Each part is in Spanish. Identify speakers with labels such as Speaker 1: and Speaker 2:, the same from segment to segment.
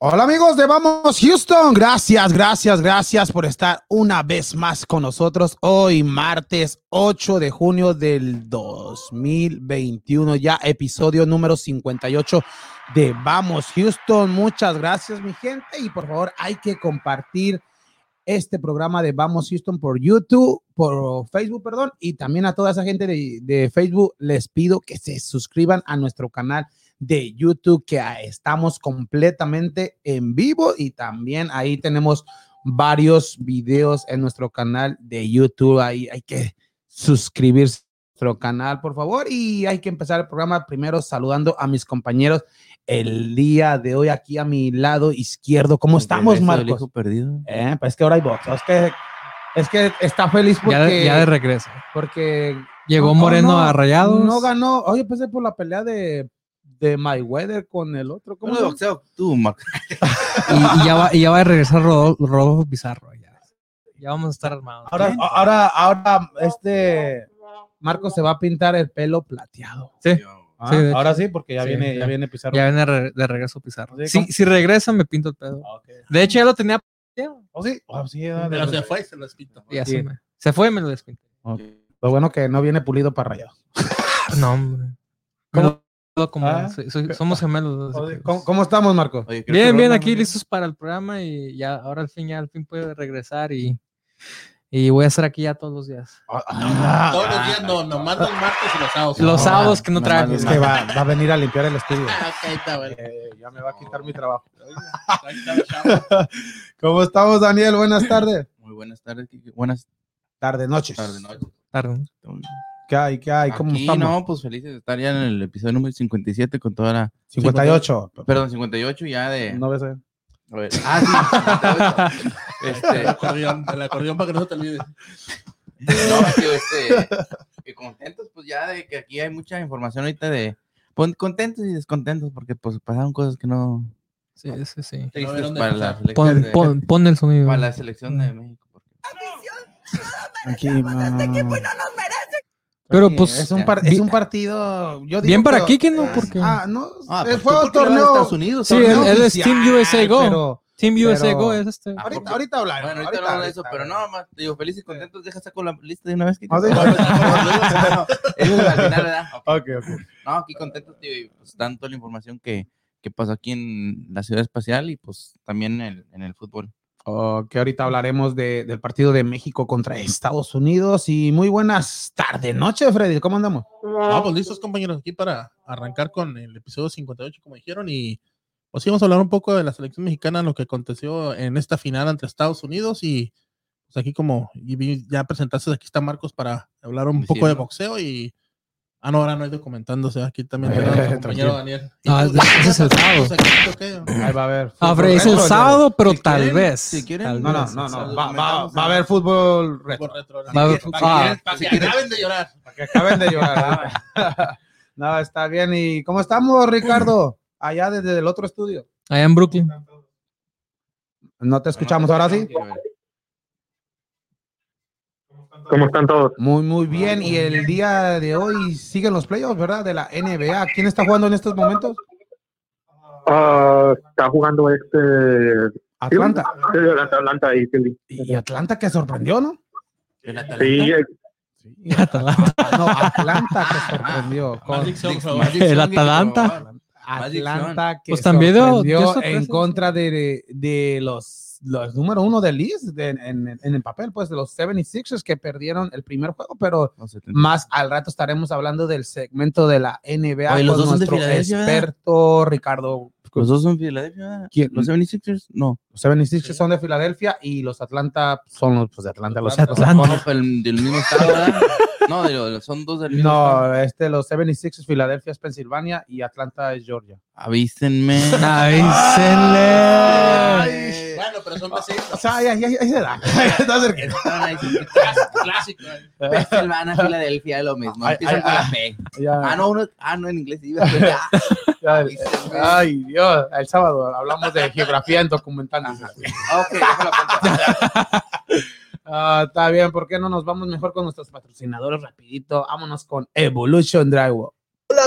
Speaker 1: Hola amigos de Vamos Houston, gracias, gracias, gracias por estar una vez más con nosotros hoy martes 8 de junio del 2021, ya episodio número 58 de Vamos Houston. Muchas gracias mi gente y por favor hay que compartir este programa de Vamos Houston por YouTube, por Facebook, perdón, y también a toda esa gente de, de Facebook les pido que se suscriban a nuestro canal de YouTube que estamos completamente en vivo y también ahí tenemos varios videos en nuestro canal de YouTube. Ahí hay que suscribirse a nuestro canal, por favor, y hay que empezar el programa primero saludando a mis compañeros el día de hoy aquí a mi lado izquierdo. ¿Cómo estamos,
Speaker 2: Regreso del
Speaker 1: Marcos?
Speaker 2: hijo perdido.
Speaker 1: Eh, pues es que ahora hay box. Es que, es que está feliz porque,
Speaker 3: Ya de, ya de regreso.
Speaker 1: porque
Speaker 3: Llegó
Speaker 1: No,
Speaker 3: Moreno
Speaker 1: no,
Speaker 3: a Rayados.
Speaker 1: no ganó. Oye, empecé por la pelea de, de Mayweather con el otro. ¿Cómo
Speaker 2: ¿Cómo de
Speaker 1: se-
Speaker 2: boxeo? Tú, Marco.
Speaker 3: Y, y ya va, y ya va a regresar Rodo- Rodolfo, Pizarro. Ya. ya vamos a estar armados.
Speaker 1: Ahora, ahora, ahora, este Marco se va a pintar el pelo plateado.
Speaker 3: Sí.
Speaker 1: Ah,
Speaker 3: Sí, de hecho.
Speaker 1: ahora sí, porque ya
Speaker 3: Sí,
Speaker 1: viene, ya
Speaker 3: ya.
Speaker 1: viene Pizarro.
Speaker 3: Ya viene re- de regreso Pizarro.
Speaker 1: Sí,
Speaker 3: Si,
Speaker 1: ¿cómo?
Speaker 3: si regresa, me pinto el pedo.
Speaker 1: Ah, ok.
Speaker 3: De hecho, ya lo tenía. planeado.
Speaker 1: Oh, sí, oh, sí, ya,
Speaker 4: Pero
Speaker 1: de-
Speaker 4: se fue y se los pito.
Speaker 3: Ya
Speaker 1: Sí.
Speaker 3: se, me- se fue y me lo despinté.
Speaker 1: Lo bueno que no viene pulido para rayados.
Speaker 3: No, hombre. Me
Speaker 1: Ah, ¿Cómo?
Speaker 3: lo- lo como-
Speaker 1: Ah.
Speaker 3: soy- soy- somos gemelos. los
Speaker 1: Oye,
Speaker 3: dos. pues.
Speaker 1: ¿Cómo, cómo estamos, Marco?
Speaker 2: Oye, creo que
Speaker 3: Bien, bien,
Speaker 2: Roma,
Speaker 3: aquí
Speaker 2: ¿no?
Speaker 3: listos para el programa y ya ahora al fin, ya al fin puede regresar y, y voy a estar aquí ya todos los días.
Speaker 1: Ah,
Speaker 4: Todos los días no, nomás los martes y los sábados.
Speaker 3: Los
Speaker 4: Ah,
Speaker 3: sábados que no
Speaker 2: no
Speaker 3: traen.
Speaker 2: mames,
Speaker 1: es que va, va a venir a limpiar el estudio.
Speaker 4: ok, está bueno.
Speaker 1: Eh, ya me va a quitar mi trabajo.
Speaker 4: Ahí está el chavo.
Speaker 1: ¿Cómo estamos, Daniel? Buenas tardes.
Speaker 2: Muy buenas tardes, Kike. Buenas
Speaker 1: Tarde, noches.
Speaker 2: tardes. ¿no?
Speaker 3: Tarde.
Speaker 1: ¿Qué hay? ¿Qué hay? ¿Cómo
Speaker 2: Aquí,
Speaker 1: estamos?
Speaker 2: no, pues felices de estar ya en el episodio número 57 con toda la...
Speaker 1: 58.
Speaker 2: Perdón, 58 ya de...
Speaker 1: No ves eh. ahí.
Speaker 2: A ver. Ah, sí, 58.
Speaker 4: El
Speaker 2: este,
Speaker 4: acordeón, el acordeón para que no se te olvide.
Speaker 2: no, tío, este... Que contentos, pues ya de que aquí hay mucha información ahorita de... pon- Contentos y descontentos porque pues pasaron cosas que no...
Speaker 3: Sí, sí, sí.
Speaker 2: Tristes
Speaker 4: vieron de
Speaker 2: para la
Speaker 4: pasar.
Speaker 2: selección
Speaker 3: Pon,
Speaker 2: de-
Speaker 3: pon- pon el sonido.
Speaker 2: para la selección de México.
Speaker 1: Aquí,
Speaker 3: Pero
Speaker 1: Sí,
Speaker 3: pues
Speaker 1: es un, par- es un partido. Yo digo,
Speaker 3: bien para
Speaker 1: pero-
Speaker 3: aquí que no, porque
Speaker 1: Ah, no.
Speaker 2: Ah,
Speaker 1: eh,
Speaker 2: pues,
Speaker 1: fue
Speaker 2: ¿tú
Speaker 1: un
Speaker 2: por qué le vas a
Speaker 1: torneo.
Speaker 2: Estados Unidos?
Speaker 3: Sí,
Speaker 2: Torneo
Speaker 3: él- él es
Speaker 1: oficial,
Speaker 3: Team USA Go.
Speaker 1: pero
Speaker 3: Team USA
Speaker 1: pero-
Speaker 3: Go es este.
Speaker 2: Ah,
Speaker 1: ahorita,
Speaker 2: porque-
Speaker 1: ahorita hablaremos.
Speaker 2: Bueno, ahorita hablamos de eso, pero no, más, digo, felices y contentos, deja saco la lista de una vez. que
Speaker 1: Ah, sí.
Speaker 2: Ah, no, eso es al final, ¿verdad? Ok.
Speaker 1: Ok, ok.
Speaker 2: No, aquí contentos, tío, y pues dan toda la información que, que pasó aquí en la ciudad espacial y pues también en el, en el fútbol.
Speaker 1: Ok, Oh, ahorita hablaremos de- del partido de México contra Estados Unidos. Y muy buenas tardes, noche, Freddy. ¿Cómo andamos?
Speaker 4: Vamos, pues, listos compañeros aquí para arrancar con el episodio 58, como dijeron, y pues sí, vamos a hablar un poco de la selección mexicana, lo que aconteció en esta final entre Estados Unidos y pues aquí como y vi- ya presentaste, aquí está Marcos para hablar un poco de
Speaker 2: Diciendo.
Speaker 4: boxeo y... Ah, no, ahora no hay documentándose, aquí también
Speaker 1: Eh,
Speaker 4: tenemos
Speaker 1: tranquilo.
Speaker 4: al compañero Daniel.
Speaker 3: Ah,
Speaker 4: ¿Y tú?
Speaker 3: ese es el sábado.
Speaker 4: ¿Estás aquí o qué?
Speaker 1: Ahí va a haber.
Speaker 3: Ah,
Speaker 1: fútbol
Speaker 3: Freddy, es el
Speaker 1: retro, ¿no?
Speaker 3: sábado, pero
Speaker 2: si
Speaker 3: tal
Speaker 2: quieren-
Speaker 3: vez.
Speaker 2: si quieren-
Speaker 3: tal
Speaker 1: No, no,
Speaker 3: vez,
Speaker 1: no,
Speaker 3: sí.
Speaker 1: no. Va, va- va a haber fútbol retro.
Speaker 4: Por retro,
Speaker 3: Va a haber-
Speaker 2: Si quieren-
Speaker 3: ah,
Speaker 4: Para
Speaker 2: si
Speaker 4: que
Speaker 2: quieren-
Speaker 4: acaben de llorar.
Speaker 1: Para que acaben de llorar. ¿eh? no, está bien. ¿Y cómo estamos, Ricardo? Allá desde el otro estudio.
Speaker 3: allá en Brooklyn.
Speaker 1: No te escuchamos ahora sí.
Speaker 5: ¿Cómo están todos?
Speaker 1: Muy, muy bien. Y el día de hoy siguen los playoffs, ¿verdad? De la NBA. ¿Quién está jugando en estos momentos?
Speaker 5: Ah, está jugando este.
Speaker 1: Atlanta.
Speaker 5: Sí, Atlanta, Atlanta ahí, sí.
Speaker 1: Y Atlanta que sorprendió, ¿no?
Speaker 5: Sí, eh,
Speaker 3: Atalanta.
Speaker 1: No, Atlanta que sorprendió.
Speaker 4: Más
Speaker 1: Con-
Speaker 4: dicción, por favor.
Speaker 3: El Atalanta.
Speaker 1: Atlanta que
Speaker 3: Pues también dio- dio
Speaker 1: sorprendió
Speaker 3: sorpresa.
Speaker 1: en contra de, de los, los número uno del East de- en, en- en el papel, pues de los 76ers que perdieron el primer juego, pero
Speaker 2: No sé, te-
Speaker 1: más al rato estaremos hablando del segmento de la NBA
Speaker 2: Oye, los
Speaker 1: con
Speaker 2: dos son de
Speaker 1: nuestro
Speaker 2: Filadelfia, ¿verdad?
Speaker 1: experto Ricardo.
Speaker 2: Los dos son Filadelfia.
Speaker 1: ¿Quién?
Speaker 2: ¿Los 76ers? No.
Speaker 1: Los 76ers
Speaker 4: Sí.
Speaker 1: son de Filadelfia y los Atlanta son los pues, de Atlanta. Los,
Speaker 4: Atlanta.
Speaker 3: Ah,
Speaker 1: los-
Speaker 2: No, pero el- del mismo estado, ¿verdad? No, de los- son dos del mismo estado.
Speaker 1: no, este, los 76ers, Filadelfia es Pensilvania y Atlanta es Georgia.
Speaker 2: Avísenme.
Speaker 1: Ah,
Speaker 3: Avísenle.
Speaker 2: Eh,
Speaker 4: Bueno, pero son
Speaker 1: O
Speaker 4: vecinos.
Speaker 1: sea, ahí, ahí- ahí se da. No se ríe.
Speaker 2: estaban ahí sin-
Speaker 4: Clásico. eh.
Speaker 2: Pensilvania, Filadelfia, es lo mismo.
Speaker 1: Ay,
Speaker 2: Empiezan
Speaker 1: ay,
Speaker 2: con
Speaker 1: ay.
Speaker 2: la P.
Speaker 1: Ya,
Speaker 2: Ah, no, uno- ah, no, en inglés. iba a decir, ah,
Speaker 1: ya,
Speaker 2: ahí se ve.
Speaker 1: Ay, Dios, el sábado hablamos de geografía en documental.
Speaker 2: Ok, déjalo apuntar.
Speaker 1: Ah, está bien, ¿por qué no nos vamos mejor con nuestros patrocinadores rapidito? Vámonos con Evolution Drywall.
Speaker 6: Hola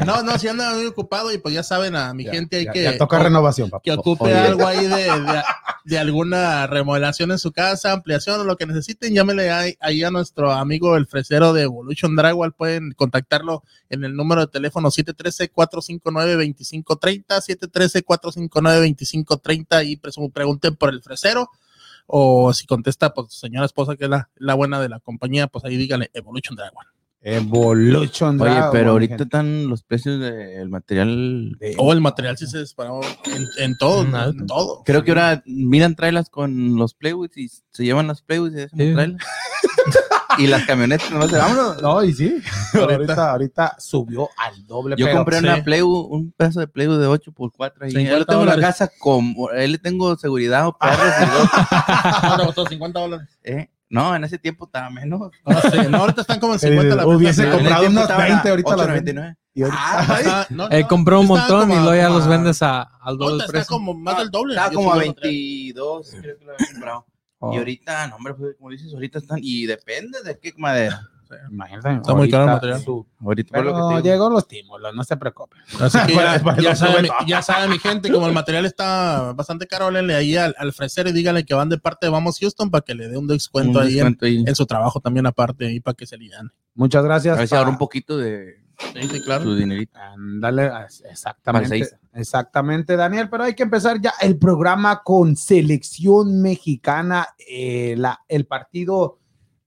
Speaker 4: no, no, si sí anda muy ocupado y pues ya saben a mi gente hay
Speaker 1: Ya-
Speaker 4: que,
Speaker 1: ya toca renovación, papá.
Speaker 4: que ocupe algo ahí de, de- de alguna remodelación en su casa, ampliación o lo que necesiten, llámele ahí, ahí a nuestro amigo el fresero de Evolution Drywall. Pueden contactarlo en el número de teléfono 713-459-2530, 713-459-2530 y presu- pregunten por el fresero. O si contesta, pues su señora esposa, que es la, la buena de la compañía, pues ahí díganle Evolution Drywall.
Speaker 1: Evolution
Speaker 2: Oye,
Speaker 1: Dragon, mi
Speaker 2: pero ahorita
Speaker 1: gente.
Speaker 2: están los precios del material.
Speaker 1: De-
Speaker 4: O el material si se disparó en, en todo, en todo.
Speaker 2: Creo que ahora miran trailers con los playwoods y se llevan las playwoods y dejan los
Speaker 3: Sí.
Speaker 2: trailers. y las camionetas no se vámonos.
Speaker 1: Oh, No, y sí, ahorita, ahorita subió al doble.
Speaker 2: Yo
Speaker 1: pero-
Speaker 2: compré
Speaker 1: Sí.
Speaker 2: una Playwood, un pedazo de Playwood de 8x4 y ahí
Speaker 4: 50
Speaker 2: lo tengo en la
Speaker 4: dólares.
Speaker 2: casa como, ahí le tengo seguridad o perros y dos,
Speaker 4: Ahora costó 50 dólares.
Speaker 2: ¿eh? No, en ese tiempo estaba menos.
Speaker 4: No, sí, no, ahorita están como en 50 la
Speaker 1: Hubiese
Speaker 4: venta.
Speaker 1: He comprado
Speaker 2: En ese tiempo
Speaker 1: unas
Speaker 2: estaba
Speaker 1: 20, ahorita las
Speaker 2: 8.99.
Speaker 1: Y ahorita-
Speaker 4: Ah, está- no,
Speaker 3: Eh,
Speaker 4: no,
Speaker 3: compró un
Speaker 4: ahorita está
Speaker 3: montón y
Speaker 4: como
Speaker 3: luego
Speaker 4: a-
Speaker 3: ya los
Speaker 4: como a-
Speaker 3: vendes a, al doble
Speaker 4: ahorita
Speaker 3: del
Speaker 4: está
Speaker 3: precio.
Speaker 4: como más del doble.
Speaker 2: Estaba
Speaker 4: Yo
Speaker 2: como a
Speaker 4: sí lo compré. Oh.
Speaker 2: 22, creo que lo había comprado.
Speaker 3: Oh,
Speaker 2: Y ahorita, no, hombre, pues, como dices, ahorita están, y depende de qué madera.
Speaker 1: Imagínate,
Speaker 4: Está muy caro el
Speaker 1: ahorita
Speaker 4: material.
Speaker 1: su-
Speaker 2: Ahorita fue
Speaker 1: Pero
Speaker 2: Ah, lo que te digo.
Speaker 1: llegó los estímulos, no se preocupen.
Speaker 4: Así que
Speaker 1: Para-
Speaker 4: ya,
Speaker 1: para
Speaker 4: ya
Speaker 1: los
Speaker 4: sabe, mi,
Speaker 1: juguetes.
Speaker 4: ya sabe mi gente, como el material está bastante caro, háblenle ahí al, al fresero y díganle que van de parte de Vamos Houston para que le dé un descuento
Speaker 2: Un
Speaker 4: ahí en-
Speaker 2: descuento ahí.
Speaker 4: En, su trabajo también aparte y para que se lian.
Speaker 1: Muchas
Speaker 2: A
Speaker 1: gracias.
Speaker 2: ver si
Speaker 1: pa-
Speaker 2: ahorra un poquito de
Speaker 4: Sí, sí,
Speaker 2: su
Speaker 4: claro.
Speaker 2: dinerito.
Speaker 1: Ándale, as-
Speaker 2: Para
Speaker 1: exactamente.
Speaker 2: seis.
Speaker 1: Exactamente, Daniel, pero hay que empezar ya el programa con selección mexicana, eh, la, el partido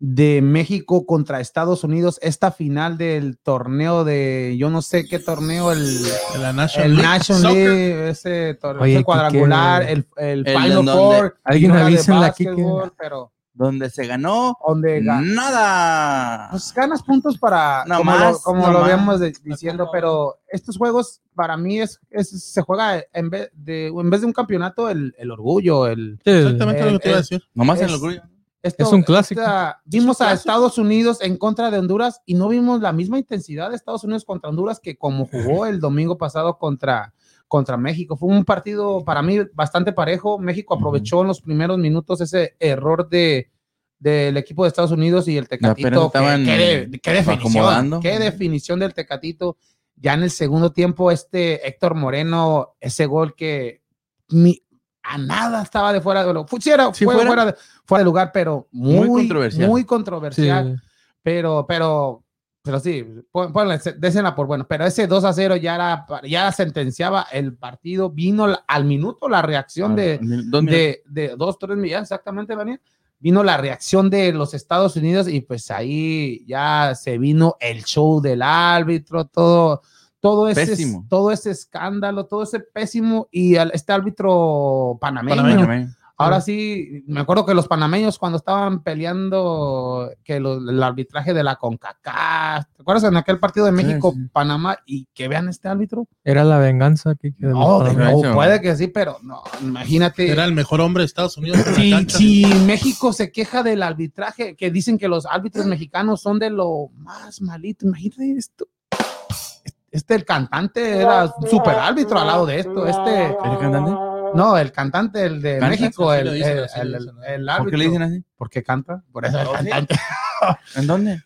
Speaker 1: de México contra Estados Unidos, esta final del torneo de, yo no sé qué torneo, el,
Speaker 4: De la National
Speaker 1: el
Speaker 4: League
Speaker 1: National
Speaker 4: Soccer.
Speaker 1: League, ese, torneo,
Speaker 3: Oye,
Speaker 1: ese
Speaker 3: Quique,
Speaker 1: cuadrangular, el, el
Speaker 2: el
Speaker 1: Final
Speaker 2: donde-
Speaker 1: Four,
Speaker 3: Alguien
Speaker 1: y una de
Speaker 3: avísenle aquí que-
Speaker 1: básquetbol, pero
Speaker 2: Donde se ganó,
Speaker 1: donde gan-
Speaker 2: nada.
Speaker 1: pues ganas puntos para
Speaker 2: No
Speaker 1: como,
Speaker 2: más,
Speaker 1: lo, como
Speaker 2: no
Speaker 1: lo
Speaker 2: más.
Speaker 1: habíamos de- diciendo, pero estos juegos para mí es, es- se juega en vez de en vez de un campeonato el, el orgullo, el
Speaker 3: Sí,
Speaker 4: Exactamente lo que te iba a
Speaker 1: el-
Speaker 4: decir.
Speaker 2: Nomás en
Speaker 1: es-
Speaker 2: el orgullo.
Speaker 1: esto-
Speaker 3: Es un clásico.
Speaker 1: esta- vimos a Estados Unidos en contra de Honduras y no vimos la misma intensidad de Estados Unidos contra Honduras que como jugó el domingo pasado contra contra México. Fue un partido para mí bastante parejo. México aprovechó en los primeros minutos ese error de del equipo de Estados Unidos y el
Speaker 2: apenas
Speaker 1: Tecatito. que-
Speaker 2: estaban
Speaker 1: qué de- qué definición,
Speaker 2: acomodando.
Speaker 1: qué definición del Tecatito. Ya en el segundo tiempo este Héctor Moreno ese gol que ni- a nada estaba de fuera de lo fu- sí era-
Speaker 2: Sí,
Speaker 1: fue
Speaker 2: fuera.
Speaker 1: fuera de- fuera de lugar, pero muy,
Speaker 2: Muy
Speaker 1: controversial.
Speaker 2: controversial.
Speaker 1: Muy
Speaker 3: Sí.
Speaker 1: controversial, pero, pero, pero sí, pon- ponle, se- désenla por bueno. Pero ese 2 a 0 ya, era, pa- ya sentenciaba el partido. Vino la- al minuto la reacción de,
Speaker 2: Ah, Dos minutos.
Speaker 1: de, de dos, tres millas, exactamente, Daniel. Vino la reacción de los Estados Unidos y pues ahí ya se vino el show del árbitro, todo. Todo ese,
Speaker 2: Pésimo.
Speaker 1: todo ese escándalo, todo ese pésimo y al- este árbitro
Speaker 4: Panameño.
Speaker 1: panameño
Speaker 2: Panameño.
Speaker 1: Ahora sí, me acuerdo que los panameños cuando estaban peleando que lo- el arbitraje de la CONCACAF, ¿te acuerdas en aquel partido de
Speaker 2: Sí,
Speaker 1: México-Panamá y que vean este árbitro?
Speaker 3: Era la venganza. Quique, de los
Speaker 1: No,
Speaker 4: este
Speaker 1: de-
Speaker 3: panameños.
Speaker 1: no,
Speaker 2: sí.
Speaker 1: puede que sí, pero no, imagínate.
Speaker 4: Era el mejor hombre de Estados Unidos. en la
Speaker 1: Si,
Speaker 4: cancha.
Speaker 1: si México se queja del arbitraje, que dicen que los árbitros mexicanos son de lo más malito, imagínate esto. Este, el cantante era super árbitro al lado de esto. Este,
Speaker 2: ¿Eres cantante?
Speaker 1: No, el cantante, el de
Speaker 2: Canta,
Speaker 1: México,
Speaker 4: sí
Speaker 1: el,
Speaker 4: lo dicen,
Speaker 1: el-
Speaker 4: sí lo
Speaker 1: el-
Speaker 4: dicen, ¿no?
Speaker 1: el
Speaker 2: ¿Por qué le
Speaker 1: árbitro.
Speaker 2: dicen así?
Speaker 1: Porque canta, por eso es
Speaker 2: ¿Oh, sí?
Speaker 1: cantante.
Speaker 2: ¿En dónde?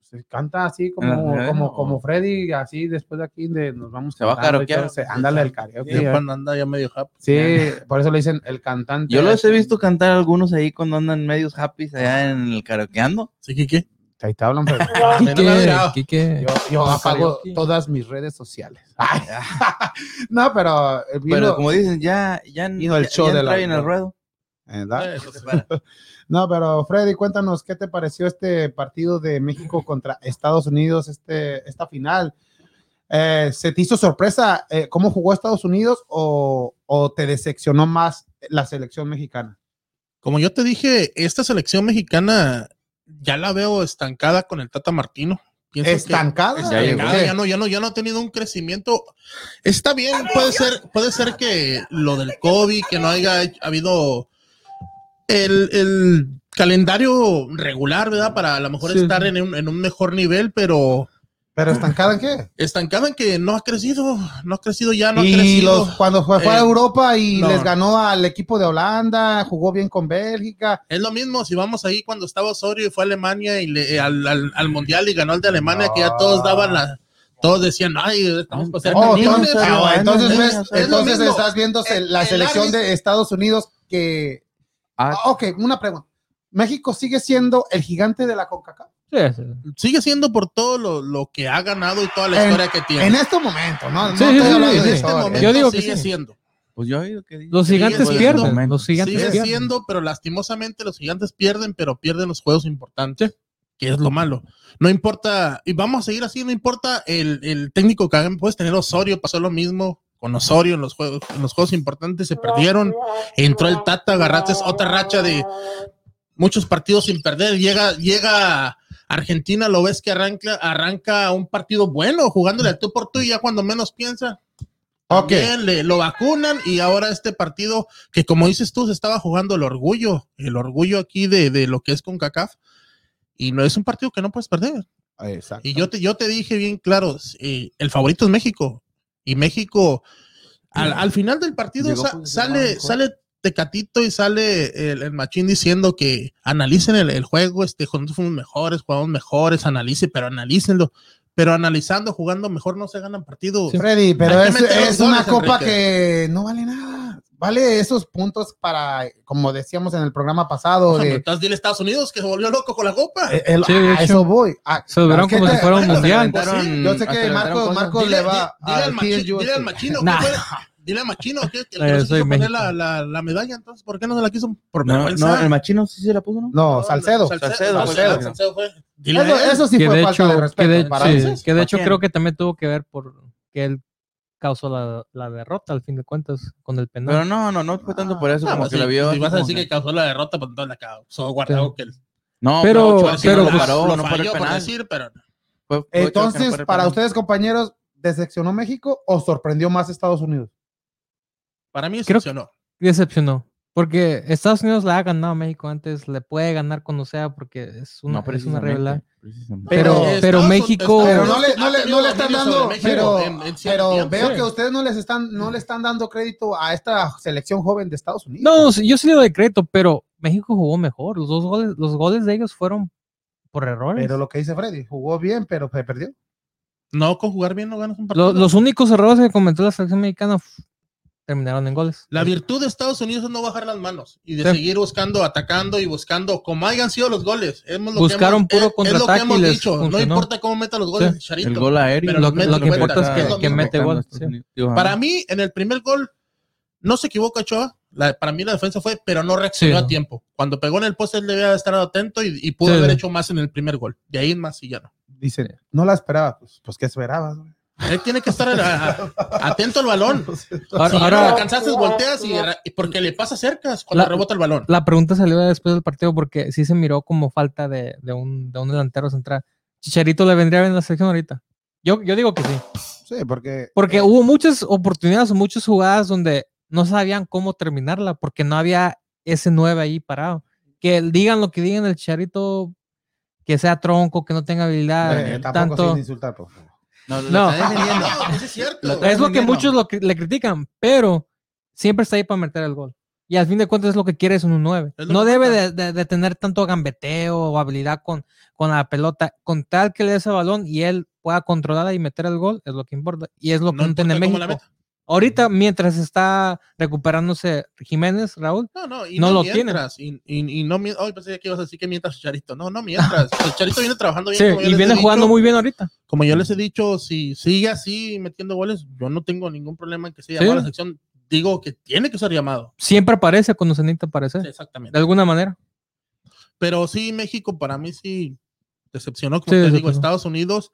Speaker 1: Se canta así
Speaker 2: ¿En la
Speaker 1: como,
Speaker 2: regadera
Speaker 1: como,
Speaker 2: o-
Speaker 1: como Freddy, así después de aquí de, nos vamos
Speaker 2: Se va a
Speaker 1: cantando y todo,
Speaker 2: karaokear.
Speaker 1: se- Ándale el karaoke.
Speaker 4: Ya
Speaker 1: eh.
Speaker 4: cuando anda ya medio happy.
Speaker 1: Sí, por eso le dicen el cantante. este.
Speaker 2: Yo los he visto cantar algunos ahí cuando andan medios happy allá en el karaokeando.
Speaker 4: ¿Sí, Kike?
Speaker 1: Ahí te hablan, pero
Speaker 4: Apenas la miraba.
Speaker 3: Quique,
Speaker 1: yo, yo apago
Speaker 3: Karaoke.
Speaker 1: todas mis redes sociales. Ay. no, pero eh, vino-
Speaker 2: Pero como dicen, ya, ya,
Speaker 1: vino el
Speaker 2: ya-
Speaker 1: show
Speaker 2: ya
Speaker 1: de la-
Speaker 2: entra bien el ruedo.
Speaker 1: eh, ¿verdad?
Speaker 4: Eso sí.
Speaker 1: No, pero Freddy, cuéntanos qué te pareció este partido de México contra Estados Unidos, este, esta final. Eh, ¿Se te hizo sorpresa eh, cómo jugó Estados Unidos o, o te decepcionó más la selección mexicana?
Speaker 4: Como yo te dije, esta selección mexicana ya la veo estancada con el Tata Martino. Pienso que-
Speaker 1: ¿Estancada?
Speaker 4: Estancada,
Speaker 2: Ya llegó.
Speaker 1: ¿Qué?
Speaker 4: ya no, ya no, ya no ha tenido un crecimiento. Está bien, puede ser, puede ser que lo del COVID, que no haya habido el, el calendario regular, ¿verdad? Para a lo mejor
Speaker 1: Sí.
Speaker 4: estar en un, en un mejor nivel, pero
Speaker 1: ¿Pero estancada en qué?
Speaker 4: estancada en que no ha crecido, no ha crecido ya, Ah, no ha
Speaker 1: y
Speaker 4: crecido.
Speaker 1: los, cuando fue, fue a
Speaker 4: Eh,
Speaker 1: Europa y
Speaker 4: no.
Speaker 1: les ganó al equipo de Holanda, jugó bien con Bélgica.
Speaker 4: Es lo mismo si vamos ahí cuando estaba Osorio y fue a Alemania y le- eh, al, al- al Mundial y ganó el de Alemania, que ya todos daban la... Todos decían, ay, estamos para ser
Speaker 1: Ah. Oh,
Speaker 4: campeones.
Speaker 1: entonces, ah, entonces
Speaker 4: Es-
Speaker 1: ves-
Speaker 4: es lo
Speaker 1: entonces
Speaker 4: mismo.
Speaker 1: estás viendo se-
Speaker 4: El-
Speaker 1: la
Speaker 4: el
Speaker 1: selección
Speaker 4: árbitro-
Speaker 1: de Estados Unidos que...
Speaker 2: Ah.
Speaker 1: Ah, ok, una pregunta. ¿México sigue siendo el gigante de la CONCACAF?
Speaker 3: Sí, sí.
Speaker 4: eh, Sigue siendo por todo lo, lo que ha ganado y toda la
Speaker 1: En-
Speaker 4: historia que tiene. este
Speaker 1: En este momento, ¿no? No
Speaker 3: Sí,
Speaker 1: estoy
Speaker 3: sí, sí,
Speaker 1: hablando
Speaker 3: sí,
Speaker 1: de este
Speaker 3: sí.
Speaker 1: historia.
Speaker 3: momento. Yo digo que
Speaker 4: sigue
Speaker 3: sí.
Speaker 4: siendo.
Speaker 2: Pues yo he oído que dicen.
Speaker 3: Los gigantes
Speaker 4: pues,
Speaker 2: en su
Speaker 3: pierden.
Speaker 2: momento.
Speaker 3: Los gigantes
Speaker 4: Sigue
Speaker 3: pierden.
Speaker 4: siendo, pero lastimosamente los gigantes pierden, pero pierden los juegos importantes, que es lo malo. No importa, y vamos a seguir así, no importa el, el técnico que hagan, puedes tener Osorio, pasó lo mismo con Osorio en los juegos, en los juegos importantes se perdieron, entró el Tata, agarraste otra racha de muchos partidos sin perder, llega, llega Argentina, lo ves que arranca, arranca un partido bueno, jugándole al tú por tú y ya cuando menos piensa,
Speaker 1: Ok.
Speaker 4: también le, lo vacunan y ahora este partido que como dices tú se estaba jugando el orgullo, el orgullo aquí de, de lo que es con CACAF y no es un partido que no puedes perder.
Speaker 1: Exacto.
Speaker 4: Y yo te, yo te dije bien claro, eh, el favorito es México. Y México, al, al final del partido
Speaker 2: Llegó
Speaker 4: sa-
Speaker 2: posicionado
Speaker 4: sale,
Speaker 2: mejor.
Speaker 4: sale Tecatito y sale el, el machín diciendo que analicen el, el juego, este, nosotros fuimos mejores, jugamos mejores, analicen, pero analícenlo. Pero analizando, jugando mejor, no se ganan partidos.
Speaker 1: Freddy, pero
Speaker 4: Hay
Speaker 1: es,
Speaker 4: que meter los
Speaker 1: es una
Speaker 4: goles,
Speaker 1: copa
Speaker 4: Enrique.
Speaker 1: que no vale nada. Vale esos puntos para, como decíamos en el programa pasado, de...
Speaker 4: Entonces dile a Estados Unidos que se volvió loco con la copa.
Speaker 1: eh, el-
Speaker 3: Sí, de
Speaker 1: a
Speaker 3: hecho.
Speaker 1: eso voy. A-
Speaker 3: Se lo vieron
Speaker 1: ¿qué
Speaker 3: como
Speaker 1: te-
Speaker 3: si fuera un
Speaker 1: bueno,
Speaker 3: mundial.
Speaker 2: Pues sí,
Speaker 1: Yo sé
Speaker 2: hasta
Speaker 1: que
Speaker 2: le
Speaker 1: Marcos,
Speaker 2: aventaron
Speaker 1: Marcos
Speaker 2: cosas.
Speaker 1: le
Speaker 4: Dile-
Speaker 1: va
Speaker 4: di- dile
Speaker 1: a
Speaker 4: al machi-
Speaker 1: TLU.
Speaker 4: dile al machino,
Speaker 3: Nah.
Speaker 4: que fuera- dile al machino que, que
Speaker 3: Eh,
Speaker 4: no se
Speaker 3: soy
Speaker 4: quiso poner
Speaker 3: México.
Speaker 4: la, la- la medalla, entonces, ¿por qué no se la quiso? Por
Speaker 2: No,
Speaker 4: vergüenza.
Speaker 2: no, el machino sí se la puso, ¿no?
Speaker 1: No, Salcedo.
Speaker 4: Salcedo,
Speaker 2: Salcedo,
Speaker 4: Salcedo,
Speaker 2: fue.
Speaker 4: Salcedo fue. Dile
Speaker 1: Eso,
Speaker 4: a él.
Speaker 1: eso sí
Speaker 3: que
Speaker 1: fue
Speaker 3: de
Speaker 1: falta
Speaker 3: hecho,
Speaker 1: de
Speaker 3: que
Speaker 1: respeto.
Speaker 3: de,
Speaker 1: para
Speaker 3: sí,
Speaker 1: ellos.
Speaker 3: que de
Speaker 2: ¿Para
Speaker 3: hecho
Speaker 2: quién?
Speaker 3: creo que también tuvo que ver por que él causó la, la derrota al fin de cuentas con el penal.
Speaker 2: Pero no, no, no fue tanto por eso
Speaker 4: Ah,
Speaker 2: como
Speaker 4: pues
Speaker 2: que
Speaker 4: sí,
Speaker 2: la vio.
Speaker 4: si
Speaker 2: así
Speaker 4: vas a
Speaker 2: como
Speaker 4: decir que causó la derrota, pues entonces la causó
Speaker 3: Sí.
Speaker 4: guardado que el-
Speaker 2: No,
Speaker 3: Pero-
Speaker 2: pero, Ochoa sí
Speaker 3: pero,
Speaker 2: no lo
Speaker 3: pues,
Speaker 2: paró,
Speaker 4: lo
Speaker 2: no paró
Speaker 4: falló
Speaker 2: el
Speaker 4: por
Speaker 2: penal.
Speaker 4: decir, pero
Speaker 2: Fue- fue Ochoa que no
Speaker 1: Entonces,
Speaker 2: paró el
Speaker 1: para
Speaker 2: penal.
Speaker 1: ustedes, compañeros, ¿decepcionó México o sorprendió más Estados Unidos?
Speaker 4: para mí
Speaker 3: Creo-
Speaker 4: funcionó.
Speaker 3: Decepcionó. Porque Estados Unidos la ha ganado a México antes, le puede ganar cuando sea, porque pues, es una,
Speaker 2: No,
Speaker 3: es una
Speaker 2: precisamente,
Speaker 3: regla.
Speaker 2: precisamente.
Speaker 1: Pero-
Speaker 3: pero
Speaker 4: Estados-
Speaker 3: México-
Speaker 4: Estados
Speaker 1: Pero
Speaker 4: Unidos
Speaker 1: no le, no
Speaker 4: ha
Speaker 1: le-
Speaker 4: tenido
Speaker 1: no le están
Speaker 4: dominio Ah, sobre
Speaker 1: dando,
Speaker 4: México
Speaker 1: pero,
Speaker 4: en- en cierto
Speaker 1: pero
Speaker 4: tiempo.
Speaker 1: veo
Speaker 4: Sí.
Speaker 1: que ustedes no les están, no le están dando crédito a esta selección joven de Estados Unidos.
Speaker 3: No, no, sí, yo sí le doy crédito, pero México jugó mejor. Los dos goles, los goles de ellos fueron por errores.
Speaker 1: Pero lo que dice Freddy, jugó bien, pero se perdió.
Speaker 4: No, con jugar bien no ganas un partido.
Speaker 3: Lo- los únicos errores que cometió la selección mexicana f- terminaron en goles.
Speaker 4: La virtud de Estados Unidos es no bajar las manos y de
Speaker 3: Sí.
Speaker 4: seguir buscando, atacando y buscando, como hayan sido los goles. Hemos lo
Speaker 3: Buscaron
Speaker 4: que hemos- eh,
Speaker 3: puro
Speaker 4: es- es lo que
Speaker 3: contraataque y
Speaker 4: hemos
Speaker 3: les
Speaker 4: dicho. No
Speaker 3: funcionó.
Speaker 4: importa cómo meta los goles,
Speaker 3: Sí.
Speaker 4: Charito.
Speaker 2: El gol aéreo.
Speaker 4: Pero
Speaker 3: lo,
Speaker 4: los mete,
Speaker 3: lo que
Speaker 4: lo mete.
Speaker 3: importa es
Speaker 4: Es
Speaker 3: que,
Speaker 4: lo
Speaker 3: que
Speaker 4: mismo.
Speaker 3: mete gol. sí.
Speaker 4: Para mí, en el primer gol, no se equivoca Ochoa. La- para mí la defensa fue, pero no reaccionó
Speaker 3: Sí.
Speaker 4: a tiempo. Cuando pegó en el poste, él debía estar atento y, y pudo
Speaker 3: Sí.
Speaker 4: haber hecho más en el primer gol. De ahí en más y ya no.
Speaker 1: Dice, no la esperaba. Pues, pues ¿qué esperabas? güey?
Speaker 4: Él tiene que estar a- a- atento al balón. Si
Speaker 3: Ahora,
Speaker 4: ya no
Speaker 3: ahora-
Speaker 4: lo alcanzaste, volteas y, ra- y porque le pasa cerca cuando
Speaker 3: La-
Speaker 4: rebota el balón.
Speaker 3: la pregunta salió después del partido porque sí se miró como falta de, de un, de un delantero central. Chicharito le vendría bien a la selección ahorita. Yo, yo digo que sí.
Speaker 1: Sí, porque
Speaker 3: Porque hubo muchas oportunidades, muchas jugadas donde no sabían cómo terminarla porque no había ese 9 ahí parado. Que el- digan lo que digan el Chicharito, que sea tronco, que no tenga habilidad,
Speaker 1: eh, tampoco
Speaker 3: Ah, tanto. Pues,
Speaker 1: sin insultar. Por favor.
Speaker 2: No, lo
Speaker 3: No.
Speaker 2: está defendiendo.
Speaker 4: No, pues es cierto.
Speaker 2: Lo-
Speaker 3: Es lo que
Speaker 2: defendiendo.
Speaker 3: muchos lo cri- le critican, pero siempre está ahí para meter el gol. Y al fin de cuentas es lo que quiere es un 9.
Speaker 4: Es lo
Speaker 3: No
Speaker 4: que
Speaker 3: debe
Speaker 4: cuenta.
Speaker 3: de, de- de tener tanto gambeteo o habilidad con, con la pelota. Con tal que le dé ese balón y él pueda controlarla y meter el gol, es lo que importa. Y es lo que no, tiene
Speaker 4: importa
Speaker 3: México.
Speaker 4: cómo la meta.
Speaker 3: Ahorita, mientras está recuperándose Jiménez, Raúl,
Speaker 4: No, no, y
Speaker 3: No
Speaker 4: no,
Speaker 3: lo
Speaker 4: mientras. Y, y, y no mientras. Hoy pensé que ibas a decir que mientras Charito. No, no mientras. El Charito viene trabajando bien.
Speaker 3: sí,
Speaker 4: como yo
Speaker 3: y
Speaker 4: les he
Speaker 3: viene jugando
Speaker 4: dicho.
Speaker 3: muy bien ahorita.
Speaker 4: Como yo les he dicho, si sigue así metiendo goles, yo no tengo ningún problema en que sea
Speaker 3: Sí.
Speaker 4: llamado a la sección. Digo que tiene que ser llamado.
Speaker 3: Siempre aparece cuando se necesita aparecer,
Speaker 4: Sí, exactamente.
Speaker 3: de alguna manera.
Speaker 4: Pero sí, México para mí sí decepcionó. Como
Speaker 3: Sí,
Speaker 4: te digo,
Speaker 3: decepcionó.
Speaker 4: Estados Unidos,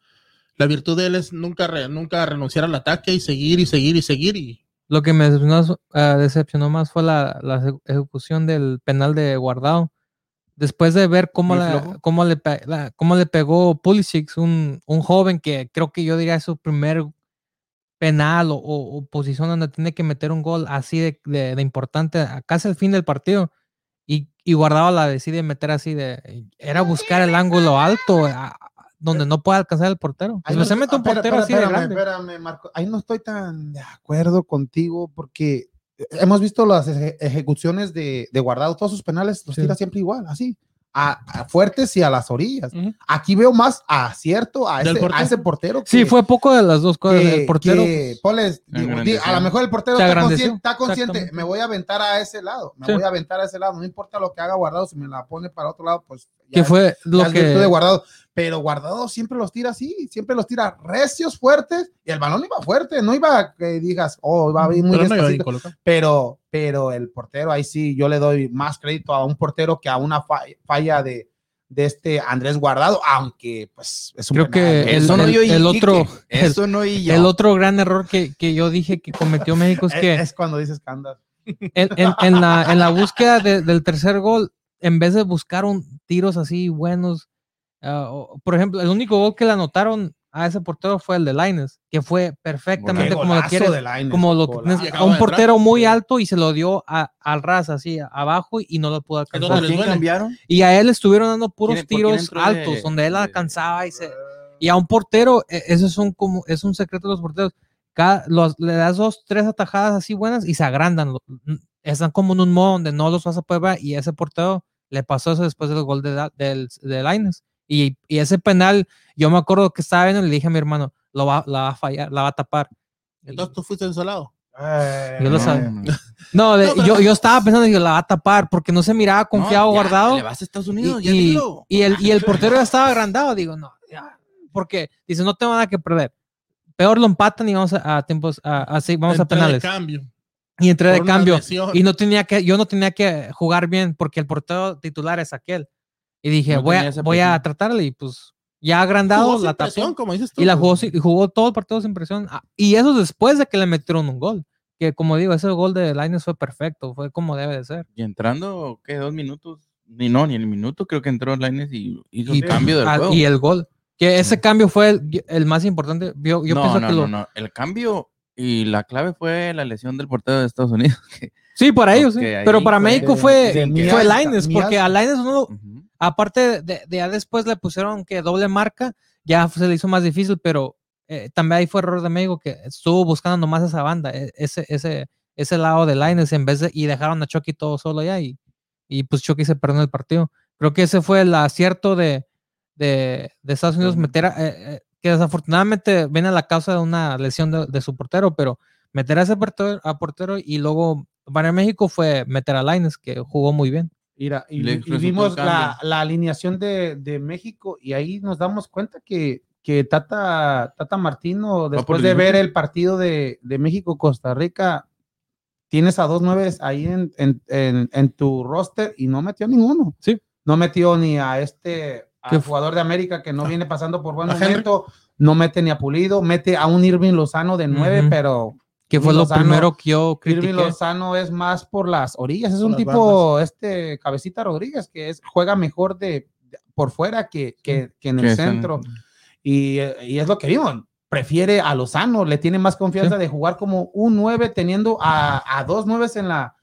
Speaker 4: la virtud de él es nunca, re- nunca renunciar al ataque y seguir y seguir y seguir. Y
Speaker 3: Lo que me decepcionó, ah, decepcionó más fue la, la ejecu- ejecución del penal de Guardado. Después de ver cómo,
Speaker 2: Muy
Speaker 3: la,
Speaker 2: flojo.
Speaker 3: cómo, le, pe- la- cómo le pegó Pulisic, un, un joven que creo que yo diría es su primer penal o, o- o posición donde tiene que meter un gol así de, de- de importante, a casi al fin del partido. Y, y Guardado la decide meter así de... Era buscar el ángulo alto a- a- donde no puede alcanzar el portero.
Speaker 1: Ahí
Speaker 3: Pues
Speaker 1: no-
Speaker 3: se mete un
Speaker 1: ah, espera,
Speaker 3: portero
Speaker 1: espera,
Speaker 3: así de
Speaker 1: espérame,
Speaker 3: grande.
Speaker 1: espérame, Marco. Ahí no estoy tan de acuerdo contigo porque eh, hemos visto las eje- ejecuciones de, de guardado, todos sus penales los
Speaker 3: Sí.
Speaker 1: tira siempre igual, así. A, a fuertes y a las orillas.
Speaker 4: Ujú.
Speaker 1: Aquí veo más acierto a
Speaker 4: ¿Del
Speaker 1: ese,
Speaker 4: portero?
Speaker 1: a ese portero.
Speaker 3: Sí,
Speaker 1: que-
Speaker 3: fue poco de las dos cosas.
Speaker 1: que-
Speaker 3: el portero... pues,
Speaker 1: que, ponle, digo, di- a
Speaker 2: Engrandeció.
Speaker 1: lo mejor el portero
Speaker 3: Se
Speaker 1: está
Speaker 3: agrandeció,
Speaker 1: consciente, está consciente,
Speaker 3: exactamente.
Speaker 1: me voy a aventar a ese lado, me
Speaker 3: Sí.
Speaker 1: voy a aventar a ese lado, no importa lo que haga guardado, si me la pone para otro lado, pues ya
Speaker 3: que
Speaker 1: es-
Speaker 3: fue lo
Speaker 1: las virtudes
Speaker 3: que
Speaker 1: de Guardado. Pero Guardado siempre los tira así, siempre los tira recios, fuertes, y el balón iba fuerte, no iba que digas, oh, va a ir muy
Speaker 4: pero no iba bien
Speaker 1: despacito.
Speaker 4: colocado.
Speaker 1: pero, pero el portero, ahí sí, yo le doy más crédito a un portero que a una fa- falla de, de este Andrés Guardado, aunque pues es un
Speaker 3: Creo
Speaker 1: penal,
Speaker 3: que
Speaker 1: ¿no?
Speaker 3: el-
Speaker 2: Eso no yo y
Speaker 3: el
Speaker 2: Quique.
Speaker 3: otro-
Speaker 2: Eso no y yo.
Speaker 3: el otro gran error que, que yo dije que cometió México es
Speaker 1: es,
Speaker 3: que
Speaker 1: es cuando dices escándalo.
Speaker 3: en, en- en la, en la búsqueda de- del tercer gol, en vez de buscar un- tiros así buenos, ah, o- por ejemplo, el único gol que le anotaron a ese portero fue el de Laines, que fue perfectamente
Speaker 1: Qué
Speaker 3: como lo
Speaker 1: golazo
Speaker 3: quieres.
Speaker 1: de Lainez,
Speaker 3: Como lo que
Speaker 1: golazo.
Speaker 3: tienes- a
Speaker 4: Acaba de
Speaker 3: un
Speaker 4: entrar.
Speaker 3: portero muy alto y se lo dio a- al ras así abajo y no lo pudo
Speaker 2: ¿Por
Speaker 3: alcanzar.
Speaker 4: Entonces, les
Speaker 2: quién
Speaker 4: duele.
Speaker 2: cambiaron?
Speaker 3: Y a él le estuvieron dando puros
Speaker 2: ¿Quién- por quién
Speaker 3: tiros
Speaker 2: entró de-
Speaker 3: altos, donde él
Speaker 2: de-
Speaker 3: alcanzaba y se, Y a un portero, e- eso es un, como, es un secreto de los porteros. Cada, los- le das dos, tres atajadas así buenas y se agrandan. lo- n- Están como en un modo donde no los vas a poder ver, y ese portero le pasó eso después del gol de, Da- del, de Lainez. Y, y ese penal, yo me acuerdo que estaba viendo y le dije a mi hermano, lo va, la va a fallar, la va a tapar.
Speaker 4: Entonces tú fuiste ensalado.
Speaker 1: Eh,
Speaker 3: Yo
Speaker 1: no,
Speaker 3: lo sabía.
Speaker 2: No,
Speaker 3: No, de-
Speaker 4: No, pero-
Speaker 3: yo, yo estaba pensando, digo, la va a tapar porque no se miraba confiado
Speaker 2: ya,
Speaker 3: guardado.
Speaker 2: Le vas a Estados
Speaker 3: Y,
Speaker 2: Unidos, ya
Speaker 3: y-
Speaker 2: dilo.
Speaker 3: y el, y el portero ya estaba agrandado, digo, no, ya, porque dice, no tengo nada que perder. Peor lo empatan y vamos a, a tiempos, a- así, vamos
Speaker 4: Entré
Speaker 3: a
Speaker 4: de
Speaker 3: penales.
Speaker 4: cambio.
Speaker 3: Y entré de
Speaker 4: por una
Speaker 3: cambio.
Speaker 4: lesión.
Speaker 3: Y no tenía que, yo no tenía que jugar bien porque el portero titular es aquel. Y dije,
Speaker 2: No
Speaker 3: voy,
Speaker 2: tenía
Speaker 3: a,
Speaker 2: esa
Speaker 3: voy a
Speaker 2: presión.
Speaker 3: tratarle y pues ya
Speaker 4: Jugó
Speaker 3: agrandado
Speaker 4: sin
Speaker 3: la tapó.
Speaker 4: presión, como dices tú.
Speaker 3: Y la jugó, sin- y jugó todo el partido sin presión. Ah, Y eso después de que le metieron un gol. Que como digo, ese gol de Lainez fue perfecto, fue como debe de ser.
Speaker 2: Y entrando, ¿qué? Dos minutos. Ni no, ni el minuto creo que entró Lainez y hizo
Speaker 3: Y-
Speaker 2: el cambio del
Speaker 3: Ah,
Speaker 2: juego.
Speaker 3: y el gol. Que ese cambio fue el, el más importante. Yo, yo
Speaker 2: no,
Speaker 3: pienso
Speaker 2: no,
Speaker 3: que
Speaker 2: no,
Speaker 3: lo,
Speaker 2: no. El cambio y la clave fue la lesión del portero de Estados Unidos.
Speaker 3: Sí, para ellos, sí.
Speaker 2: Porque ahí
Speaker 3: Pero para
Speaker 2: fue
Speaker 3: México
Speaker 1: de-
Speaker 3: fue,
Speaker 1: de mi
Speaker 3: fue
Speaker 1: alta,
Speaker 3: Lainez,
Speaker 1: mi
Speaker 3: porque a Lainez uno,
Speaker 2: Ujú.
Speaker 3: aparte de, de ya después le pusieron que doble marca, ya se le hizo más difícil, pero eh, también ahí fue error de México que estuvo buscando nomás esa banda, e- ese, ese, ese lado de Lainez en vez de, y dejaron a Chucky todo solo allá y, y pues Chucky se perdió en el partido. Creo que ese fue el acierto de, de, de Estados Unidos meter a, eh, eh, que desafortunadamente viene a la causa de una lesión de, de su portero, pero meter a ese portero, a portero y luego para México fue meter a Lainez, que jugó muy bien.
Speaker 1: Mira, y,
Speaker 2: Le
Speaker 1: y
Speaker 2: resultó
Speaker 1: vimos la,
Speaker 2: el cambio.
Speaker 1: la alineación de, de México y ahí nos damos cuenta que, que Tata, Tata Martino,
Speaker 2: por
Speaker 1: después
Speaker 2: el
Speaker 1: de ver
Speaker 2: minuto.
Speaker 1: el partido de, de México-Costa Rica, tienes a dos nueves ahí en, en, en- en tu roster y no metió ninguno.
Speaker 3: Sí.
Speaker 1: No metió ni a este al
Speaker 3: Que fu-
Speaker 1: jugador de América que no viene pasando por buen
Speaker 4: a Henry.
Speaker 1: momento, no mete ni a Pulido, mete a un Irving Lozano de nueve,
Speaker 3: Ujú.
Speaker 1: pero
Speaker 3: Que
Speaker 1: Irving
Speaker 3: fue lo
Speaker 1: Lozano-
Speaker 3: primero que yo
Speaker 1: Irving
Speaker 3: critiqué.
Speaker 1: Lozano es más por las orillas, es
Speaker 4: Por
Speaker 1: un
Speaker 4: las
Speaker 1: tipo, este Cabecita Rodríguez, que es, juega mejor de, de- por fuera que, que, que en
Speaker 2: Que
Speaker 1: el
Speaker 2: está en-
Speaker 1: centro. Y, eh, y es lo que vimos, prefiere a Lozano, le tiene más confianza de jugar como un 9 teniendo a, a dos 9 en la,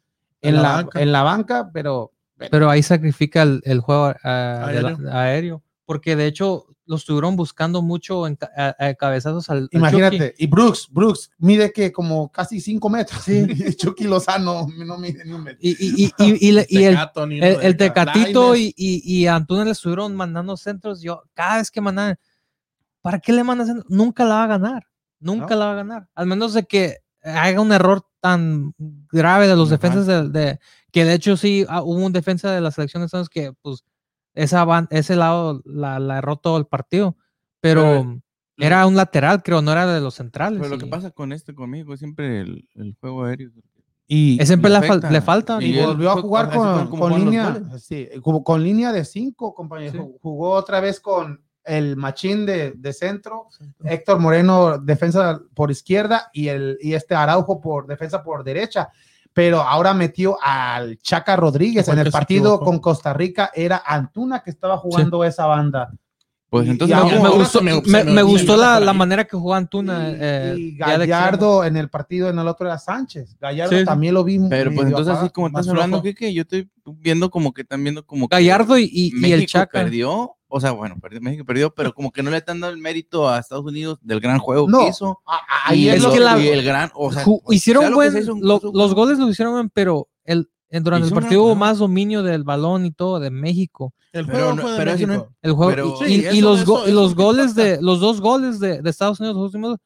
Speaker 1: en, la, banca. en la banca, pero
Speaker 3: Pero ahí sacrifica el, el juego ah, de la- aéreo. porque de hecho lo estuvieron buscando mucho en ca- a- a cabezazos al. al Chucky.
Speaker 1: Imagínate, y Brooks, Brooks, mide que como casi 5 metros. Y Chucky Lozano no mide ni un metro.
Speaker 3: Y, y, y, y, y- y el,
Speaker 4: Tecato, ni uno
Speaker 3: el,
Speaker 4: de
Speaker 3: el
Speaker 4: cada-
Speaker 3: Tecatito
Speaker 4: Dimes.
Speaker 3: y, y, y a Antuna le estuvieron mandando centros. Yo, cada vez que mandan, ¿para qué le mandan centros? Nunca la va a ganar. Nunca la va a ganar. Al menos de que haga un error tan grave de los
Speaker 2: Ajá.
Speaker 3: defensas de, de- que de hecho sí ah, hubo un defensa de la selección de Estados Unidos que pues esa ban- ese lado la, la erró todo el partido. Pero
Speaker 2: Pero-
Speaker 3: era un lateral, creo, no era de los centrales.
Speaker 2: Pero lo que
Speaker 3: y
Speaker 2: pasa con esto conmigo es siempre el, el juego aéreo.
Speaker 1: Y,
Speaker 3: es siempre
Speaker 2: le
Speaker 3: la fal-
Speaker 2: afecta.
Speaker 3: le falta.
Speaker 1: y
Speaker 2: él
Speaker 1: volvió a
Speaker 2: fue-
Speaker 1: jugar
Speaker 2: así fue
Speaker 1: con,
Speaker 2: como
Speaker 1: con
Speaker 2: fueron los
Speaker 1: línea,
Speaker 2: goles.
Speaker 1: sí, como con línea de 5, compañero.
Speaker 3: Sí.
Speaker 1: Jugó otra vez con el machín de, de centro, Héctor Moreno defensa por izquierda y, el, y este Araujo por defensa por derecha. Pero ahora metió al Chaca Rodríguez
Speaker 4: Fue
Speaker 1: en
Speaker 4: el
Speaker 1: el
Speaker 4: que se
Speaker 1: partido
Speaker 4: equivocó.
Speaker 1: con Costa Rica. Era Antuna que estaba jugando esa banda.
Speaker 2: Pues
Speaker 1: Y-
Speaker 2: entonces
Speaker 1: y
Speaker 2: vamos-
Speaker 3: me, me
Speaker 4: ahora
Speaker 3: gustó,
Speaker 4: se me-
Speaker 3: me-
Speaker 4: se me
Speaker 3: me
Speaker 4: olvida
Speaker 3: gustó
Speaker 4: por
Speaker 3: la,
Speaker 4: ahí.
Speaker 3: la manera que jugó Antuna.
Speaker 1: Y-
Speaker 3: eh,
Speaker 1: y
Speaker 3: ya de
Speaker 1: Gallardo en el partido, en el otro era Sánchez. Gallardo
Speaker 3: Sí, sí.
Speaker 1: también lo vimos.
Speaker 2: Pero pues entonces así como estás hablando,
Speaker 1: que
Speaker 2: Kike, yo estoy viendo como que están viendo como que
Speaker 3: Gallardo y, y- y
Speaker 2: México
Speaker 3: el Chaca.
Speaker 2: perdió, o sea, bueno, perdió- México perdió, pero como que no le están dando el mérito a Estados Unidos del gran juego
Speaker 1: No,
Speaker 2: que hizo.
Speaker 1: Ah, ahí
Speaker 2: y
Speaker 1: es
Speaker 2: el,
Speaker 1: lo
Speaker 3: que
Speaker 1: que
Speaker 3: la-
Speaker 2: y el gran, o sea, pues,
Speaker 3: Ju- hicieron
Speaker 2: sea lo que
Speaker 3: buen-
Speaker 2: sea, hizo un-
Speaker 3: lo-
Speaker 2: hizo un-
Speaker 3: los goles lo hicieron bien, pero el, en- durante el
Speaker 2: Hizo una-
Speaker 3: partido hubo
Speaker 2: ajá.
Speaker 3: más dominio del balón y todo de México.
Speaker 4: El
Speaker 2: Pero
Speaker 4: juego
Speaker 2: no-
Speaker 4: fue de
Speaker 2: pero eso no
Speaker 4: México.
Speaker 3: El juego
Speaker 2: Pero-
Speaker 3: y,
Speaker 4: Sí,
Speaker 3: y-
Speaker 4: eso-
Speaker 3: y los, go-
Speaker 4: eso-
Speaker 3: y
Speaker 4: eso
Speaker 3: los
Speaker 4: sí
Speaker 3: goles
Speaker 4: importa.
Speaker 3: de los dos goles de, de Estados Unidos los últimos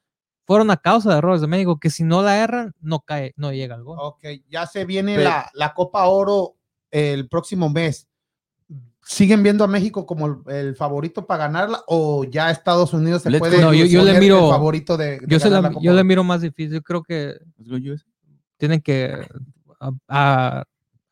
Speaker 3: fueron a causa de errores de México que si no la erran no cae no llega el gol.
Speaker 2: Oh,
Speaker 1: Ok, ya se viene
Speaker 2: Pero-
Speaker 1: la, la Copa Oro el próximo mes. ¿Siguen viendo a México como el, el favorito para ganarla o ya Estados Unidos se
Speaker 2: Let's
Speaker 1: puede
Speaker 2: go. No,
Speaker 3: yo- yo le
Speaker 1: poner el
Speaker 3: miro-
Speaker 1: favorito de, de
Speaker 3: yo, se
Speaker 1: ganar
Speaker 3: la-
Speaker 1: la Copa
Speaker 3: yo le
Speaker 1: Oro?
Speaker 3: miro más difícil. Yo creo que
Speaker 2: Let's go US.
Speaker 3: tienen que a- a-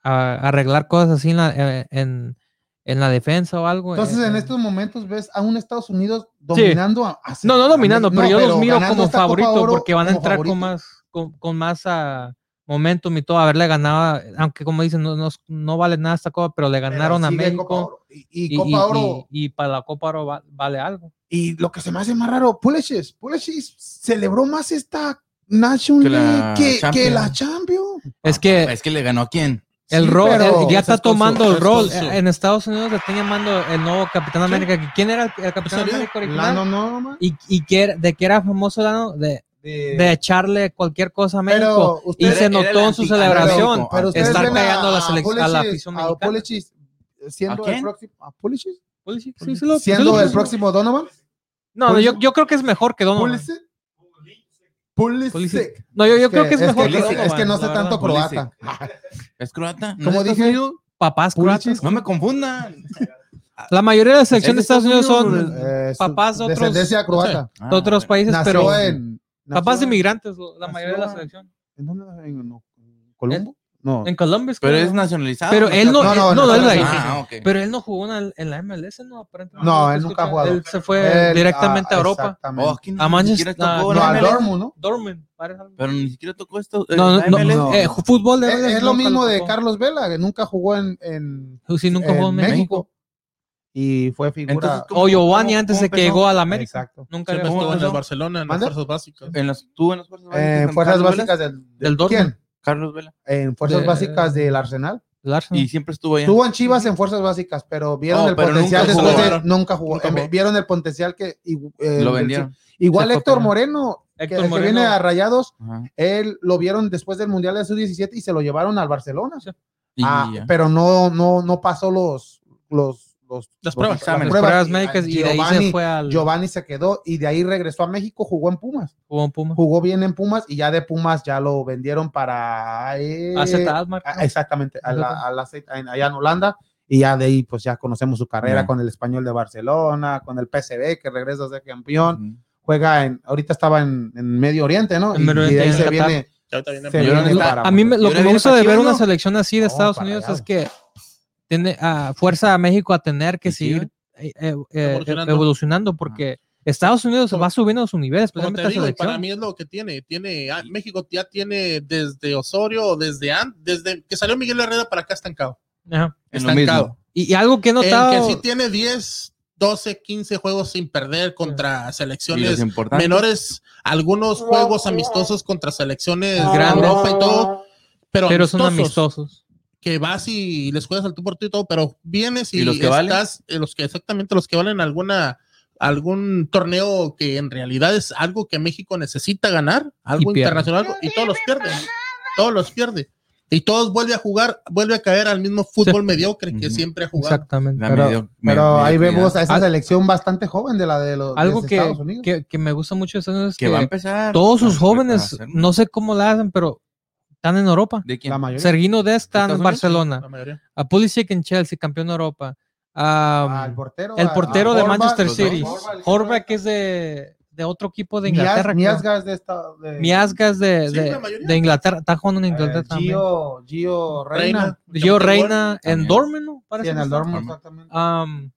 Speaker 3: a- arreglar cosas así en la, eh, en, en la defensa o algo.
Speaker 1: Entonces
Speaker 3: eh,
Speaker 1: en este
Speaker 3: eh.
Speaker 1: estos momentos ves a un Estados Unidos dominando a, a-
Speaker 3: No, no
Speaker 1: a
Speaker 3: dominando,
Speaker 1: México.
Speaker 3: pero yo
Speaker 1: No,
Speaker 3: los miro
Speaker 1: ganando
Speaker 3: como
Speaker 1: esta Copa
Speaker 3: favorito
Speaker 1: Oro
Speaker 3: porque van a
Speaker 1: como
Speaker 3: entrar
Speaker 1: favorito.
Speaker 3: con más, con, con más ah, momentum y todo. Haberle ganado, aunque como dicen, no, no, no vale nada esta copa, pero le
Speaker 1: Pero
Speaker 3: ganaron a
Speaker 1: sigue Copa
Speaker 3: México.
Speaker 1: Oro. Y, y
Speaker 3: Y,
Speaker 1: Copa
Speaker 3: y-
Speaker 1: Oro
Speaker 3: y- y para la Copa Oro va- vale algo.
Speaker 1: Y lo que se me hace más raro, Pulisic, Pulisic celebró más esta National
Speaker 2: Que la
Speaker 1: League que, que
Speaker 2: Champions.
Speaker 1: la Champions.
Speaker 3: Es que
Speaker 2: pues, Es que le ganó a quién?
Speaker 3: el
Speaker 1: Ah, Sí,
Speaker 3: rol
Speaker 1: pero-
Speaker 3: el- ya está
Speaker 4: es con su-
Speaker 3: tomando
Speaker 4: es
Speaker 3: el
Speaker 4: con
Speaker 3: rol.
Speaker 4: su-
Speaker 3: Eh, En Estados Unidos le están llamando el nuevo Capitán América. que- ¿Quién era el, el Capitán
Speaker 4: serio?
Speaker 3: América original?
Speaker 1: Lando Norman.
Speaker 3: Y, y que era- de que era famoso Lano, de, de echarle cualquier cosa a México.
Speaker 1: Pero
Speaker 3: y
Speaker 1: ustedes,
Speaker 3: se
Speaker 2: Era- era
Speaker 3: notó
Speaker 2: el
Speaker 3: en su
Speaker 2: anti-
Speaker 3: celebración.
Speaker 2: Américo.
Speaker 1: pero ustedes
Speaker 3: están
Speaker 1: ven
Speaker 3: cagando a la selec- a la
Speaker 1: Pulisic-
Speaker 3: afición
Speaker 1: a
Speaker 3: mexicana.
Speaker 1: Pulisic siendo
Speaker 2: ¿A
Speaker 1: el
Speaker 2: quién?
Speaker 1: próximo a Pulisic,
Speaker 3: Sí, sí, sí lo- sí
Speaker 1: siendo
Speaker 3: lo-
Speaker 1: el próximo Donovan.
Speaker 3: No, no, yo, yo creo que es mejor que Donovan.
Speaker 1: Pulisic. Pulisic.
Speaker 3: Pulisic. No, yo, yo creo que es, mejor
Speaker 1: que,
Speaker 3: que, Donovan.
Speaker 1: es que no
Speaker 3: la
Speaker 1: sé
Speaker 3: verdad.
Speaker 1: tanto
Speaker 2: Pulisic.
Speaker 1: croata.
Speaker 2: ¿Es croata? ¿No
Speaker 1: Como
Speaker 2: es-
Speaker 1: dije,
Speaker 3: Papás
Speaker 1: Pulisic.
Speaker 3: croatas.
Speaker 2: No me confundan.
Speaker 3: La mayoría de la selección de
Speaker 2: ¿Es de
Speaker 3: Estados Unidos
Speaker 2: Estados
Speaker 3: son
Speaker 2: Unidos?
Speaker 1: eh, su
Speaker 3: Papás de otros-
Speaker 1: descendencia croata.
Speaker 2: Ah,
Speaker 3: de otros países,
Speaker 1: Nació
Speaker 3: pero
Speaker 1: en
Speaker 3: papás de
Speaker 1: nació en-
Speaker 3: inmigrantes, lo- la mayoría de la
Speaker 1: nació-
Speaker 3: selección.
Speaker 1: ¿En dónde? ¿En, en Colombo? No.
Speaker 3: En Colombia es
Speaker 2: Pero
Speaker 3: creo.
Speaker 2: es nacionalizado.
Speaker 3: Pero él no,
Speaker 1: No,
Speaker 3: él-
Speaker 1: no,
Speaker 3: no,
Speaker 1: no,
Speaker 3: no, él
Speaker 1: no,
Speaker 3: ahí.
Speaker 1: no.
Speaker 2: Ah, ok.
Speaker 3: Pero él no jugó en la, en la MLS, no, aparentemente.
Speaker 1: No,
Speaker 3: te
Speaker 1: él nunca ha
Speaker 3: escuché.
Speaker 1: jugado.
Speaker 3: Él se fue
Speaker 1: Él-
Speaker 3: directamente
Speaker 1: ah,
Speaker 3: a Europa.
Speaker 1: exactamente.
Speaker 2: Oh, aquí
Speaker 3: A
Speaker 2: ni
Speaker 3: Manchester-
Speaker 2: siquiera
Speaker 1: No,
Speaker 2: tocó
Speaker 3: no,
Speaker 2: la
Speaker 1: al
Speaker 2: MLS,
Speaker 1: Dortmund, ¿no?
Speaker 3: Dortmund, parece algo.
Speaker 2: Pero ni siquiera tocó esto. eh,
Speaker 3: No,
Speaker 2: la
Speaker 3: no,
Speaker 2: MLS.
Speaker 3: no, eh, ju- fútbol de
Speaker 1: Es,
Speaker 3: MLS
Speaker 1: es lo
Speaker 3: nunca
Speaker 1: mismo de
Speaker 3: tocó.
Speaker 1: Carlos Vela, que nunca jugó en, en-
Speaker 3: Sí, nunca
Speaker 1: en
Speaker 3: jugó en México.
Speaker 1: México. Y fue figura.
Speaker 2: Entonces, ¿cómo-
Speaker 3: O Giovanni
Speaker 2: cómo-
Speaker 3: antes
Speaker 2: cómo
Speaker 3: de que
Speaker 2: empezó?
Speaker 3: llegó a la América.
Speaker 1: Exacto.
Speaker 3: Nunca
Speaker 4: Siempre
Speaker 3: había
Speaker 4: estuvo en el
Speaker 3: jugado.
Speaker 4: Barcelona, en las
Speaker 1: ¿Mande?
Speaker 4: fuerzas básicas.
Speaker 2: En las, tú en las fuerzas básicas.
Speaker 3: Eh,
Speaker 1: En
Speaker 2: en
Speaker 1: fuerzas
Speaker 2: Carlos Vela,
Speaker 1: básicas del,
Speaker 3: Del Dortmund.
Speaker 1: ¿Quién?
Speaker 2: Carlos Vela.
Speaker 1: En fuerzas
Speaker 3: De-
Speaker 1: básicas del Arsenal.
Speaker 3: el Arsenal.
Speaker 2: Y siempre estuvo allá.
Speaker 1: Estuvo en Chivas en fuerzas básicas, pero vieron
Speaker 2: Oh,
Speaker 1: el
Speaker 2: pero nunca
Speaker 1: potencial
Speaker 2: jugó.
Speaker 1: después de
Speaker 4: Jugaron.
Speaker 1: nunca jugó.
Speaker 4: Nunca
Speaker 1: Eh,
Speaker 4: jugó.
Speaker 1: Vieron el potencial que y- eh,
Speaker 2: Lo
Speaker 1: del-
Speaker 2: vendieron.
Speaker 1: Igual
Speaker 3: Se fue
Speaker 1: Héctor
Speaker 3: para-
Speaker 1: Moreno,
Speaker 3: Héctor
Speaker 1: que,
Speaker 3: Moreno.
Speaker 1: que viene a Rayados,
Speaker 2: Ajá.
Speaker 1: él lo vieron después del Mundial de Sub-17 y se lo llevaron al Barcelona.
Speaker 2: Y
Speaker 1: Ah,
Speaker 2: ya.
Speaker 1: pero no, no, no pasó los, los, los-
Speaker 4: Las
Speaker 1: los-
Speaker 4: pruebas.
Speaker 1: las
Speaker 2: Las
Speaker 3: Las pruebas
Speaker 1: y
Speaker 3: médicas y de ahí
Speaker 1: Giovanni,
Speaker 3: se fue al
Speaker 1: Giovanni se quedó y de ahí regresó a México, jugó en Pumas,
Speaker 3: jugó en Puma.
Speaker 1: jugó bien en Pumas y ya de Pumas ya lo vendieron para eh,
Speaker 3: AZ Alkmaar,
Speaker 1: a-
Speaker 3: ¿no?
Speaker 1: exactamente, a la,
Speaker 3: Exacto.
Speaker 1: a la Z- en- allá en Holanda y ya de ahí pues ya conocemos su carrera
Speaker 2: Ya.
Speaker 1: con el Español de Barcelona, con el PSV que regresa a ser campeón,
Speaker 2: Ujú.
Speaker 1: juega en, ahorita estaba en, en Medio Oriente, ¿no?
Speaker 3: En
Speaker 1: Y-
Speaker 3: Medio
Speaker 1: y de ahí
Speaker 3: Oriente,
Speaker 1: se
Speaker 3: en Qatar.
Speaker 1: viene,
Speaker 4: Que ahorita viene
Speaker 1: se
Speaker 2: Pero
Speaker 4: primero.
Speaker 1: viene
Speaker 2: no está-
Speaker 1: para-
Speaker 3: A mí me-
Speaker 2: Y
Speaker 3: lo
Speaker 2: ahora
Speaker 3: que me
Speaker 2: viene
Speaker 3: gusta de
Speaker 2: Pachuca,
Speaker 3: ver una
Speaker 2: ¿no?
Speaker 3: selección así de
Speaker 1: No,
Speaker 3: Estados
Speaker 1: para
Speaker 3: Unidos
Speaker 1: allá.
Speaker 3: es que tiene a fuerza a México a tener que
Speaker 2: ¿Y
Speaker 3: seguir eh, eh, eh,
Speaker 4: Evolucionando.
Speaker 3: evolucionando porque Estados Unidos
Speaker 4: Como-
Speaker 3: va subiendo su nivel,
Speaker 4: Como
Speaker 3: especialmente
Speaker 4: te
Speaker 3: la
Speaker 4: digo, para
Speaker 3: selección.
Speaker 4: mí es lo que tiene. tiene ah, México ya tiene desde Osorio, desde an- desde que salió Miguel Herrera para acá estancado.
Speaker 3: Ajá.
Speaker 2: En lo mismo.
Speaker 4: Estancado.
Speaker 3: Y, y algo que he
Speaker 4: El que
Speaker 3: notado,
Speaker 4: sí tiene 10, 12, 15 juegos sin perder
Speaker 2: Y
Speaker 4: contra
Speaker 2: los
Speaker 4: selecciones
Speaker 2: importantes.
Speaker 4: menores, algunos juegos amistosos contra selecciones
Speaker 3: Grandes.
Speaker 4: grandes y todo, pero,
Speaker 3: pero son
Speaker 4: amistosos.
Speaker 3: amistosos.
Speaker 4: que vas y les juegas al tú por tú y todo, pero vienes y,
Speaker 2: ¿Y los que valen?
Speaker 4: estás, eh, los que exactamente los que valen alguna algún torneo que en realidad es algo que México necesita ganar, algo
Speaker 3: pierde.
Speaker 4: internacional algo, y todos los pierden, todos los pierde y todos vuelve a jugar, vuelve a caer al mismo fútbol mediocre que
Speaker 2: Ujú.
Speaker 4: siempre ha jugado.
Speaker 3: Exactamente.
Speaker 2: La
Speaker 3: Pero
Speaker 2: medio-
Speaker 1: Pero
Speaker 2: medio-
Speaker 1: ahí
Speaker 2: medio-
Speaker 1: vemos a esa
Speaker 3: Al-
Speaker 1: selección bastante joven de la de los de
Speaker 3: algo que,
Speaker 1: Estados Unidos.
Speaker 3: que, que me gusta mucho de Estados Unidos es
Speaker 2: que va a
Speaker 3: que
Speaker 2: empezar.
Speaker 3: todos sus
Speaker 2: la
Speaker 3: jóvenes,
Speaker 2: preparación.
Speaker 3: no sé cómo la hacen, pero están en Europa.
Speaker 2: ¿De quién?
Speaker 1: la mayoría.
Speaker 3: Sergino Dest está
Speaker 2: Estados
Speaker 3: en
Speaker 2: Unidos,
Speaker 3: Barcelona.
Speaker 4: La mayoría.
Speaker 3: A Pulisic en Chelsea, campeón de Europa. A-
Speaker 1: Ah, el portero,
Speaker 3: um, el
Speaker 1: a-
Speaker 3: portero
Speaker 1: a
Speaker 3: de
Speaker 1: Horvath,
Speaker 3: Manchester
Speaker 1: los
Speaker 3: City.
Speaker 1: dos.
Speaker 3: Horvath que es de, de otro equipo de
Speaker 1: Miaz-
Speaker 3: Inglaterra. creo.
Speaker 1: Miazga es de esta. de-
Speaker 3: Miasgas de,
Speaker 4: Sí,
Speaker 3: de,
Speaker 4: la mayoría.
Speaker 3: de Inglaterra. Está jugando en
Speaker 1: eh,
Speaker 3: Inglaterra también.
Speaker 1: Gio, Gio Reina.
Speaker 4: Reina.
Speaker 3: Gio Reina
Speaker 2: También.
Speaker 3: en Dortmund, ¿no?
Speaker 1: Sí,
Speaker 3: Parece
Speaker 1: en
Speaker 3: que
Speaker 1: el
Speaker 3: está.
Speaker 1: Dortmund,
Speaker 2: Dortmund.
Speaker 1: exactamente.
Speaker 3: Am,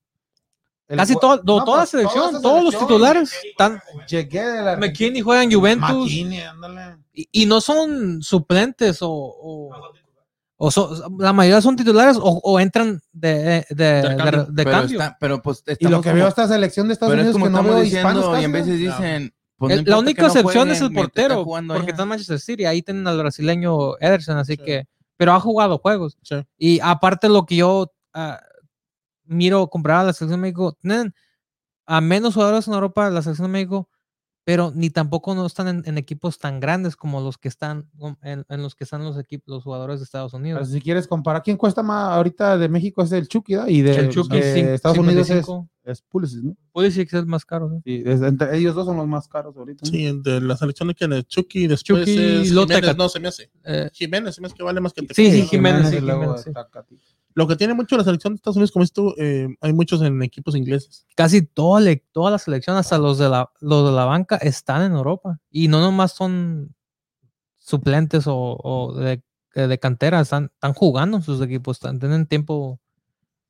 Speaker 1: El
Speaker 3: Ah, casi
Speaker 1: ju-
Speaker 3: todo, no,
Speaker 1: no,
Speaker 3: toda la
Speaker 1: pues, toda
Speaker 3: selección,
Speaker 1: esa
Speaker 3: todos los
Speaker 1: selección.
Speaker 3: titulares. Están,
Speaker 1: Llegué de la.
Speaker 3: McKinney juega en Juventus
Speaker 1: McKinney, ándale.
Speaker 3: y, y no son suplentes o, o, o son- la mayoría son titulares o, o entran de, de, de-
Speaker 4: cambio.
Speaker 3: de
Speaker 2: pero,
Speaker 3: cambio.
Speaker 2: está- pero pues
Speaker 1: Y lo
Speaker 2: estamos
Speaker 1: que
Speaker 2: como-
Speaker 1: veo esta selección de Estados
Speaker 2: pero es
Speaker 1: Unidos
Speaker 2: como
Speaker 1: que no
Speaker 2: estamos
Speaker 1: veo
Speaker 2: diciendo
Speaker 1: hispanos.
Speaker 2: y en
Speaker 1: casi,
Speaker 2: veces
Speaker 1: ¿no?
Speaker 2: dicen. pues, no
Speaker 3: El- la
Speaker 2: importa
Speaker 3: única
Speaker 2: que no
Speaker 3: excepción es
Speaker 2: jueguen
Speaker 3: el
Speaker 2: mientras
Speaker 3: portero,
Speaker 2: están jugando
Speaker 3: porque
Speaker 2: allá.
Speaker 3: está en Manchester City, ahí tienen al brasileño Ederson, así
Speaker 4: Sí.
Speaker 3: que, pero ha jugado juegos.
Speaker 4: Sí.
Speaker 3: Y aparte lo que yo ah, miro comparado a la selección de México, tienen a menos jugadores en Europa la selección de México, pero ni tampoco no están en, en equipos tan grandes como los que están um, en, en los que están los equipos, los jugadores de Estados
Speaker 1: Pero
Speaker 3: Unidos.
Speaker 1: si quieres comparar, ¿quién cuesta más ahorita de México es el Chucky, ¿no? Y de,
Speaker 3: el Chucky
Speaker 1: de
Speaker 3: cin-
Speaker 1: Estados Unidos es,
Speaker 3: 55,
Speaker 1: es Pulisic, ¿no?
Speaker 3: Pulisic es el más caro. ¿no?
Speaker 1: Sí, es- entre ellos dos son los más caros ahorita. ¿no?
Speaker 4: Sí, de la selección de que de Chucky después
Speaker 3: Chucky,
Speaker 4: es
Speaker 3: Lota,
Speaker 4: Jiménez,
Speaker 3: Cat-
Speaker 4: no se me hace.
Speaker 3: Eh,
Speaker 4: Jiménez se me hace que vale más que te
Speaker 3: Sí, sí,
Speaker 4: ¿no?
Speaker 3: Jiménez, sí,
Speaker 1: y luego
Speaker 3: Jiménez, sí.
Speaker 1: está Katy.
Speaker 4: Lo que tiene mucho la selección de Estados Unidos, como esto, hay muchos en equipos ingleses.
Speaker 3: casi todo el- toda la selección, hasta los de la, los de la banca, están en Europa. Y no nomás son suplentes o, o de, eh, de cantera, están, están jugando en sus equipos, están, tienen tiempo,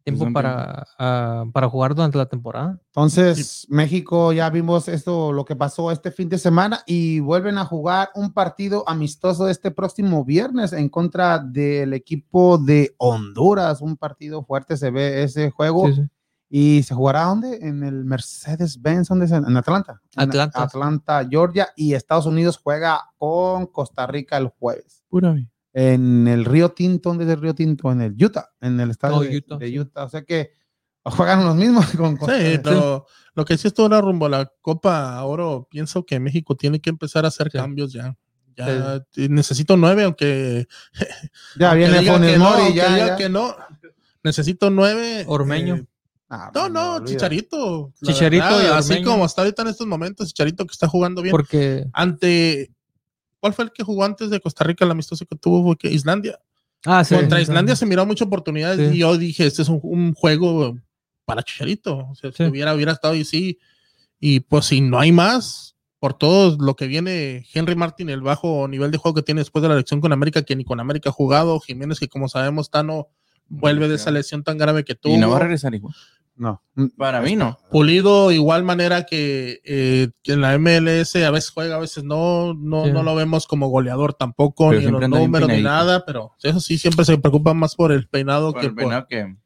Speaker 3: tiempo
Speaker 2: son
Speaker 3: para, ah, para jugar durante la temporada.
Speaker 1: Entonces, México, ya vimos esto, lo que pasó este fin de semana y vuelven a jugar un partido amistoso este próximo viernes en contra del equipo de Honduras. Un partido fuerte se ve ese juego.
Speaker 3: Sí, sí.
Speaker 1: ¿Y se jugará dónde? En el Mercedes-Benz, ¿dónde es? En Atlanta. En
Speaker 3: Atlanta.
Speaker 1: Atlanta, Georgia. Y Estados Unidos juega con Costa Rica el jueves. En el Río Tinto, ¿dónde es el Río Tinto? En el Utah, en el estado
Speaker 3: Oh,
Speaker 1: de,
Speaker 3: Utah,
Speaker 1: de
Speaker 3: sí.
Speaker 1: Utah. O sea que juegan los mismos con eh, Costa
Speaker 4: Sí,
Speaker 1: Rica.
Speaker 4: pero lo que sí estuvo era rumbo a la Copa Oro, pienso que México tiene que empezar a hacer
Speaker 3: Sí.
Speaker 4: cambios ya. Ya eh, necesito nueve, aunque
Speaker 1: Ya
Speaker 4: que
Speaker 1: viene
Speaker 4: diga
Speaker 1: Funes
Speaker 4: que no,
Speaker 1: Mori,
Speaker 4: aunque
Speaker 1: ya,
Speaker 4: diga
Speaker 1: ya.
Speaker 4: que no. Necesito nueve.
Speaker 3: Ormeño.
Speaker 4: eh,
Speaker 1: Ah,
Speaker 4: no, no,
Speaker 1: olvídate.
Speaker 4: Chicharito. la
Speaker 3: Chicharito y
Speaker 4: verdad, así
Speaker 3: Ormeño.
Speaker 4: como está ahorita en estos momentos, Chicharito que está jugando bien.
Speaker 3: Porque,
Speaker 4: Ante. ¿Cuál fue el que jugó antes de Costa Rica, el amistoso que tuvo? Fue que Islandia.
Speaker 3: ah, sí,
Speaker 4: Contra
Speaker 3: sí,
Speaker 4: Islandia
Speaker 3: sí.
Speaker 4: se miró muchas oportunidades
Speaker 3: Sí.
Speaker 4: y yo dije, este es un, un juego para Chicharito. O sea,
Speaker 3: Sí.
Speaker 4: si hubiera, hubiera estado ahí, sí. Y pues si no hay más, por todo lo que viene Henry Martin, el bajo nivel de juego que tiene después de la elección con América, que ni con América ha jugado, Jiménez, que como sabemos, Tano vuelve de esa lesión tan grave que tuvo.
Speaker 2: Y no va a regresar igual.
Speaker 1: No.
Speaker 2: Para mí no.
Speaker 4: Pulido, igual manera que, eh, que en la MLS, a veces juega, a veces no, no,
Speaker 3: Sí.
Speaker 4: no lo vemos como goleador tampoco,
Speaker 2: Pero
Speaker 4: ni en
Speaker 2: siempre
Speaker 4: los
Speaker 2: anda bien
Speaker 4: números ni
Speaker 2: peinadito.
Speaker 4: nada, pero eso sí, siempre se preocupa más por el peinado
Speaker 2: Por
Speaker 4: que
Speaker 2: el
Speaker 4: por,
Speaker 2: peinado que-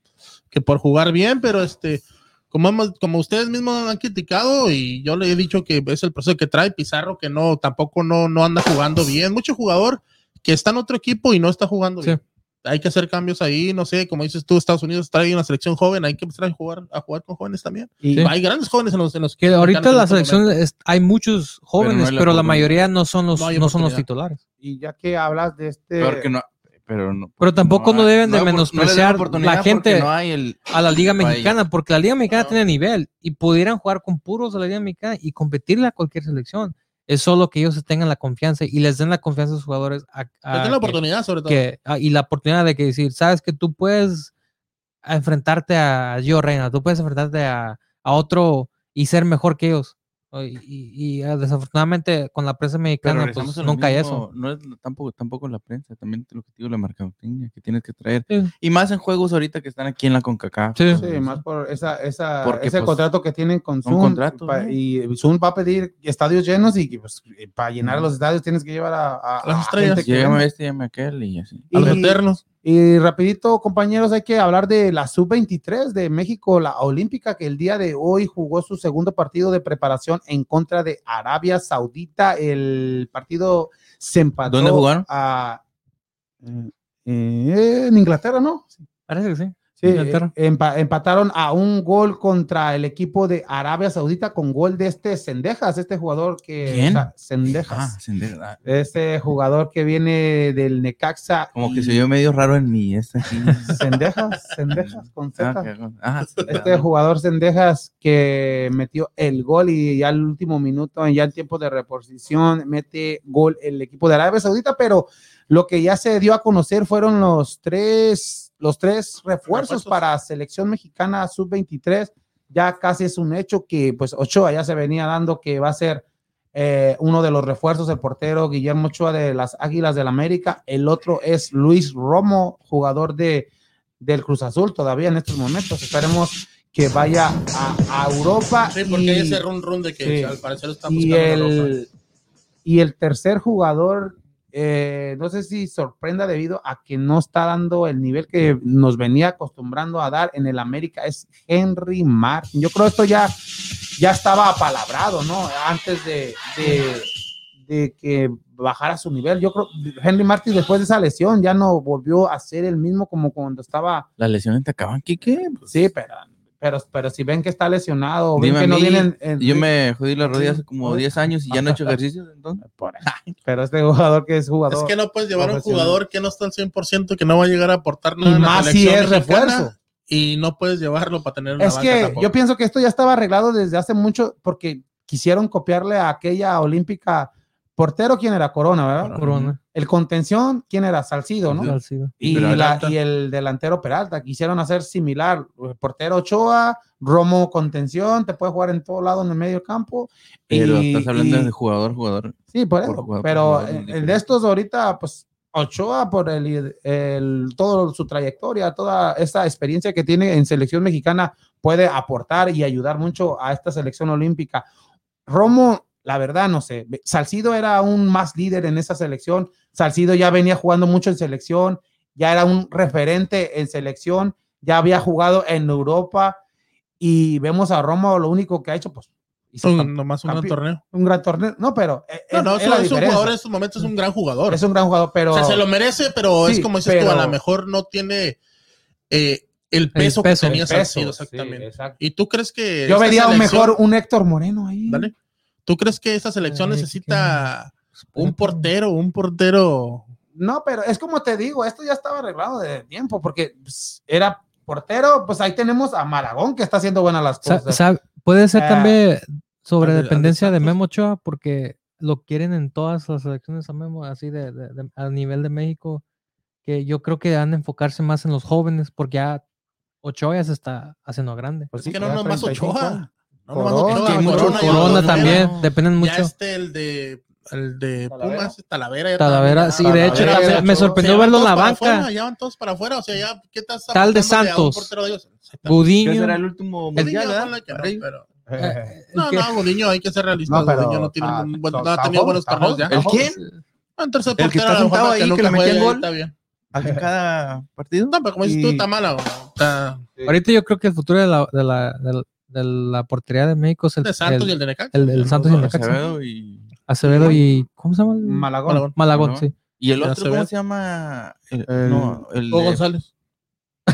Speaker 4: que por jugar bien, pero este, como, hemos- como ustedes mismos han criticado y yo le he dicho que es el proceso que trae Pizarro, que no, tampoco no, no anda jugando bien. Mucho jugador que está en otro equipo y no está jugando
Speaker 3: Sí.
Speaker 4: bien. Hay que hacer cambios ahí, no sé, como dices tú, Estados Unidos trae una selección joven, hay que empezar a jugar, a jugar con jóvenes también.
Speaker 1: Y
Speaker 3: Sí.
Speaker 4: Hay grandes jóvenes en los... En los
Speaker 3: Que ahorita
Speaker 4: mexicanos en
Speaker 3: la
Speaker 4: estos momentos.
Speaker 3: selección es- hay muchos jóvenes,
Speaker 2: hay
Speaker 3: pero,
Speaker 2: la
Speaker 3: la
Speaker 2: oportunidad.
Speaker 3: mayoría no son los,
Speaker 4: No hay
Speaker 3: no son los
Speaker 4: oportunidad.
Speaker 3: titulares.
Speaker 1: Y ya que hablas de este.
Speaker 2: Peor que no. Pero, no,
Speaker 3: Pero tampoco no
Speaker 2: hay-
Speaker 3: deben de
Speaker 2: hay opor- no le dan
Speaker 3: menospreciar
Speaker 2: oportunidad
Speaker 3: la gente.
Speaker 2: porque No hay el,
Speaker 3: a la Liga
Speaker 2: Vaya.
Speaker 3: Mexicana, porque la Liga Mexicana
Speaker 4: No.
Speaker 3: tiene nivel y pudieran jugar con puros de la Liga Mexicana y competirle a cualquier selección. Es solo que ellos tengan la confianza y les den la confianza a sus jugadores a- a
Speaker 4: Les den la
Speaker 3: ah, que-
Speaker 4: oportunidad, sobre todo.
Speaker 3: que- a- y la oportunidad de que decir, sabes que tú puedes a enfrentarte a Gio Reina, tú puedes enfrentarte a, a otro y ser mejor que ellos. O- Y, y- y, ah, desafortunadamente con la prensa
Speaker 2: Pero
Speaker 3: mexicana
Speaker 2: regresamos
Speaker 3: pues,
Speaker 2: a lo
Speaker 3: nunca hay
Speaker 2: mismo,
Speaker 3: eso.
Speaker 2: No es lo- tampoco, tampoco la prensa, también te lo que te digo, la mercadotecnia que tienes que traer.
Speaker 3: Sí.
Speaker 2: Y más en juegos ahorita que están aquí en la CONCACAF.
Speaker 3: Sí.
Speaker 1: Sí, más por esa, esa,
Speaker 2: Porque,
Speaker 1: ese
Speaker 2: pues,
Speaker 1: contrato que tienen con Zoom.
Speaker 2: contrato,
Speaker 1: pa-
Speaker 2: ¿no?
Speaker 1: Y Zoom va a pedir estadios llenos y pues, para llenar los estadios tienes que llevar a, a-
Speaker 4: Las
Speaker 1: a
Speaker 4: estrellas.
Speaker 1: gente que
Speaker 2: Llégame
Speaker 1: venga.
Speaker 2: este, llégame aquel y así.
Speaker 4: A los
Speaker 1: Y-
Speaker 4: eternos.
Speaker 1: Y rapidito, compañeros, hay que hablar de la sub-23 de México, la olímpica, que el día de hoy jugó su segundo partido de preparación en contra de Arabia Saudita. El partido se empató.
Speaker 2: ¿Dónde jugaron?
Speaker 1: a- en eh, en Inglaterra, ¿no?
Speaker 3: Parece que sí.
Speaker 1: Sí,
Speaker 3: Inglaterra.
Speaker 1: eh, empa- empataron a un gol contra el equipo de Arabia Saudita con gol de este Sendejas, este jugador que
Speaker 2: ¿Quién?
Speaker 1: Sa- Sendejas.
Speaker 2: Ah, sin verdad.
Speaker 1: Este jugador que viene del Necaxa.
Speaker 2: Como que
Speaker 1: y-
Speaker 2: se oyó medio raro en mí. Este aquí.
Speaker 1: Sendejas, Sendejas, con Z.
Speaker 2: Ah, que- ah, sí,
Speaker 1: Este jugador Sendejas que metió el gol y ya al último minuto, ya en tiempo de reposición, mete gol el equipo de Arabia Saudita, pero lo que ya se dio a conocer fueron los tres, los tres refuerzos
Speaker 4: Refuerzos.
Speaker 1: para selección mexicana sub-23. Ya casi es un hecho que pues Ochoa ya se venía dando que va a ser eh, uno de los refuerzos, el portero Guillermo Ochoa de las Águilas del América. El otro es Luis Romo, jugador de, del Cruz Azul todavía en estos momentos. Esperemos que vaya a, a Europa.
Speaker 4: Sí, porque
Speaker 1: y-
Speaker 4: hay ese run run de que
Speaker 1: sí.
Speaker 4: al parecer está
Speaker 1: y
Speaker 4: buscando la ropa.
Speaker 1: el, y el tercer jugador, eh, no sé si sorprenda debido a que no está dando el nivel que nos venía acostumbrando a dar en el América, es Henry Martin. Yo creo esto ya, ya estaba apalabrado, ¿no? Antes de, de- de que bajara su nivel. Yo creo Henry Martin después de esa lesión ya no volvió a ser el mismo como cuando estaba
Speaker 2: Las lesiones te acaban, Kike.
Speaker 1: Sí, pero, pero, pero si ven que está lesionado, ven
Speaker 2: Pues, Dime
Speaker 1: que
Speaker 2: a
Speaker 1: no
Speaker 2: mí,
Speaker 1: vienen. en-
Speaker 2: Yo me jodí las rodillas
Speaker 1: Sí,
Speaker 2: hace como
Speaker 1: joder.
Speaker 2: 10 años y ya no he hecho ejercicio. Entonces,
Speaker 1: Por- Pero este jugador que es
Speaker 4: Es
Speaker 1: jugador.
Speaker 4: que no puedes llevar a un
Speaker 1: profesional.
Speaker 4: jugador que no está al 100%, que no va a llegar a aportar nada.
Speaker 1: y
Speaker 4: en la
Speaker 1: más si
Speaker 4: selección
Speaker 1: es
Speaker 4: mexicana,
Speaker 1: refuerzo.
Speaker 4: Y no puedes llevarlo para tener una
Speaker 1: Es
Speaker 4: banca
Speaker 1: que
Speaker 4: tampoco.
Speaker 1: yo pienso que esto ya estaba arreglado desde hace mucho porque quisieron copiarle a aquella olímpica portero, ¿quién era? Corona, ¿verdad?
Speaker 2: Corona.
Speaker 3: Corona.
Speaker 1: El contención, ¿quién era? Salcido, ¿no?
Speaker 3: Salcido.
Speaker 1: Y, la,
Speaker 4: Peralta.
Speaker 1: y el delantero Peralta, quisieron hacer similar, eh, portero Ochoa, Romo contención, te puede jugar en todo lado en el medio campo.
Speaker 2: pero
Speaker 1: y-
Speaker 2: estás hablando
Speaker 1: y-
Speaker 2: de jugador, jugador.
Speaker 1: Sí, por eso.
Speaker 2: Por jugador, por
Speaker 1: pero
Speaker 2: jugador,
Speaker 1: en-
Speaker 2: diferente.
Speaker 1: en de estos ahorita, pues Ochoa por el, el- todo su trayectoria, toda esa experiencia que tiene en selección mexicana puede aportar y ayudar mucho a esta selección olímpica. Romo, la verdad, no sé. Salcido era aún más líder en esa selección. Salcido ya venía jugando mucho en selección, ya era un referente en selección, ya había jugado en Europa y vemos a Romo lo único que ha hecho, pues hizo
Speaker 4: Un-
Speaker 1: campe-
Speaker 4: nomás un gran
Speaker 1: campe-
Speaker 4: torneo.
Speaker 1: un gran torneo. No, pero eh,
Speaker 4: No,
Speaker 1: es-
Speaker 4: no,
Speaker 1: es
Speaker 4: es,
Speaker 1: la
Speaker 4: es un
Speaker 1: diferencia.
Speaker 4: jugador en su momento, es un gran jugador.
Speaker 1: Es un gran jugador, pero
Speaker 4: O sea, se lo merece, pero
Speaker 1: Sí,
Speaker 4: es como dices tú,
Speaker 1: pero-
Speaker 4: a lo mejor no tiene eh, el peso que
Speaker 3: peso, el
Speaker 4: tenía
Speaker 1: peso,
Speaker 4: Salcido,
Speaker 1: sí,
Speaker 4: exactamente.
Speaker 1: exacto.
Speaker 4: ¿Y tú crees que
Speaker 1: Yo
Speaker 4: esta
Speaker 1: vería un
Speaker 4: selección-
Speaker 1: mejor un Héctor Moreno ahí.
Speaker 4: Dale. ¿Tú crees que esa selección
Speaker 3: Ay,
Speaker 4: necesita un portero, un portero?
Speaker 1: No, pero es como te digo, esto ya estaba arreglado de tiempo porque pues, era portero, pues ahí tenemos a Maragón que está haciendo buenas las
Speaker 3: Sa-
Speaker 1: cosas.
Speaker 3: sa- puede ser
Speaker 1: Ah,
Speaker 3: también sobre
Speaker 4: al de- al de
Speaker 3: dependencia de
Speaker 4: Santos.
Speaker 3: Memo Ochoa, porque lo quieren en todas las selecciones a Memo, así de, de- de- a nivel de México, que yo creo que han de enfocarse más en los jóvenes, porque ya Ochoa ya se está haciendo grande.
Speaker 1: Pues
Speaker 4: es
Speaker 1: sí,
Speaker 4: que no
Speaker 1: ya
Speaker 4: nomás
Speaker 1: 35 años.
Speaker 4: Ochoa. No nomás
Speaker 1: Corona.
Speaker 4: Ochoa,
Speaker 1: Es que hay mucho
Speaker 4: Ah, Corona, ya
Speaker 3: Corona
Speaker 4: Ochoa,
Speaker 3: también,
Speaker 4: ya
Speaker 3: dependen mucho.
Speaker 4: este, el de, el de
Speaker 1: Talavera.
Speaker 4: Pumas, Talavera. ya
Speaker 3: Talavera,
Speaker 4: también,
Speaker 3: sí,
Speaker 4: ya-
Speaker 3: de hecho,
Speaker 1: Talavera,
Speaker 3: me- me
Speaker 1: Ochoa.
Speaker 4: Se
Speaker 3: sorprendió
Speaker 4: van
Speaker 3: verlo en
Speaker 4: todos
Speaker 3: la
Speaker 4: para
Speaker 3: banca.
Speaker 4: afuera, ya van todos para afuera, o sea, ya, ¿qué estás
Speaker 3: Tal de
Speaker 4: aportándole a un
Speaker 3: Santos.
Speaker 4: portero de ellos? Exactamente.
Speaker 2: ¿Qué
Speaker 3: Gudiño.
Speaker 2: será el último
Speaker 4: Gudiño,
Speaker 2: mundial, verdad?
Speaker 4: ojalá que no,
Speaker 2: Rey.
Speaker 4: pero-
Speaker 3: eh, el
Speaker 4: No,
Speaker 3: que-
Speaker 4: no, Gudiño, hay que ser realistas.
Speaker 1: No, pero-
Speaker 4: Gudiño no, tiene
Speaker 1: ah,
Speaker 4: un buen-
Speaker 1: so-
Speaker 4: no ha
Speaker 1: está
Speaker 4: tenido
Speaker 1: joven,
Speaker 4: buenos
Speaker 1: está
Speaker 4: torneos ya.
Speaker 1: joven.
Speaker 2: ¿El quién?
Speaker 4: Un tercer
Speaker 2: El que está
Speaker 4: portero, a lo mejor,
Speaker 2: sentado ahí, que le
Speaker 4: nunca
Speaker 2: metía el
Speaker 4: juegue,
Speaker 2: gol.
Speaker 4: está bien.
Speaker 2: ¿Hace cada partido?
Speaker 4: No, pero como dices tú,
Speaker 1: Y-
Speaker 4: está mala. güey. Está
Speaker 3: Ahorita yo creo que el futuro de la, de la, de la- de la portería de México es el,
Speaker 4: de Santos
Speaker 3: el-
Speaker 4: y el de Necaxa.
Speaker 3: el- el Santos y el Necaxa.
Speaker 2: Acevedo y,
Speaker 3: Acevedo y. ¿Cómo se llama? el-
Speaker 1: Malagón.
Speaker 4: Malagón.
Speaker 3: Malagón,
Speaker 2: ¿no?
Speaker 3: sí.
Speaker 2: y el
Speaker 4: Ya
Speaker 2: otro,
Speaker 4: se ve.
Speaker 2: ¿cómo se llama? El,
Speaker 1: El-
Speaker 2: no, el
Speaker 4: O
Speaker 2: de-
Speaker 4: González.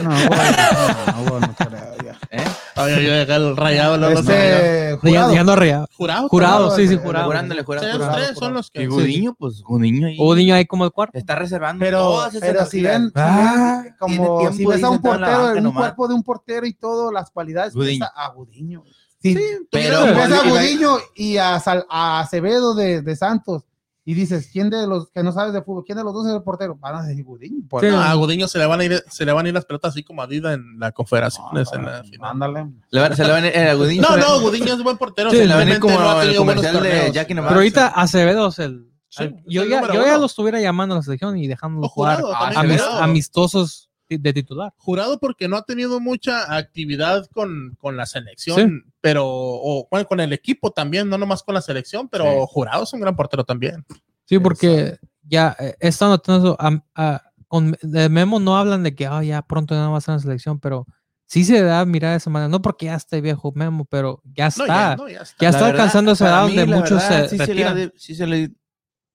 Speaker 1: No, bueno, no, no, bueno, pero ya.
Speaker 2: ¿eh?
Speaker 4: Ay, ay, ay, acá el rayado, luego se rayó.
Speaker 1: Este,
Speaker 3: Ya,
Speaker 1: jurado.
Speaker 3: ya no rea.
Speaker 4: Jurado.
Speaker 3: Jurado, sí, sí,
Speaker 1: el- el
Speaker 3: jurado.
Speaker 2: Jurándole, jurando,
Speaker 4: Ustedes
Speaker 2: jurando.
Speaker 4: tres son los que.
Speaker 2: Y Gudiño, pues Gudiño ahí.
Speaker 3: Hubo niño ahí como el cuarto.
Speaker 2: Está reservando.
Speaker 1: Pero,
Speaker 2: todas esas
Speaker 1: pero si ven,
Speaker 2: partidas.
Speaker 3: Ah.
Speaker 1: si ven,
Speaker 2: tiene
Speaker 1: como
Speaker 2: tiempo
Speaker 1: si ves
Speaker 2: ahí
Speaker 1: a un
Speaker 2: sentado en la
Speaker 1: portero,
Speaker 2: banca
Speaker 1: en un
Speaker 2: nomás.
Speaker 1: cuerpo de un portero y todas las cualidades,
Speaker 2: Gudiño.
Speaker 1: ves a Gudiño. Sí,
Speaker 2: pero-
Speaker 1: Pero ves
Speaker 2: ponle
Speaker 1: a
Speaker 2: que-
Speaker 1: Gudiño y a, Sal- a Acevedo de, de Santos y dices, ¿quién de los que no sabes de fútbol? ¿Quién de los dos es el portero? Van a decir Gudiño. pues, por-
Speaker 3: Sí,
Speaker 4: No, a Gudiño se le van a ir, se le van a ir las pelotas así como a Dida en la confederación.
Speaker 1: No,
Speaker 4: Ah, en la
Speaker 1: no,
Speaker 4: final.
Speaker 1: ándale.
Speaker 2: Le van- se le van a eh, a Gudiño.
Speaker 4: No,
Speaker 2: se le-
Speaker 4: no, Gudiño es buen portero.
Speaker 3: Sí,
Speaker 2: Se le van a ir
Speaker 4: simplemente
Speaker 2: como
Speaker 4: no ha
Speaker 2: el
Speaker 4: tenido buenos
Speaker 2: comercial de
Speaker 4: torneos.
Speaker 2: Jackie Navarro.
Speaker 3: Pero ahorita Acevedo es el.
Speaker 4: Sí,
Speaker 3: al-
Speaker 4: es
Speaker 3: yo
Speaker 4: el
Speaker 3: ya,
Speaker 4: número
Speaker 3: yo ya
Speaker 4: uno.
Speaker 3: lo estuviera llamando a la selección y dejándolo
Speaker 4: O
Speaker 3: jugar
Speaker 4: jurado,
Speaker 2: Ah,
Speaker 4: también
Speaker 2: Acevedo.
Speaker 3: amis-
Speaker 4: jurado.
Speaker 3: amistosos ti- de titular.
Speaker 4: Jurado porque no ha tenido mucha actividad con, con la selección, pero o bueno, con el equipo también, no nomás con la selección, pero
Speaker 2: Sí.
Speaker 4: Jurado es un gran portero también.
Speaker 3: Sí, porque ya eh, he estado notando eso, am- a- con, de Memo no hablan de que "Ah, ya pronto ya no va a estar en la selección, pero sí se da a mirar de esa manera. No porque ya esté viejo Memo, pero ya está.
Speaker 4: No, ya, no, ya está.
Speaker 3: Ya está
Speaker 2: La verdad,
Speaker 3: alcanzando esa
Speaker 2: para
Speaker 3: edad
Speaker 2: mí,
Speaker 3: donde
Speaker 2: la
Speaker 3: muchos
Speaker 2: verdad,
Speaker 3: se
Speaker 2: sí le ha
Speaker 3: retiran.
Speaker 2: de- sí se le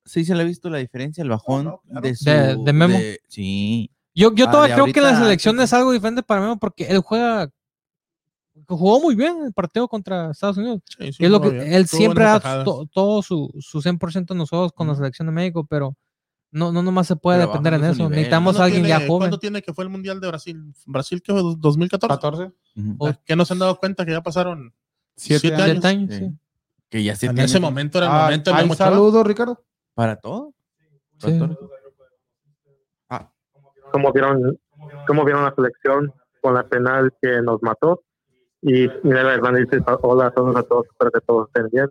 Speaker 2: sí se le ha visto la diferencia, el bajón
Speaker 4: No, no, claro.
Speaker 2: de su...
Speaker 3: De- de Memo.
Speaker 2: sí.
Speaker 3: Yo, yo
Speaker 2: Ah,
Speaker 3: todavía
Speaker 2: de
Speaker 3: creo que la
Speaker 2: ahorita,
Speaker 3: selección
Speaker 2: sí.
Speaker 3: es algo diferente para mí porque él juega. Jugó muy bien el partido contra Estados Unidos.
Speaker 4: Sí, sí,
Speaker 3: es lo que,
Speaker 4: jugó bien.
Speaker 3: él
Speaker 4: Tuvo
Speaker 3: siempre
Speaker 4: buenas
Speaker 3: da
Speaker 4: atajadas.
Speaker 3: to- todo su, su 100% en los juegos con la selección de México, pero no, no nomás se puede
Speaker 2: Pero
Speaker 3: depender en
Speaker 2: bajando su
Speaker 3: eso.
Speaker 2: nivel.
Speaker 3: Necesitamos
Speaker 2: ¿Cuándo
Speaker 3: a
Speaker 4: ¿Cuándo
Speaker 3: alguien ya
Speaker 4: tiene-
Speaker 3: joven.
Speaker 4: ¿Cuándo tiene que fue el Mundial de Brasil? ¿Brasil que fue? ¿2014?
Speaker 1: 14,
Speaker 2: Ujú.
Speaker 3: Oh,
Speaker 4: Que no se han dado cuenta que ya pasaron.
Speaker 1: 7
Speaker 4: Siete
Speaker 1: años.
Speaker 3: Siete años,
Speaker 2: Sí.
Speaker 3: sí.
Speaker 2: Que ya se
Speaker 4: en
Speaker 2: tiene
Speaker 4: ese
Speaker 2: que-
Speaker 4: momento era el
Speaker 1: Ah,
Speaker 4: momento de
Speaker 1: hay
Speaker 4: Memo Ochoa.
Speaker 1: saludos, Ricardo.
Speaker 2: para todo.
Speaker 3: Sí.
Speaker 2: Para todo.
Speaker 5: Ah, cómo vieron, cómo vieron la selección con la penal que nos mató. Y Mirela Hernández dice, hola a todos, a todos, espero que todos estén bien.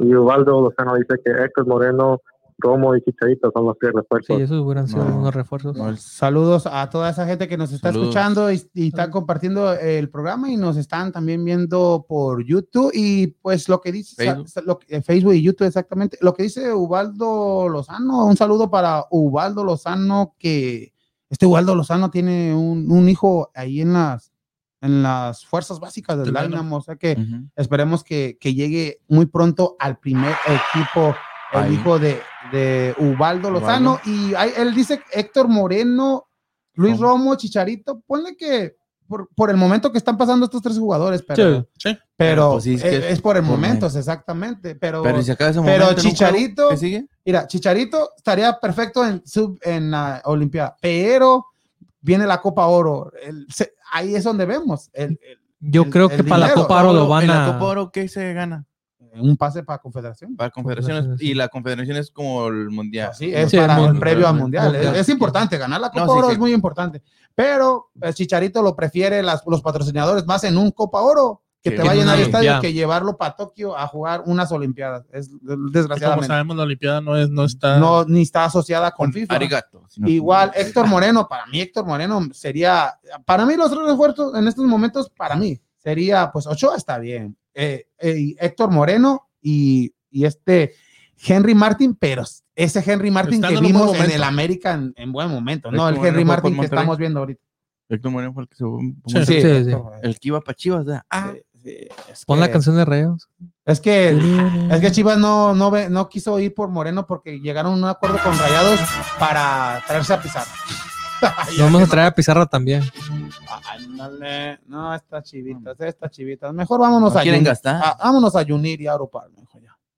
Speaker 5: Y Ubaldo Lozano dice que Héctor Moreno, Romo y Chicharito son los tres
Speaker 3: Sí,
Speaker 5: refuerzos.
Speaker 3: esos hubieran sido
Speaker 2: No.
Speaker 3: unos refuerzos.
Speaker 2: No, el-
Speaker 1: Saludos a toda esa gente que nos está
Speaker 2: Saludos.
Speaker 1: escuchando y, y está compartiendo el programa y nos están también viendo por YouTube y pues lo que dice
Speaker 2: Facebook.
Speaker 1: sa- lo que- eh, Facebook y YouTube exactamente, lo que dice Ubaldo Lozano, un saludo para Ubaldo Lozano que este Ubaldo Lozano tiene un, un hijo ahí en las en las fuerzas básicas del
Speaker 4: Del Dynamo.
Speaker 1: Dynamo, o sea que
Speaker 2: Ujú.
Speaker 1: esperemos que, que llegue muy pronto al primer equipo, el
Speaker 2: Ahí.
Speaker 1: hijo de, de Ubaldo Lozano.
Speaker 2: Ubaldo.
Speaker 1: Y ahí él dice Héctor Moreno, Luis
Speaker 2: Romo.
Speaker 1: Romo, Chicharito. Ponle que por, por el momento que están pasando estos tres jugadores, pero,
Speaker 4: Sí.
Speaker 1: pero
Speaker 2: Pues sí, es
Speaker 1: es,
Speaker 2: que
Speaker 1: es por el
Speaker 2: por
Speaker 1: momento,
Speaker 2: momento.
Speaker 1: exactamente. Pero,
Speaker 2: Pero si se acaba ese
Speaker 1: pero
Speaker 2: momento en un juego,
Speaker 1: Chicharito-
Speaker 2: ¿qué sigue?
Speaker 1: mira, Chicharito estaría perfecto en, sub, en la Olimpiada, pero viene la Copa Oro. El- se- ahí es donde vemos el- el-
Speaker 3: Yo
Speaker 1: El-
Speaker 3: creo
Speaker 1: el
Speaker 3: que para la
Speaker 1: dinero,
Speaker 3: Copa Oro lo
Speaker 2: Oro,
Speaker 3: van
Speaker 2: en la
Speaker 3: a.
Speaker 2: Copa Oro, ¿qué se gana?
Speaker 1: un pase para Confederación.
Speaker 2: Para confederaciones.
Speaker 3: Confederaciones,
Speaker 2: Y la confederación es como el mundial.
Speaker 1: Así es
Speaker 3: Sí,
Speaker 1: para
Speaker 3: el
Speaker 1: el,
Speaker 3: mun-
Speaker 1: previo al
Speaker 2: el
Speaker 1: mundial.
Speaker 3: mundial.
Speaker 1: Es, es importante ganar la Copa
Speaker 2: No, sí,
Speaker 1: Oro
Speaker 2: sí.
Speaker 1: es muy importante, pero el Chicharito lo prefiere las- los patrocinadores más en un Copa Oro que
Speaker 2: Sí,
Speaker 1: te
Speaker 2: en
Speaker 1: va a
Speaker 2: una
Speaker 1: llenar el estadio
Speaker 3: Olimpiada.
Speaker 1: que llevarlo para Tokio a jugar unas Olimpiadas. Es
Speaker 4: Y Como
Speaker 1: desgraciadamente
Speaker 4: sabemos, la Olimpiada no, es, no está.
Speaker 1: no ni está asociada con FIFA.
Speaker 2: Arigato. si no-
Speaker 1: Igual Héctor Moreno, para mí Héctor Moreno sería, para mí los tres refuerzos en estos momentos, para mí sería, pues Ochoa está bien, eh, eh, y Héctor Moreno y, y este Henry Martin, pero ese Henry Martin
Speaker 4: Están
Speaker 1: que
Speaker 4: en un buen
Speaker 1: vimos en
Speaker 4: momento.
Speaker 1: el América en, en buen momento, no
Speaker 2: Héctor
Speaker 1: el
Speaker 2: Moreno
Speaker 1: Henry
Speaker 2: fue por
Speaker 1: Martin que
Speaker 2: Monterrey.
Speaker 1: estamos viendo ahorita.
Speaker 2: Héctor Moreno fue el que se
Speaker 4: Sí.
Speaker 1: Sí,
Speaker 3: sí.
Speaker 1: Héctor Moreno.
Speaker 2: El que iba para Chivas. ¿verdad? Ah,
Speaker 1: Sí, sí, es
Speaker 3: Pon la
Speaker 1: que-
Speaker 3: canción de Reos.
Speaker 1: Es que, es que Chivas no, no, ve- no quiso ir por Moreno porque llegaron a un acuerdo con Rayados para traerse a Pizarro.
Speaker 3: Lo vamos a traer a Pizarra también.
Speaker 1: Ándale. No, estas chivitas, estas chivitas. Mejor vámonos
Speaker 2: ¿no
Speaker 1: a
Speaker 2: quieren
Speaker 1: Juni-
Speaker 2: gastar?
Speaker 1: a- Ah, vámonos a Junir y a Arupar, mejor ya.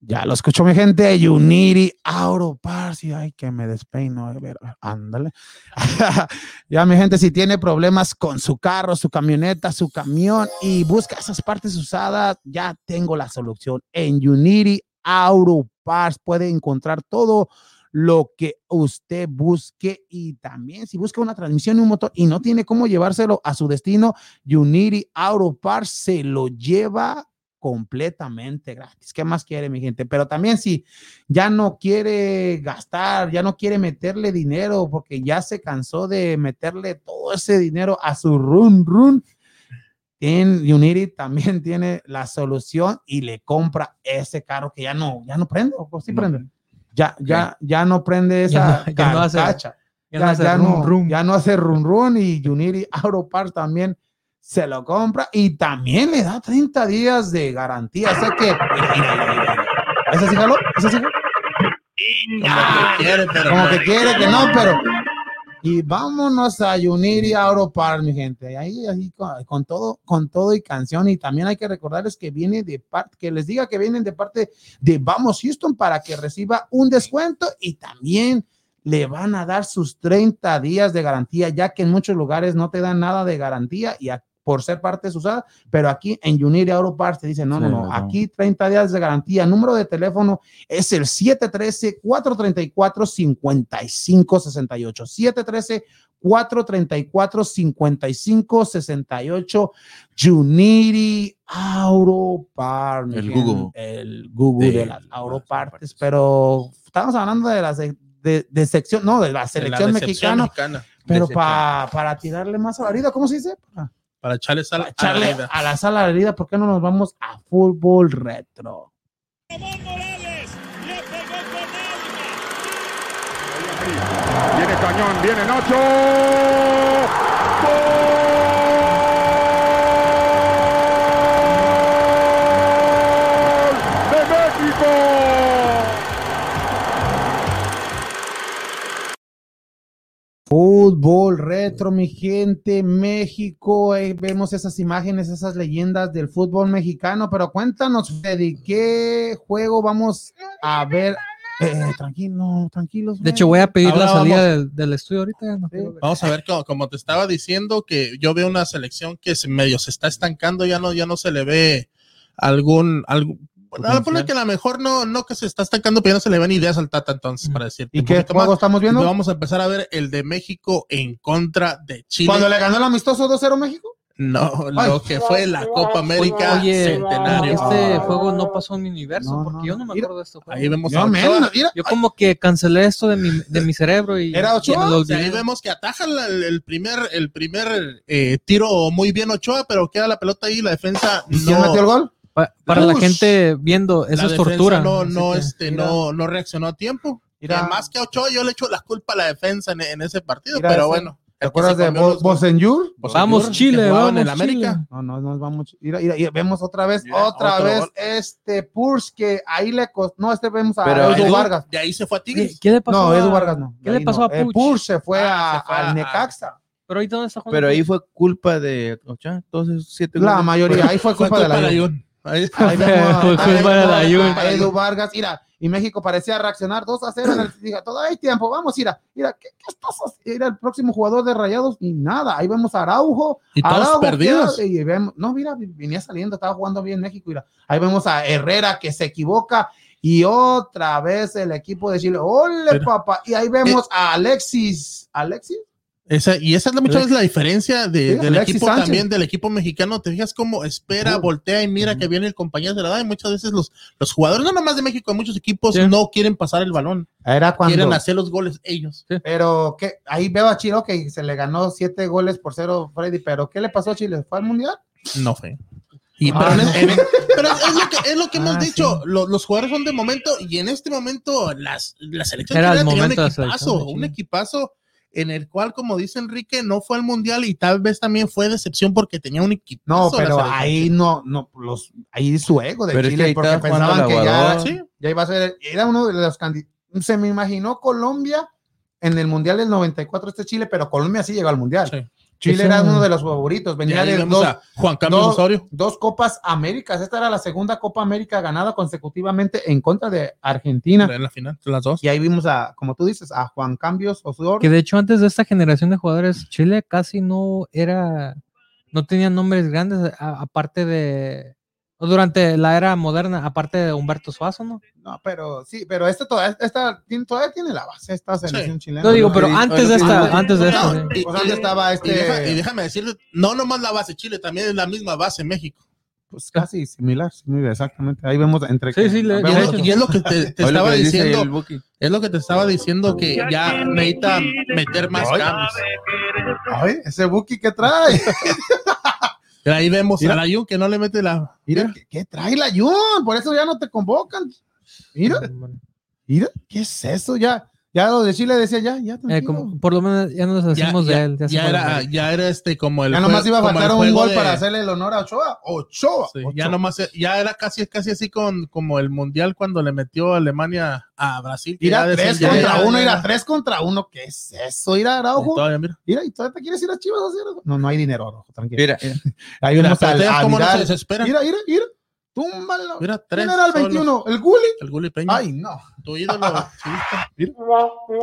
Speaker 1: Ya lo escuchó mi gente, Uniri, Auro, Parsi, ay, que me despeino, a ver, ándale. ya mi gente, si tiene problemas con su carro, su camioneta, su camión y busca esas partes usadas, ya tengo la solución. En Uniri, Auro, Parts puede encontrar todo lo que usted busque y también si busca una transmisión y un motor y no tiene cómo llevárselo a su destino, Uniri, Auro, Parts se lo lleva completamente gratis. ¿Qué más quiere mi gente? Pero también si ya no quiere gastar, ya no quiere meterle dinero porque ya se cansó de meterle todo ese dinero a su run run. En Unity también tiene la solución y le compra ese carro que ya no, ya no prende, o sí
Speaker 2: No.
Speaker 1: prende. Ya, ya, ya no prende esa
Speaker 3: Ya no- ya no hace-
Speaker 1: carcacha
Speaker 3: Ya
Speaker 1: ya,
Speaker 3: no hace
Speaker 1: ya
Speaker 3: rum,
Speaker 1: no,
Speaker 3: rum.
Speaker 1: ya no hace run run y Uniri Auto Parts también se lo compra y también le da 30 días de garantía. O sea que. Mira, mira, mira, mira. ¿Ese sí, jaló? ¿Ese sí? jaló?
Speaker 4: Como que quiere, pero
Speaker 1: Como
Speaker 4: no.
Speaker 1: que quiere que no, pero. Y vámonos a Uniri Auto Parts, mi gente. Ahí, ahí con, con todo, con todo y canción. Y también hay que recordarles que viene de parte, que les diga que vienen de parte de Vamos Houston para que reciba un descuento y también le van a dar sus 30 días de garantía, ya que en muchos lugares no te dan nada de garantía y a- por ser partes usadas, pero aquí en Unir Auto Parts te dicen, no, no,
Speaker 2: Sí,
Speaker 1: no,
Speaker 2: no.
Speaker 1: aquí 30 días de garantía. Número de teléfono es el 713-434-5568. 713-434-5568. Uniri Auto Parts. mi
Speaker 2: El
Speaker 1: gente.
Speaker 2: Google.
Speaker 1: El Google de,
Speaker 2: De
Speaker 1: las
Speaker 2: las
Speaker 1: Auto
Speaker 2: partes.
Speaker 1: Partes, pero estamos hablando de las de, de- de sección, no, de la selección mexicana.
Speaker 4: mexicana.
Speaker 1: Pero
Speaker 2: Decepción.
Speaker 1: pa- para tirarle más a la herida, ¿cómo se dice? Para,
Speaker 4: Para echarle sal
Speaker 1: para
Speaker 4: a la
Speaker 1: echarle
Speaker 4: vida.
Speaker 1: a la sala de la herida, ¿por qué no nos vamos a fútbol retro?
Speaker 7: Viene Cañón, viene Nacho. ¡Gol de México!
Speaker 1: Fútbol retro, mi gente, México, ahí vemos esas imágenes, esas leyendas del fútbol mexicano, pero cuéntanos, Freddy, ¿qué juego vamos a ver? Eh, tranquilo, tranquilos.
Speaker 3: De hecho, voy a pedir
Speaker 4: Ahora
Speaker 3: la salida del, del estudio ahorita. ya no quiero ver.
Speaker 4: Vamos a ver, co- como, te estaba diciendo, que yo veo una selección que se medio se está estancando, ya no, ya no se le ve algún. algún
Speaker 1: Potencial.
Speaker 4: Ah, ponle que a lo mejor no, no que se está estancando, pero ya no se le ven ideas al Tata entonces,
Speaker 3: Mm.
Speaker 4: para decirte.
Speaker 1: ¿Y
Speaker 4: un
Speaker 1: qué
Speaker 4: poquito más.
Speaker 1: juego estamos
Speaker 4: Y
Speaker 1: viendo?
Speaker 4: Vamos a empezar a ver el de México en contra de Chile.
Speaker 1: Cuando le ganó el amistoso 2-0 México.
Speaker 4: No,
Speaker 1: Ay.
Speaker 4: lo que fue la Copa América
Speaker 3: Oye,
Speaker 4: Centenario.
Speaker 3: este juego no pasó en mi universo
Speaker 1: No,
Speaker 3: porque
Speaker 1: no.
Speaker 3: yo no me
Speaker 1: Mira,
Speaker 3: acuerdo de esto.
Speaker 4: Ahí vemos
Speaker 1: Yo,
Speaker 4: a
Speaker 1: men,
Speaker 4: Ochoa.
Speaker 1: mira,
Speaker 3: Yo como que cancelé esto de mi, de mi cerebro y
Speaker 1: ¿Era Ochoa?
Speaker 3: y me lo
Speaker 4: O sea, ahí
Speaker 3: olvidé.
Speaker 4: vemos que ataja la- el, el primer, el primer eh, tiro muy bien Ochoa, pero queda la pelota ahí y la defensa
Speaker 1: ¿y quién metió el
Speaker 4: no.
Speaker 1: gol?
Speaker 3: Pa- para la
Speaker 1: Ush.
Speaker 3: gente viendo,
Speaker 4: la
Speaker 3: eso es
Speaker 4: defensa
Speaker 3: tortura.
Speaker 4: No,
Speaker 3: Así
Speaker 4: no,
Speaker 3: que,
Speaker 4: este,
Speaker 1: mira.
Speaker 4: no, no reaccionó a tiempo.
Speaker 1: Mira.
Speaker 4: Eh, más que a Ochoa, yo le echo la culpa a la defensa en, en ese partido,
Speaker 1: Mira
Speaker 4: pero
Speaker 1: ese.
Speaker 4: bueno.
Speaker 1: ¿Te acuerdas de Bo- Bosenjur?
Speaker 3: Vamos Chile, vamos
Speaker 4: en el
Speaker 3: Chile.
Speaker 4: América.
Speaker 1: No, no, nos vamos. Mira, mira, mira, vemos otra vez,
Speaker 4: Mira,
Speaker 1: otra
Speaker 4: otro
Speaker 1: vez
Speaker 4: gol.
Speaker 1: este Purs que ahí le costó. No, este vemos a
Speaker 2: Pero
Speaker 1: Edu
Speaker 4: Edu,
Speaker 1: Vargas.
Speaker 4: De ahí se fue a
Speaker 3: ¿Qué,
Speaker 4: Tigres.
Speaker 3: qué le pasó?
Speaker 1: No,
Speaker 3: a-
Speaker 1: Edu Vargas no.
Speaker 3: ¿Qué le
Speaker 1: Ahí
Speaker 3: pasó
Speaker 1: no.
Speaker 3: a
Speaker 1: Eh,
Speaker 3: Puch?
Speaker 1: Purs se fue,
Speaker 4: Ah,
Speaker 1: a,
Speaker 4: se fue
Speaker 1: al
Speaker 4: a-
Speaker 1: Necaxa.
Speaker 3: Pero ahorita dónde está jugando.
Speaker 2: Pero ahí fue culpa de Ochoa, entonces siete
Speaker 1: La
Speaker 2: goles.
Speaker 1: mayoría, ahí fue
Speaker 4: Fue
Speaker 1: culpa de la Juve.
Speaker 4: Jun. Ahí-
Speaker 1: Ahí vemos a-
Speaker 3: Fue
Speaker 1: ahí
Speaker 3: culpa de
Speaker 1: vemos
Speaker 3: la
Speaker 1: a
Speaker 3: Juve.
Speaker 1: Edu Vargas, mira, y México parecía reaccionar 2 a 0 en el dije, todavía hay tiempo, vamos, mira, mira, ¿qué, qué estás haciendo? Mira, el próximo jugador de Rayados, y nada, ahí vemos a Araujo,
Speaker 4: Y todos
Speaker 1: Araujo
Speaker 4: perdidos.
Speaker 1: queda- y vemos- no, mira, venía saliendo, estaba jugando bien México. Mira. Ahí vemos a Herrera que se equivoca y otra vez el equipo de Chile. ¡Ole,
Speaker 4: Mira.
Speaker 1: papá! Y ahí
Speaker 2: Eh.
Speaker 1: vemos a Alexis. ¿Alexis?
Speaker 4: Esa- y esa es la- muchas veces la diferencia de-
Speaker 1: Mira,
Speaker 4: del
Speaker 1: Alexis
Speaker 4: equipo
Speaker 1: Sánchez.
Speaker 4: también, del equipo mexicano. Te fijas cómo espera,
Speaker 1: Ujú.
Speaker 4: voltea y mira que viene el compañero de la edad. Y muchas veces los, los jugadores, no nomás de México, de muchos equipos
Speaker 3: Sí.
Speaker 4: no quieren pasar el balón,
Speaker 1: Era
Speaker 4: quieren
Speaker 1: cuando.
Speaker 4: hacer los goles ellos.
Speaker 1: Pero que ahí veo a Chile, que se le ganó siete goles por cero Freddy. Pero ¿qué le pasó a Chile? ¿Fue al mundial?
Speaker 4: No fue. Y,
Speaker 1: Ah,
Speaker 4: pero en-
Speaker 1: no.
Speaker 4: en- pero es lo que, es lo que hemos
Speaker 1: Ah,
Speaker 4: dicho, lo- los jugadores son de momento y en este momento las, la selección
Speaker 3: Era el
Speaker 4: chilena tenía
Speaker 3: momento de la
Speaker 4: un equipazo,
Speaker 3: selección de
Speaker 4: un
Speaker 3: Chile.
Speaker 4: equipazo en el cual, como dice Enrique, no fue al mundial y tal vez también fue decepción porque tenía un equipazo.
Speaker 1: No,
Speaker 4: la
Speaker 1: pero
Speaker 4: selección
Speaker 1: ahí no, no, los, ahí su ego de
Speaker 2: Pero es que
Speaker 1: Chile,
Speaker 2: ahí
Speaker 1: porque
Speaker 2: estaba jugando
Speaker 1: pensaban
Speaker 2: el
Speaker 1: que ya,
Speaker 2: Aguador.
Speaker 4: Sí.
Speaker 1: ya iba a ser, era uno de los candidatos. Se me imaginó Colombia en el Mundial del 94, este Chile, pero Colombia sí llegó al Mundial.
Speaker 4: Sí.
Speaker 1: Chile
Speaker 3: Eso-
Speaker 1: era uno de los favoritos, venía
Speaker 4: Ya
Speaker 1: de
Speaker 4: vemos
Speaker 1: dos,
Speaker 4: a Juan Carlos
Speaker 1: dos-
Speaker 4: Osorio.
Speaker 1: dos Copas Américas. Esta era la segunda Copa América ganada consecutivamente en contra de Argentina.
Speaker 4: En la final, las dos.
Speaker 1: Y ahí vimos a, como tú dices, a Juan Cambios
Speaker 3: Que
Speaker 1: Osor.
Speaker 3: de hecho antes de esta generación de jugadores, Chile casi no era, no tenía nombres grandes, a- aparte de, o durante la era moderna, aparte de Humberto Suazo, ¿no?
Speaker 1: No, pero sí, pero este todavía, esta, tiene- todavía tiene la base, esta selección chilena.
Speaker 3: No digo, pero
Speaker 2: sí,
Speaker 3: antes
Speaker 2: ahora
Speaker 3: de
Speaker 2: sí.
Speaker 3: esta, antes de
Speaker 4: No,
Speaker 3: esta. sí.
Speaker 4: y-
Speaker 1: Pues antes estaba
Speaker 4: Y, deja- y
Speaker 1: este,
Speaker 4: déjame decirle, no nomás la base Chile, también es la misma base México.
Speaker 1: pues casi similar, similar, exactamente. Ahí vemos entre.
Speaker 3: Sí, sí, le-
Speaker 4: Y es,
Speaker 1: vemos-
Speaker 4: lo- y es lo que te, te
Speaker 2: Hoy lo
Speaker 4: estaba
Speaker 2: que dice
Speaker 4: diciendo,
Speaker 2: el Buki.
Speaker 4: es lo que te estaba diciendo que ya necesita meter más cambios.
Speaker 1: Ay, ese Buki que trae.
Speaker 4: Pero ahí vemos
Speaker 1: Mira.
Speaker 4: a Layun que no le mete la.
Speaker 1: Mira, ¿qué, qué trae la Jun? Por eso ya no te convocan. Mira.
Speaker 3: Eh,
Speaker 1: Mira, ¿qué es eso? Ya, ya lo de Chile decía, ya, ya,
Speaker 3: Eh,
Speaker 1: tranquilo.
Speaker 3: como- por lo menos ya nos
Speaker 4: Ya,
Speaker 3: hacemos
Speaker 4: ya-
Speaker 3: de él. Ya, se
Speaker 4: ya
Speaker 3: fue de
Speaker 4: era,
Speaker 3: él.
Speaker 4: ya era este como el.
Speaker 1: ya nomás
Speaker 4: jue-
Speaker 1: iba a
Speaker 4: como el
Speaker 1: faltar un
Speaker 4: juego
Speaker 1: gol
Speaker 4: de-
Speaker 1: para hacerle el honor a Ochoa. Ochoa.
Speaker 4: sí,
Speaker 1: Ochoa.
Speaker 4: ya nomás, ya era casi, casi así con, como el mundial cuando le metió a Alemania a Brasil. que
Speaker 1: Mira,
Speaker 4: ya decían,
Speaker 1: tres
Speaker 4: ya,
Speaker 1: contra
Speaker 4: ya,
Speaker 1: uno,
Speaker 4: ya.
Speaker 1: mira, tres contra uno. ¿Qué es eso? Mira, Araujo.
Speaker 4: Todavía, mira.
Speaker 1: Mira, ¿y todavía te quieres ir a Chivas a hacer algo? No, no hay dinero, Araujo, tranquilo.
Speaker 2: Mira, eh, mira,
Speaker 1: Ahí
Speaker 4: Mira,
Speaker 1: vemos
Speaker 4: pero
Speaker 1: al-
Speaker 4: te ves
Speaker 1: a
Speaker 4: cómo no se
Speaker 1: Vidal.
Speaker 4: desespera.
Speaker 1: Mira, mira, mira. Túmbalo.
Speaker 4: Mira, tres.
Speaker 1: ¿Quién era el
Speaker 4: solos.
Speaker 1: 21? ¿El Gulli?
Speaker 4: El Gulli Peña.
Speaker 1: Ay, no.
Speaker 4: Tu ídolo. chivista. Mira,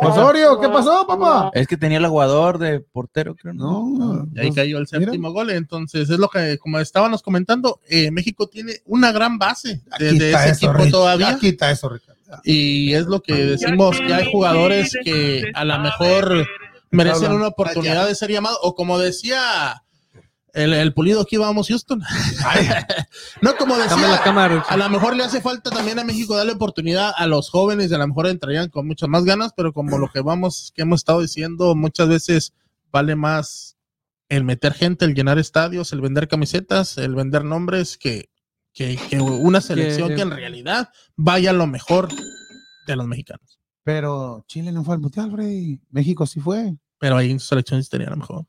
Speaker 1: Osorio, Pues, ¿qué pasó, papá?
Speaker 2: Es que tenía el aguador de portero, creo.
Speaker 1: No,
Speaker 4: Y
Speaker 1: Pues,
Speaker 4: ahí cayó el
Speaker 1: Mira.
Speaker 4: séptimo gol. Entonces, es lo que, como estábamos comentando, eh, México tiene una gran base de,
Speaker 1: Aquí
Speaker 4: de
Speaker 1: está
Speaker 4: ese
Speaker 1: eso,
Speaker 4: equipo
Speaker 1: Rich.
Speaker 4: todavía.
Speaker 1: Aquí está eso, Ricardo.
Speaker 4: Y es lo que decimos, que hay jugadores que a lo mejor merecen una oportunidad de ser llamados, o como decía el, el pulido aquí vamos Houston. no, como
Speaker 3: Dame la
Speaker 4: decía,
Speaker 3: cámara, Richie.
Speaker 4: a lo mejor le hace falta también a México darle oportunidad a los jóvenes, a lo mejor entrarían con muchas más ganas, pero como lo que vamos, que hemos estado diciendo, muchas veces vale más el meter gente, el llenar estadios, el vender camisetas, el vender nombres, que, que, que una selección que en realidad vaya lo mejor de los mexicanos.
Speaker 1: Pero Chile no fue al mundial, Freddy. México sí fue.
Speaker 4: Pero ahí en su selección sí tenía lo mejor.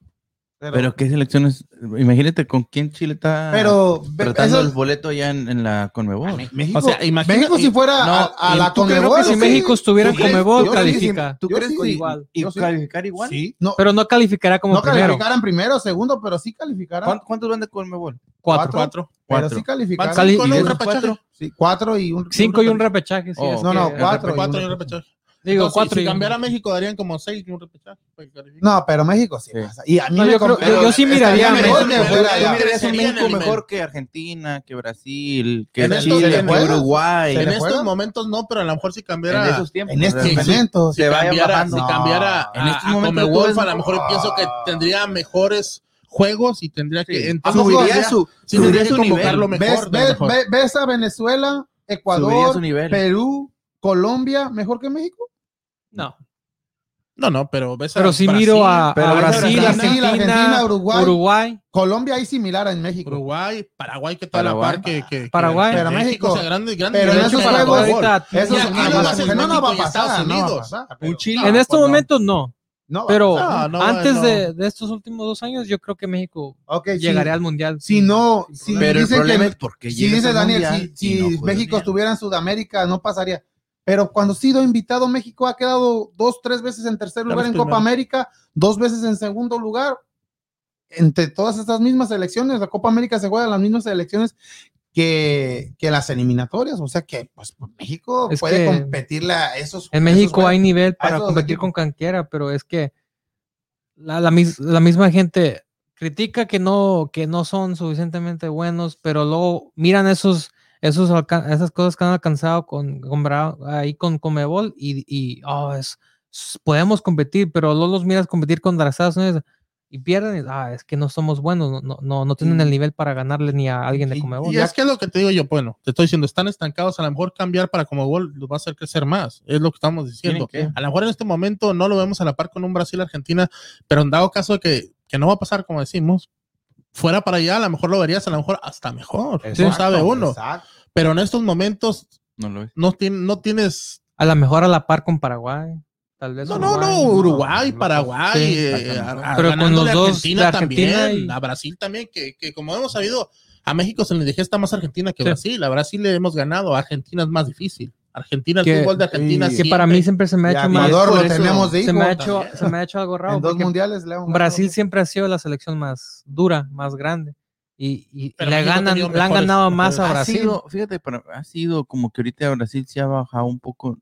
Speaker 2: Pero qué selecciones. Imagínate con quién Chile está
Speaker 1: pero, pero
Speaker 2: tratando
Speaker 1: eso-
Speaker 2: el boleto ya en, en la Conmebol.
Speaker 1: México,
Speaker 4: O sea, imagina-
Speaker 1: México si fuera
Speaker 2: no,
Speaker 1: a, a
Speaker 2: y
Speaker 1: la
Speaker 2: tú creo
Speaker 1: Conmebol.
Speaker 2: que
Speaker 3: si
Speaker 1: sí.
Speaker 3: México estuviera en
Speaker 1: Yo sí-
Speaker 3: Conmebol,
Speaker 1: yo sí-
Speaker 3: califica.
Speaker 1: yo sí-
Speaker 2: que-
Speaker 3: igual.
Speaker 2: ¿Y
Speaker 1: Yo sí.
Speaker 2: calificar igual?
Speaker 1: Sí, no,
Speaker 3: Pero no calificará como
Speaker 1: no
Speaker 3: primero.
Speaker 1: calificaran primero, segundo, pero sí calificaran.
Speaker 2: ¿Cuán- ¿Cuántos van de Conmebol?
Speaker 3: Cuatro.
Speaker 4: Cuatro.
Speaker 1: Pero
Speaker 2: cuatro?
Speaker 1: sí calificaran.
Speaker 3: Cali-
Speaker 1: Cinco,
Speaker 3: y
Speaker 1: ¿no?
Speaker 3: un
Speaker 4: repechaje.
Speaker 1: Cuatro. Sí, cuatro y un
Speaker 3: Cinco y un repechaje. sí,
Speaker 2: Oh,
Speaker 3: es
Speaker 1: No,
Speaker 3: que-
Speaker 1: no,
Speaker 2: El
Speaker 1: cuatro. y
Speaker 4: Cuatro
Speaker 1: un
Speaker 4: y un
Speaker 1: repechaje.
Speaker 4: repechaje.
Speaker 3: Digo,
Speaker 4: Entonces,
Speaker 3: cuatro.
Speaker 4: si
Speaker 3: y-
Speaker 4: cambiara a México, darían como seis y un repechaje. Pues, para que califique.
Speaker 1: No, pero México sí.
Speaker 2: Sí.
Speaker 1: pasa. Y a mí
Speaker 3: No,
Speaker 1: me
Speaker 3: yo creo-
Speaker 1: convence-
Speaker 3: yo- yo sí miraría a
Speaker 1: Estaría
Speaker 3: México.
Speaker 1: mejor que fuera
Speaker 4: Yo
Speaker 1: allá.
Speaker 2: Mira, es un
Speaker 4: Sería
Speaker 2: México
Speaker 4: en el
Speaker 2: mejor que Argentina, que Brasil, que
Speaker 4: En
Speaker 2: Chile,
Speaker 4: estos- se le
Speaker 2: que
Speaker 1: juega.
Speaker 2: Uruguay.
Speaker 1: ¿Se
Speaker 4: en
Speaker 1: le
Speaker 4: estos
Speaker 1: juega?
Speaker 4: momentos no, pero a lo mejor si
Speaker 2: En
Speaker 4: cambiara.
Speaker 2: esos tiempos.
Speaker 1: En este estos
Speaker 4: Sí, sí.
Speaker 1: momentos.
Speaker 4: si
Speaker 2: se vaya
Speaker 4: cambiara,
Speaker 2: bajando.
Speaker 4: si cambiara
Speaker 2: No.
Speaker 4: a-
Speaker 2: En estos
Speaker 4: a
Speaker 2: momentos
Speaker 4: Comebol,
Speaker 2: tú ves-
Speaker 4: a lo mejor pienso que tendría mejores juegos y tendría que.
Speaker 2: Sí.
Speaker 4: Entonces,
Speaker 1: Subiría
Speaker 4: tendría-
Speaker 2: su-
Speaker 4: sí tendría
Speaker 2: subiría
Speaker 4: que
Speaker 2: su
Speaker 4: convocar
Speaker 2: nivel.
Speaker 4: lo
Speaker 1: ¿Ves,
Speaker 4: mejor. de lo
Speaker 1: ves,
Speaker 4: mejor.
Speaker 1: ves- ves a Venezuela,
Speaker 2: Subiría su
Speaker 1: Ecuador,
Speaker 2: nivel.
Speaker 1: Perú, Colombia, mejor que México?
Speaker 3: No.
Speaker 4: No, no, pero ves a
Speaker 3: Pero si miro a, a
Speaker 2: pero ves a
Speaker 3: Brasil,
Speaker 2: Brasil,
Speaker 3: Argentina,
Speaker 1: Argentina, Uruguay.
Speaker 3: Uruguay.
Speaker 1: Colombia ahí similar en México.
Speaker 4: Uruguay, Paraguay, que está a la
Speaker 2: Paraguay.
Speaker 4: par que, que- que-
Speaker 3: Paraguay.
Speaker 4: que
Speaker 1: Pero México.
Speaker 4: sea, grandes, grandes
Speaker 1: Pero en
Speaker 4: derechos
Speaker 1: esos
Speaker 4: para
Speaker 1: juegos
Speaker 4: el fútbol.
Speaker 3: ahorita-
Speaker 1: Eso
Speaker 4: Y
Speaker 1: es
Speaker 4: aquí
Speaker 1: una
Speaker 4: lo
Speaker 1: mala-
Speaker 4: hacen
Speaker 1: no, no va a
Speaker 4: México y Estados
Speaker 1: pasar, no va a
Speaker 4: Unidos.
Speaker 1: pasar.
Speaker 2: Un Chile.
Speaker 3: En
Speaker 1: No,
Speaker 3: estos
Speaker 1: pues no.
Speaker 3: momentos no.
Speaker 1: No va a
Speaker 3: Pero
Speaker 1: pasar.
Speaker 4: No, no,
Speaker 3: antes
Speaker 4: no.
Speaker 3: De, de estos últimos dos años, yo creo que México
Speaker 1: Ok, si-
Speaker 3: llegaría al mundial.
Speaker 1: si no, si
Speaker 2: Pero el
Speaker 1: dicen que-
Speaker 2: problema es porque
Speaker 1: si dice Daniel, si, si México
Speaker 2: estuvo
Speaker 1: estuviera en Sudamérica no pasaría. Pero cuando ha sido invitado, México ha quedado dos, tres veces en tercer lugar en
Speaker 4: primero.
Speaker 1: Copa América, dos veces en segundo lugar. Entre todas estas mismas selecciones, la Copa América se juega en las mismas selecciones que, que las eliminatorias. O sea que pues, México
Speaker 3: Es
Speaker 1: puede
Speaker 3: que
Speaker 1: competirle a esos.
Speaker 3: En
Speaker 1: esos
Speaker 3: México
Speaker 1: juegos.
Speaker 3: hay nivel
Speaker 1: a
Speaker 3: para
Speaker 1: esos
Speaker 3: competir
Speaker 1: equipos.
Speaker 3: con canquera, pero es que la, la mis- la misma gente critica que no, que no son suficientemente buenos, pero luego miran esos, esos alca- esas cosas que han alcanzado con, con Bra- ahí con Comebol y, y, oh, es- s- podemos competir, pero luego los miras competir contra Estados Unidos y pierden. y, ah, es que no somos buenos, no- no, no, no tienen el nivel para ganarle ni a alguien de
Speaker 1: Y-
Speaker 3: Comebol.
Speaker 4: Y es que es lo que te digo yo, bueno, te estoy diciendo, están estancados, a lo mejor cambiar para como gol los va a hacer crecer más, es lo que estamos diciendo.
Speaker 2: Tienen que.
Speaker 4: A lo mejor en este momento no lo vemos a la par con un Brasil-Argentina, pero en dado caso de que, que no va a pasar como decimos, fuera para allá, a lo mejor lo verías, a lo mejor hasta mejor, no
Speaker 1: Exacto,
Speaker 4: sabe uno.
Speaker 1: exacto.
Speaker 4: Pero en estos momentos
Speaker 2: No lo es.
Speaker 4: no, tien- no tienes,
Speaker 3: A lo mejor a la par con Paraguay. Tal vez
Speaker 4: no, no, no,
Speaker 3: Uruguay.
Speaker 4: Uruguay,
Speaker 1: no,
Speaker 4: Paraguay,
Speaker 3: sí.
Speaker 4: eh, a- a-
Speaker 3: Pero con los
Speaker 4: ganándole a
Speaker 3: dos,
Speaker 4: Argentina
Speaker 3: la Argentina
Speaker 4: también,
Speaker 3: y-
Speaker 4: a Brasil también, que, que como hemos sabido, a México se le dijesta más Argentina que
Speaker 3: Sí.
Speaker 4: Brasil, a Brasil le hemos ganado, a Argentina es más difícil. Argentina, el
Speaker 3: Que-
Speaker 4: fútbol de Argentina.
Speaker 1: y-
Speaker 3: que
Speaker 4: siempre-
Speaker 3: para mí siempre se me ha
Speaker 1: Y a
Speaker 3: hecho más.
Speaker 1: Ecuador
Speaker 2: por
Speaker 1: lo
Speaker 2: eso
Speaker 1: tenemos de
Speaker 3: se
Speaker 1: hijo
Speaker 3: me, ha hecho,
Speaker 4: también.
Speaker 3: se me ha hecho algo raro.
Speaker 1: en dos
Speaker 3: porque
Speaker 1: mundiales. le hemos ganado.
Speaker 3: Brasil siempre ha sido la selección más dura, más grande. Y, y- y
Speaker 4: Pero
Speaker 3: le,
Speaker 4: México ha
Speaker 3: ganan,
Speaker 4: tenido
Speaker 3: le han
Speaker 4: mejores-
Speaker 3: ganado más a
Speaker 4: mejores-
Speaker 2: Ha
Speaker 3: Brasil.
Speaker 2: sido, fíjate, pero ha sido como que ahorita Brasil se ha bajado un poco.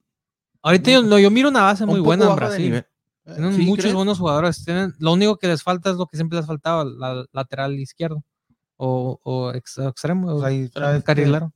Speaker 3: Ahorita yo, no, yo miro una base muy
Speaker 2: un
Speaker 3: buena en
Speaker 2: poco bajo de
Speaker 3: Brasil.
Speaker 2: nivel.
Speaker 3: Tienen
Speaker 2: ¿Sí
Speaker 3: muchos
Speaker 2: crees?
Speaker 3: buenos jugadores. Tienen, lo único que les falta es lo que siempre les faltaba, la lateral izquierdo o, o ex- o extremo,
Speaker 1: Pues
Speaker 3: o
Speaker 1: ahí está este-
Speaker 3: carrilero.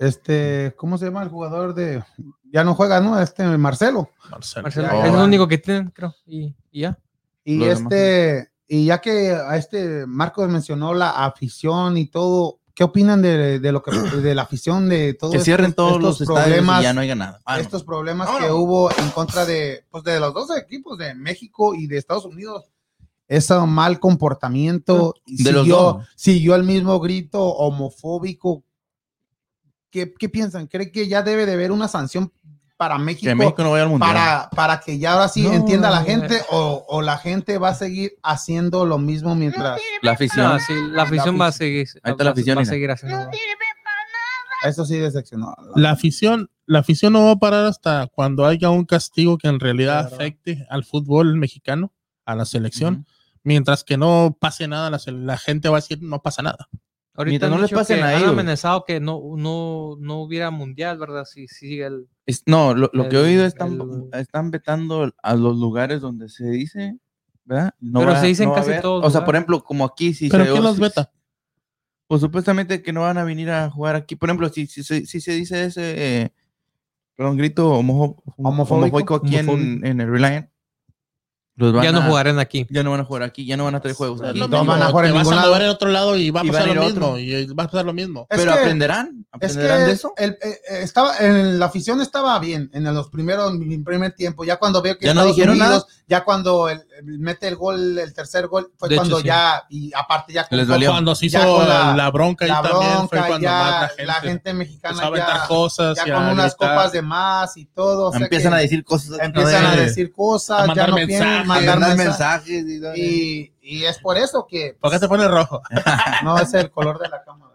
Speaker 1: este, ¿cómo se llama el jugador de ya no juega, no? Este Marcelo.
Speaker 4: Marcelo.
Speaker 3: Marcelo.
Speaker 2: Oh,
Speaker 3: es lo
Speaker 2: bueno.
Speaker 3: único que tienen, creo. Y, y ya.
Speaker 1: Y
Speaker 2: Los demás
Speaker 1: este, y ya que a este Marcos mencionó la afición y todo, ¿qué opinan de, de lo que de la afición de todos
Speaker 2: Que cierren todos los estadios
Speaker 1: problemas,
Speaker 2: y ya no haya nada. Ah, no.
Speaker 1: estos problemas
Speaker 2: No, no.
Speaker 1: que hubo en contra de, pues, de los dos equipos de México y de Estados Unidos? Ese mal comportamiento
Speaker 2: Ah, De los
Speaker 1: siguió,
Speaker 2: dos.
Speaker 1: siguió el mismo grito homofóbico. ¿Qué, qué piensan? ¿Cree que ya debe de haber una sanción para
Speaker 2: Que México no vaya al mundial.
Speaker 1: para, para que ya ahora sí
Speaker 3: No,
Speaker 1: entienda la
Speaker 3: no,
Speaker 1: gente
Speaker 3: eh.
Speaker 1: o, o la gente va a seguir haciendo lo mismo mientras
Speaker 2: La afición.
Speaker 3: No, sí, la afición va a seguir.
Speaker 2: Ahí está la
Speaker 3: va-
Speaker 2: afición,
Speaker 3: va a
Speaker 2: mira.
Speaker 3: seguir haciendo.
Speaker 1: eso sí decepcionó.
Speaker 4: La afición, la afición no va a parar hasta cuando haya un castigo que en realidad afecte al fútbol mexicano, a la selección.
Speaker 2: Ujú.
Speaker 4: Mientras que no pase nada, la, se- la gente va a decir no pasa nada.
Speaker 3: Ahorita
Speaker 2: Mientras
Speaker 3: no
Speaker 2: no les
Speaker 3: les
Speaker 2: pasen
Speaker 3: que
Speaker 2: a
Speaker 3: han
Speaker 2: ellos.
Speaker 3: amenazado que no, no, no hubiera mundial, ¿verdad? Si sigue el.
Speaker 2: Es- no, lo, lo que he
Speaker 3: El-
Speaker 2: oído están,
Speaker 3: el-
Speaker 2: están vetando a los lugares donde se dice, ¿verdad? No
Speaker 3: Pero se dice en
Speaker 2: no va a
Speaker 3: casi
Speaker 2: haber-
Speaker 3: todos
Speaker 2: O sea, por
Speaker 3: lugares.
Speaker 2: ejemplo, como aquí sí
Speaker 4: ¿Pero
Speaker 2: se
Speaker 4: quién
Speaker 2: o-
Speaker 4: los
Speaker 2: sí-
Speaker 4: veta?
Speaker 2: Pues supuestamente que no van a venir a jugar aquí. Por ejemplo, si, si, se- si se dice ese, eh, perdón, grito homo-
Speaker 1: Homofóbico.
Speaker 2: homofóbico aquí en,
Speaker 3: Homofóbico.
Speaker 2: en el Reliant, los van
Speaker 3: Ya no
Speaker 2: a-
Speaker 3: jugarán aquí.
Speaker 2: Ya no van a jugar aquí, ya no van a traer juegos.
Speaker 4: Es
Speaker 2: aquí.
Speaker 4: lo
Speaker 1: no
Speaker 4: mismo,
Speaker 1: van a jugar en
Speaker 4: te vas
Speaker 1: ningún
Speaker 4: a
Speaker 1: lado.
Speaker 4: mover en otro lado y va a
Speaker 2: Y van
Speaker 4: pasar
Speaker 2: a ir
Speaker 4: lo
Speaker 2: a
Speaker 4: mismo.
Speaker 2: otro.
Speaker 4: Y va a pasar lo mismo.
Speaker 1: Es
Speaker 2: Pero
Speaker 1: que-
Speaker 2: aprenderán,
Speaker 1: Es que
Speaker 2: aprenderán de eso.
Speaker 1: el- eh, eh, estaba, en la afición estaba bien en los primeros, en el primer tiempo. Ya cuando veo que
Speaker 2: Ya no
Speaker 1: Estados
Speaker 2: dijeron nada.
Speaker 1: ya cuando el- el- mete el gol, el tercer gol, fue
Speaker 3: De hecho,
Speaker 1: cuando
Speaker 3: sí.
Speaker 1: ya, y aparte ya
Speaker 2: Les
Speaker 1: con-
Speaker 2: valió.
Speaker 4: Cuando se hizo
Speaker 1: Ya con la-
Speaker 4: la, bronca ahí
Speaker 1: la
Speaker 4: también fue
Speaker 1: bronca,
Speaker 4: cuando
Speaker 1: ya
Speaker 4: más
Speaker 1: la gente
Speaker 4: empezó a
Speaker 1: mexicana
Speaker 4: aventar
Speaker 1: ya,
Speaker 4: cosas. y
Speaker 1: ya
Speaker 4: a
Speaker 1: con unas
Speaker 4: gritar.
Speaker 1: copas de más y todo. o sea
Speaker 2: Empiezan
Speaker 1: que
Speaker 2: a decir cosas.
Speaker 1: empiezan a
Speaker 4: de-
Speaker 1: decir cosas,
Speaker 4: a mandar
Speaker 1: ya no quieren
Speaker 4: mensajes,
Speaker 1: mandar
Speaker 2: mandar
Speaker 1: mensajes.
Speaker 2: mensajes. y-
Speaker 1: Y, y es por eso que
Speaker 4: ¿Por qué te pones rojo?
Speaker 1: no es el color de la cámara.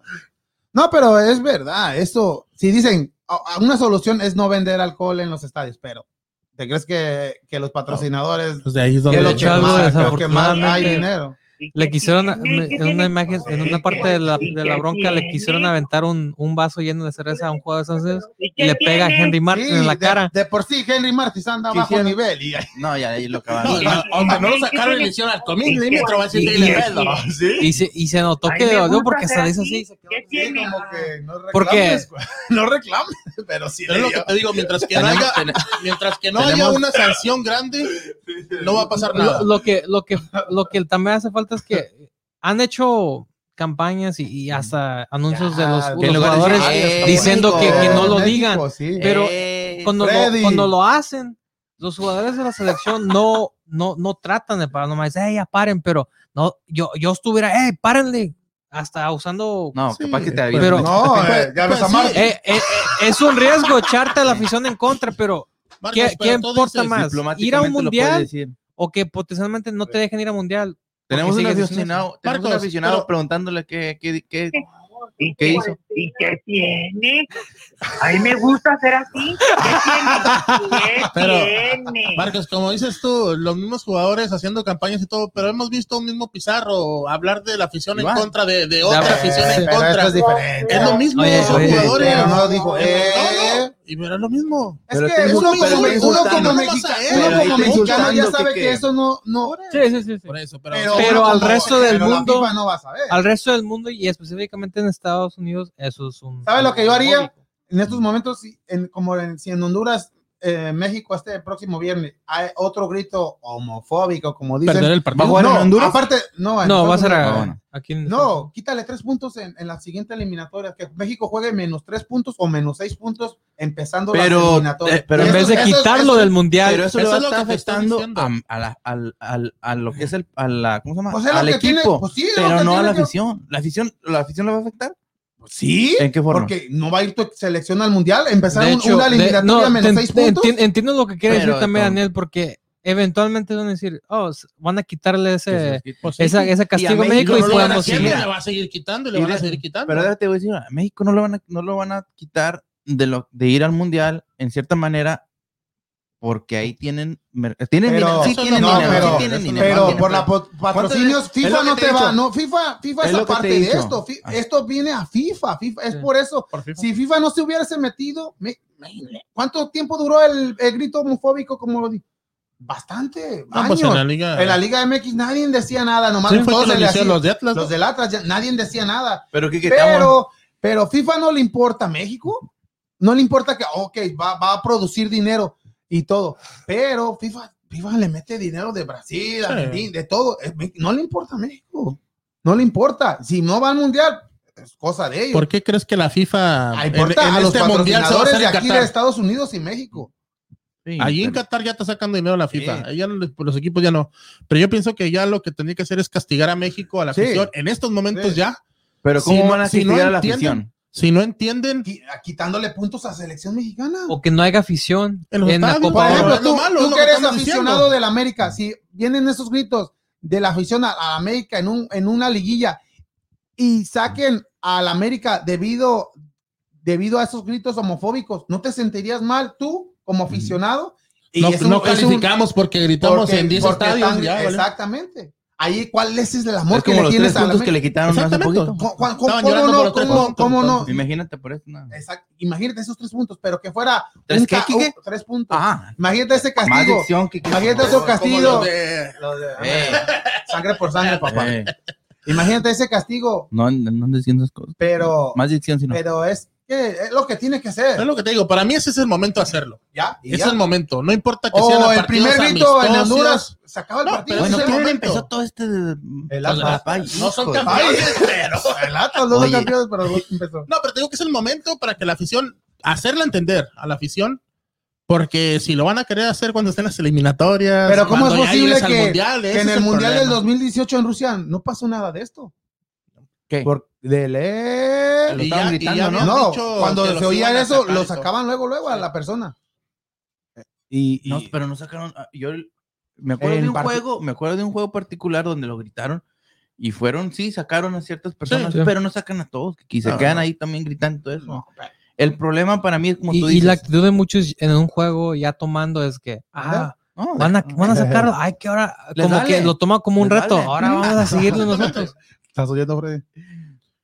Speaker 1: No, pero es verdad, eso, si dicen, a- a una solución es no vender alcohol en los estadios, pero ¿te crees que, que los patrocinadores
Speaker 4: Pues de ahí
Speaker 1: que
Speaker 4: es donde
Speaker 1: es
Speaker 3: de
Speaker 1: lo que
Speaker 3: hecho, algo
Speaker 1: más, lo que más hay
Speaker 3: desafortunadamente-
Speaker 1: dinero?
Speaker 3: Le quisieron, a- me- en una imagen, en una parte de la, de la bronca, le
Speaker 8: ¿eh?
Speaker 3: quisieron aventar un, un vaso lleno de cerveza a un jugador de San Jose y le pega a Henry Martin
Speaker 1: Sí,
Speaker 3: en la
Speaker 1: de,
Speaker 3: cara.
Speaker 1: de por sí Henry Martins anda a
Speaker 2: Sí,
Speaker 1: bajo
Speaker 2: sí,
Speaker 1: nivel y
Speaker 2: No, ya ahí lo
Speaker 4: No,
Speaker 2: acabaron.
Speaker 4: no, Aunque no lo sacaron y le hicieron al milímetro, va a decir
Speaker 3: Y-
Speaker 4: que
Speaker 3: y-
Speaker 4: le pedo. ¿sí?
Speaker 3: Y se, y se notó
Speaker 8: Ay,
Speaker 3: que
Speaker 8: me
Speaker 3: le dolió
Speaker 8: gusta
Speaker 3: porque hasta
Speaker 8: ser
Speaker 3: le hizo
Speaker 8: así.
Speaker 3: así. se quedó
Speaker 8: ¿Qué
Speaker 3: así.
Speaker 1: sí,
Speaker 8: tiene?
Speaker 1: como que no reclames,
Speaker 3: ¿Por qué?
Speaker 1: güey. no reclames, pero sí
Speaker 4: Es
Speaker 1: le
Speaker 4: lo
Speaker 1: dio.
Speaker 4: que te digo, mientras que no
Speaker 2: Tenemos-
Speaker 4: haya,
Speaker 2: ten-
Speaker 4: mientras que no haya
Speaker 2: tenemos-
Speaker 4: una sanción grande, no va a pasar nada.
Speaker 3: lo, lo que lo que lo que también hace falta es que han hecho campañas y, y hasta anuncios de los,
Speaker 1: Que
Speaker 3: los
Speaker 1: en lugar de
Speaker 3: jugadores
Speaker 1: decir, "Ay, está
Speaker 3: diciendo que,
Speaker 1: bonito".
Speaker 3: que no lo
Speaker 1: México,
Speaker 3: digan
Speaker 1: sí.
Speaker 3: pero
Speaker 2: Eh,
Speaker 3: cuando lo,
Speaker 1: Freddy.
Speaker 3: cuando lo hacen los jugadores de la selección no no no tratan de parar nomás "Ey, ya paren pero no yo yo estuviera hey párenle hasta usando
Speaker 2: No,
Speaker 4: Sí,
Speaker 2: capaz que te
Speaker 4: pero-
Speaker 2: avisan.
Speaker 3: pero-
Speaker 1: no, eh, ya
Speaker 4: Pues
Speaker 1: ves a
Speaker 4: sí,
Speaker 1: Martin.
Speaker 3: Eh, eh, eh, es un riesgo echarte a la afición en contra pero
Speaker 4: Marcos,
Speaker 3: ¿qué,
Speaker 4: pero
Speaker 3: qué
Speaker 4: tú
Speaker 3: importa
Speaker 4: dices,
Speaker 3: más
Speaker 2: Diplomáticamente
Speaker 3: ir a un
Speaker 2: lo puedes
Speaker 3: mundial
Speaker 2: decir.
Speaker 3: o que potencialmente no te dejen ir a mundial
Speaker 2: Tenemos un
Speaker 3: sigues diciendo
Speaker 2: aficionado, tenemos un
Speaker 4: Marcos,
Speaker 2: aficionado
Speaker 4: pero-
Speaker 2: preguntándole qué, qué, qué-
Speaker 8: ¿Y
Speaker 2: ¿Qué hizo?
Speaker 8: ¿Y qué tiene? A mí me gusta hacer así. ¿Qué tiene? ¿Qué
Speaker 4: Pero-
Speaker 8: tiene?
Speaker 4: Marcos, como dices tú, los mismos jugadores haciendo campañas y todo, pero hemos visto un mismo Pizarro hablar de la afición
Speaker 2: Igual.
Speaker 4: en contra de, de otra
Speaker 3: Ya,
Speaker 4: afición en
Speaker 1: pero
Speaker 4: contra.
Speaker 1: esto es
Speaker 4: Es,
Speaker 1: diferente.
Speaker 4: lo mismo,
Speaker 3: Oye,
Speaker 4: son
Speaker 3: oye,
Speaker 4: jugadores.
Speaker 1: pero no dijo,
Speaker 4: No, no,
Speaker 1: eh.
Speaker 4: y pero es lo mismo.
Speaker 1: Es
Speaker 2: Pero
Speaker 1: que
Speaker 2: te
Speaker 1: uno
Speaker 2: insultan,
Speaker 1: como,
Speaker 2: te
Speaker 1: uno
Speaker 2: insultan,
Speaker 1: como
Speaker 2: no
Speaker 4: vas
Speaker 1: mexica-
Speaker 4: a él,
Speaker 1: uno
Speaker 2: pero
Speaker 1: como
Speaker 2: te
Speaker 1: mexicano ya
Speaker 2: insultando
Speaker 1: sabe
Speaker 2: que
Speaker 1: que,
Speaker 2: qué.
Speaker 1: eso no... no
Speaker 3: sí sí sí, sí.
Speaker 4: Por eso, pero,
Speaker 1: pero
Speaker 3: Pero
Speaker 1: uno
Speaker 3: al
Speaker 1: como-
Speaker 3: resto del
Speaker 1: pero la
Speaker 3: mundo-
Speaker 1: FIFA no va a saber.
Speaker 3: al resto del mundo y específicamente en Estados Unidos, eso es un.
Speaker 1: ¿Sabe lo que yo haría?
Speaker 3: homofóbico.
Speaker 1: En estos momentos, si- en, como en, si en Honduras, eh, México, este próximo viernes, hay otro grito homofóbico, como
Speaker 4: perder
Speaker 1: dicen.
Speaker 4: el
Speaker 2: ¿Va a
Speaker 4: partido.
Speaker 2: jugar en
Speaker 1: No,
Speaker 2: Honduras?
Speaker 1: aparte, no. en
Speaker 3: No,
Speaker 1: Estados
Speaker 3: va a ser
Speaker 1: Unidos.
Speaker 3: a-
Speaker 2: bueno.
Speaker 3: aquí en-
Speaker 1: No, quítale tres puntos en, en la siguiente eliminatoria. Que México juegue menos tres puntos o menos seis puntos empezando la
Speaker 2: Pero,
Speaker 1: eliminatoria.
Speaker 2: eh, pero
Speaker 3: en
Speaker 2: Eso-
Speaker 3: vez de
Speaker 1: eso-
Speaker 3: quitarlo
Speaker 1: eso-
Speaker 3: del mundial.
Speaker 2: Pero eso,
Speaker 4: Eso
Speaker 2: le va a
Speaker 4: es lo
Speaker 2: estar
Speaker 4: que te estoy
Speaker 2: afectando
Speaker 4: diciendo.
Speaker 2: a, a la- al- al- a lo que es el, a la, ¿cómo se llama?
Speaker 1: pues es lo
Speaker 2: al
Speaker 1: que tiene-
Speaker 2: equipo,
Speaker 1: pues sí, es lo
Speaker 2: pero
Speaker 1: que
Speaker 2: no a la
Speaker 1: tiene que-
Speaker 2: afición. ¿La afición la afición la va a afectar?
Speaker 1: Pues Sí,
Speaker 2: ¿En qué forma?
Speaker 1: porque no va a ir tu selección al mundial. Empezar
Speaker 3: de
Speaker 1: un-
Speaker 3: hecho,
Speaker 1: una
Speaker 3: de-
Speaker 1: eliminatoria
Speaker 3: no,
Speaker 1: menos
Speaker 3: te-
Speaker 1: seis
Speaker 3: te-
Speaker 1: puntos.
Speaker 3: enti- entiendo lo que quiere
Speaker 2: Pero,
Speaker 3: decir también,
Speaker 2: entonces-
Speaker 3: Daniel, porque eventualmente van a decir, oh, s- van a quitarle
Speaker 2: Que se
Speaker 3: ese,
Speaker 2: los quite.
Speaker 4: Pues sí,
Speaker 3: esa,
Speaker 4: sí,
Speaker 3: ese castigo a
Speaker 2: México
Speaker 3: México y
Speaker 4: no lo van
Speaker 3: podemos
Speaker 4: haciendo,
Speaker 3: seguir.
Speaker 2: mira.
Speaker 4: le va a seguir quitando, y le
Speaker 2: Y
Speaker 4: van a
Speaker 2: de-
Speaker 4: seguir quitando.
Speaker 2: Pero déjate, voy a decir, a México no lo van a, no lo van a quitar de, lo, de ir al mundial, en cierta manera, porque ahí tienen. mer- Tienen
Speaker 1: Pero-
Speaker 2: dinero, sí
Speaker 4: eso
Speaker 2: tienen
Speaker 1: no,
Speaker 2: dinero,
Speaker 1: pero-
Speaker 2: sí tienen
Speaker 4: pero
Speaker 2: dinero.
Speaker 1: Pero
Speaker 2: tienen
Speaker 1: por
Speaker 2: plata.
Speaker 1: la po- patrocinios,
Speaker 2: es
Speaker 1: FIFA
Speaker 2: lo que
Speaker 1: no
Speaker 2: te
Speaker 1: te
Speaker 2: he
Speaker 1: va,
Speaker 2: dicho.
Speaker 1: no, FIFA, FIFA
Speaker 2: Es
Speaker 1: es
Speaker 2: lo que te
Speaker 1: aparte
Speaker 2: he
Speaker 1: de
Speaker 2: dicho.
Speaker 1: esto, fi-
Speaker 2: Ah.
Speaker 1: esto viene a FIFA, FIFA, es
Speaker 3: Sí.
Speaker 1: por eso,
Speaker 4: Por FIFA.
Speaker 1: si FIFA no se hubiese metido, me- imagínate, ¿cuánto tiempo duró el, el grito homofóbico? Como lo di- bastante,
Speaker 4: No,
Speaker 1: años.
Speaker 4: pues en la
Speaker 1: en,
Speaker 4: liga.
Speaker 1: la Liga MX nadie decía nada, nomás
Speaker 4: Sí, fue
Speaker 1: todos
Speaker 4: que
Speaker 1: se
Speaker 4: lo
Speaker 1: le hacían-
Speaker 4: hicieron los de Atlas.
Speaker 1: los del Atlas, ya nadie decía nada,
Speaker 2: Pero que quitamos.
Speaker 1: pero, pero FIFA no le importa a México. No le importa que, ok, va, va a producir dinero y todo. Pero FIFA, FIFA le mete dinero de Brasil, Argentina, de todo. Es- No le importa a México. No le importa. Si no va al mundial, es cosa de ellos.
Speaker 4: ¿Por qué crees que la FIFA
Speaker 1: Ah,
Speaker 4: en,
Speaker 1: importa
Speaker 4: en
Speaker 1: a los
Speaker 4: este mundial se va a
Speaker 1: patrocinadores
Speaker 4: hacer
Speaker 1: de
Speaker 4: en
Speaker 1: aquí
Speaker 4: Qatar?
Speaker 1: de este Estados Unidos y México.
Speaker 2: Sí,
Speaker 4: Allí en
Speaker 2: pero-
Speaker 4: Qatar ya está sacando dinero la FIFA. Ahí ya los, los equipos ya no. Pero yo pienso que ya lo que tendría que hacer es castigar a México, a la
Speaker 1: Sí.
Speaker 4: afición. En estos momentos
Speaker 1: Sí.
Speaker 4: ya,
Speaker 2: Pero
Speaker 4: Si
Speaker 2: ¿cómo
Speaker 4: no-
Speaker 2: van a
Speaker 4: si no
Speaker 2: castigar a la
Speaker 4: entienden-
Speaker 2: afición?
Speaker 4: si no entienden,
Speaker 1: Qui- Quitándole puntos a selección mexicana.
Speaker 3: O que no haya afición en,
Speaker 4: En los
Speaker 3: la
Speaker 4: estadios,
Speaker 1: Por
Speaker 3: Copa
Speaker 4: Ahora,
Speaker 1: ejemplo,
Speaker 4: es
Speaker 3: Oro.
Speaker 4: lo
Speaker 1: tú,
Speaker 4: malo,
Speaker 1: tú
Speaker 4: es lo
Speaker 1: que
Speaker 4: que
Speaker 1: eres
Speaker 4: estamos
Speaker 1: aficionado
Speaker 4: diciendo.
Speaker 1: de la América, si vienen esos gritos de la afición a, a América en, un, en una liguilla y saquen a la América debido, debido a esos gritos homofóbicos, ¿no te sentirías mal tú como aficionado? Y
Speaker 4: no,
Speaker 1: es un-
Speaker 4: no
Speaker 1: es un-
Speaker 4: calificamos porque gritamos
Speaker 1: porque-
Speaker 4: en 10
Speaker 1: porque
Speaker 4: estadios.
Speaker 1: están-
Speaker 4: ya, ¿vale?
Speaker 1: Exactamente. Ahí, ¿cuál es el amor
Speaker 2: es
Speaker 1: que
Speaker 2: como
Speaker 1: le
Speaker 2: los
Speaker 1: tienes
Speaker 2: tres
Speaker 1: a la
Speaker 2: puntos que le quitaron hace
Speaker 4: Exactamente.
Speaker 1: ¿Cómo,
Speaker 2: poquito.
Speaker 1: cómo-
Speaker 4: Estaban
Speaker 1: cómo
Speaker 4: llorando por
Speaker 1: no?
Speaker 4: los tres
Speaker 1: ¿Cómo,
Speaker 4: puntos,
Speaker 1: cómo no?
Speaker 2: Imagínate por eso. No.
Speaker 1: Exacto. Imagínate esos tres puntos, pero que fuera
Speaker 2: ¿Tres
Speaker 1: un
Speaker 2: qué,
Speaker 1: ca-
Speaker 2: Quique?
Speaker 1: un- tres puntos.
Speaker 2: Ah,
Speaker 1: Imagínate ese
Speaker 2: más
Speaker 1: castigo.
Speaker 2: dicción que que-
Speaker 1: Imagínate eso, castigo.
Speaker 4: de-
Speaker 1: Lo de-
Speaker 2: Eh,
Speaker 1: Sangre por sangre, papá.
Speaker 2: eh,
Speaker 1: Imagínate ese castigo,
Speaker 2: No, no no andes diciendo esas cosas.
Speaker 1: pero,
Speaker 2: Más dicción, sino.
Speaker 1: pero es, que, es lo que tiene que
Speaker 4: Es
Speaker 1: ser.
Speaker 4: lo que te digo, para mí ese es el momento de hacerlo.
Speaker 1: Ya, y
Speaker 4: es
Speaker 1: ya.
Speaker 4: el momento. No importa que sean
Speaker 1: O
Speaker 4: los
Speaker 1: el
Speaker 4: partidos
Speaker 1: primer grito en
Speaker 4: amistosos.
Speaker 1: Honduras se acaba el
Speaker 4: No,
Speaker 1: partido.
Speaker 4: pero
Speaker 1: ese
Speaker 2: Bueno,
Speaker 1: es el
Speaker 4: tiene-
Speaker 2: ¿quién
Speaker 1: momento.
Speaker 2: empezó todo este?
Speaker 1: El Atlas.
Speaker 4: No son
Speaker 1: Ay,
Speaker 4: campeones, pero.
Speaker 1: El Atlas, los dos
Speaker 2: Oye.
Speaker 1: campeones, pero los empezó.
Speaker 4: No, pero te digo que es el momento para que la afición, hacerla entender a la afición, porque si lo van a querer hacer cuando estén las eliminatorias,
Speaker 1: Pero ¿cómo
Speaker 4: cuando
Speaker 1: es
Speaker 4: ya
Speaker 1: posible
Speaker 4: llegues al
Speaker 1: que-
Speaker 4: mundial,
Speaker 1: Que
Speaker 4: ese
Speaker 1: en
Speaker 4: es
Speaker 1: el Mundial del
Speaker 4: problema.
Speaker 1: 2018 en Rusia no pasó nada de esto.
Speaker 2: ¿Qué?
Speaker 1: Por, de leer.
Speaker 2: Lo
Speaker 4: Y
Speaker 2: estaban
Speaker 4: ya- y
Speaker 2: gritando,
Speaker 4: ya
Speaker 2: ¿no?
Speaker 4: habían
Speaker 1: No,
Speaker 4: dicho que
Speaker 1: cuando
Speaker 4: los
Speaker 1: se
Speaker 4: iban
Speaker 1: oía
Speaker 4: a
Speaker 1: eso,
Speaker 4: sacar
Speaker 1: lo
Speaker 4: y todo.
Speaker 1: sacaban luego, luego a la persona. Y, y-
Speaker 2: No, pero no sacaron. ah, Yo me acuerdo
Speaker 1: En
Speaker 2: de un
Speaker 1: parte-
Speaker 2: juego, me acuerdo de un juego particular donde lo gritaron y fueron, sí, sacaron a ciertas personas,
Speaker 3: sí.
Speaker 2: pero no sacan a todos, que se
Speaker 4: No,
Speaker 2: quedan
Speaker 4: no.
Speaker 2: ahí también gritando eso.
Speaker 1: No,
Speaker 2: El problema para mí es como
Speaker 3: Y,
Speaker 2: tú
Speaker 3: y
Speaker 2: dices.
Speaker 3: la actitud de muchos en un juego ya tomando es que, ah,
Speaker 2: no,
Speaker 3: van a, van a sacarlo. Ay, que ahora,
Speaker 2: Les
Speaker 3: como
Speaker 2: vale.
Speaker 3: que lo toma como un
Speaker 2: Les
Speaker 3: reto.
Speaker 2: vale.
Speaker 3: Ahora vamos a seguirlo nosotros.
Speaker 1: ¿Estás oyendo, Freddy?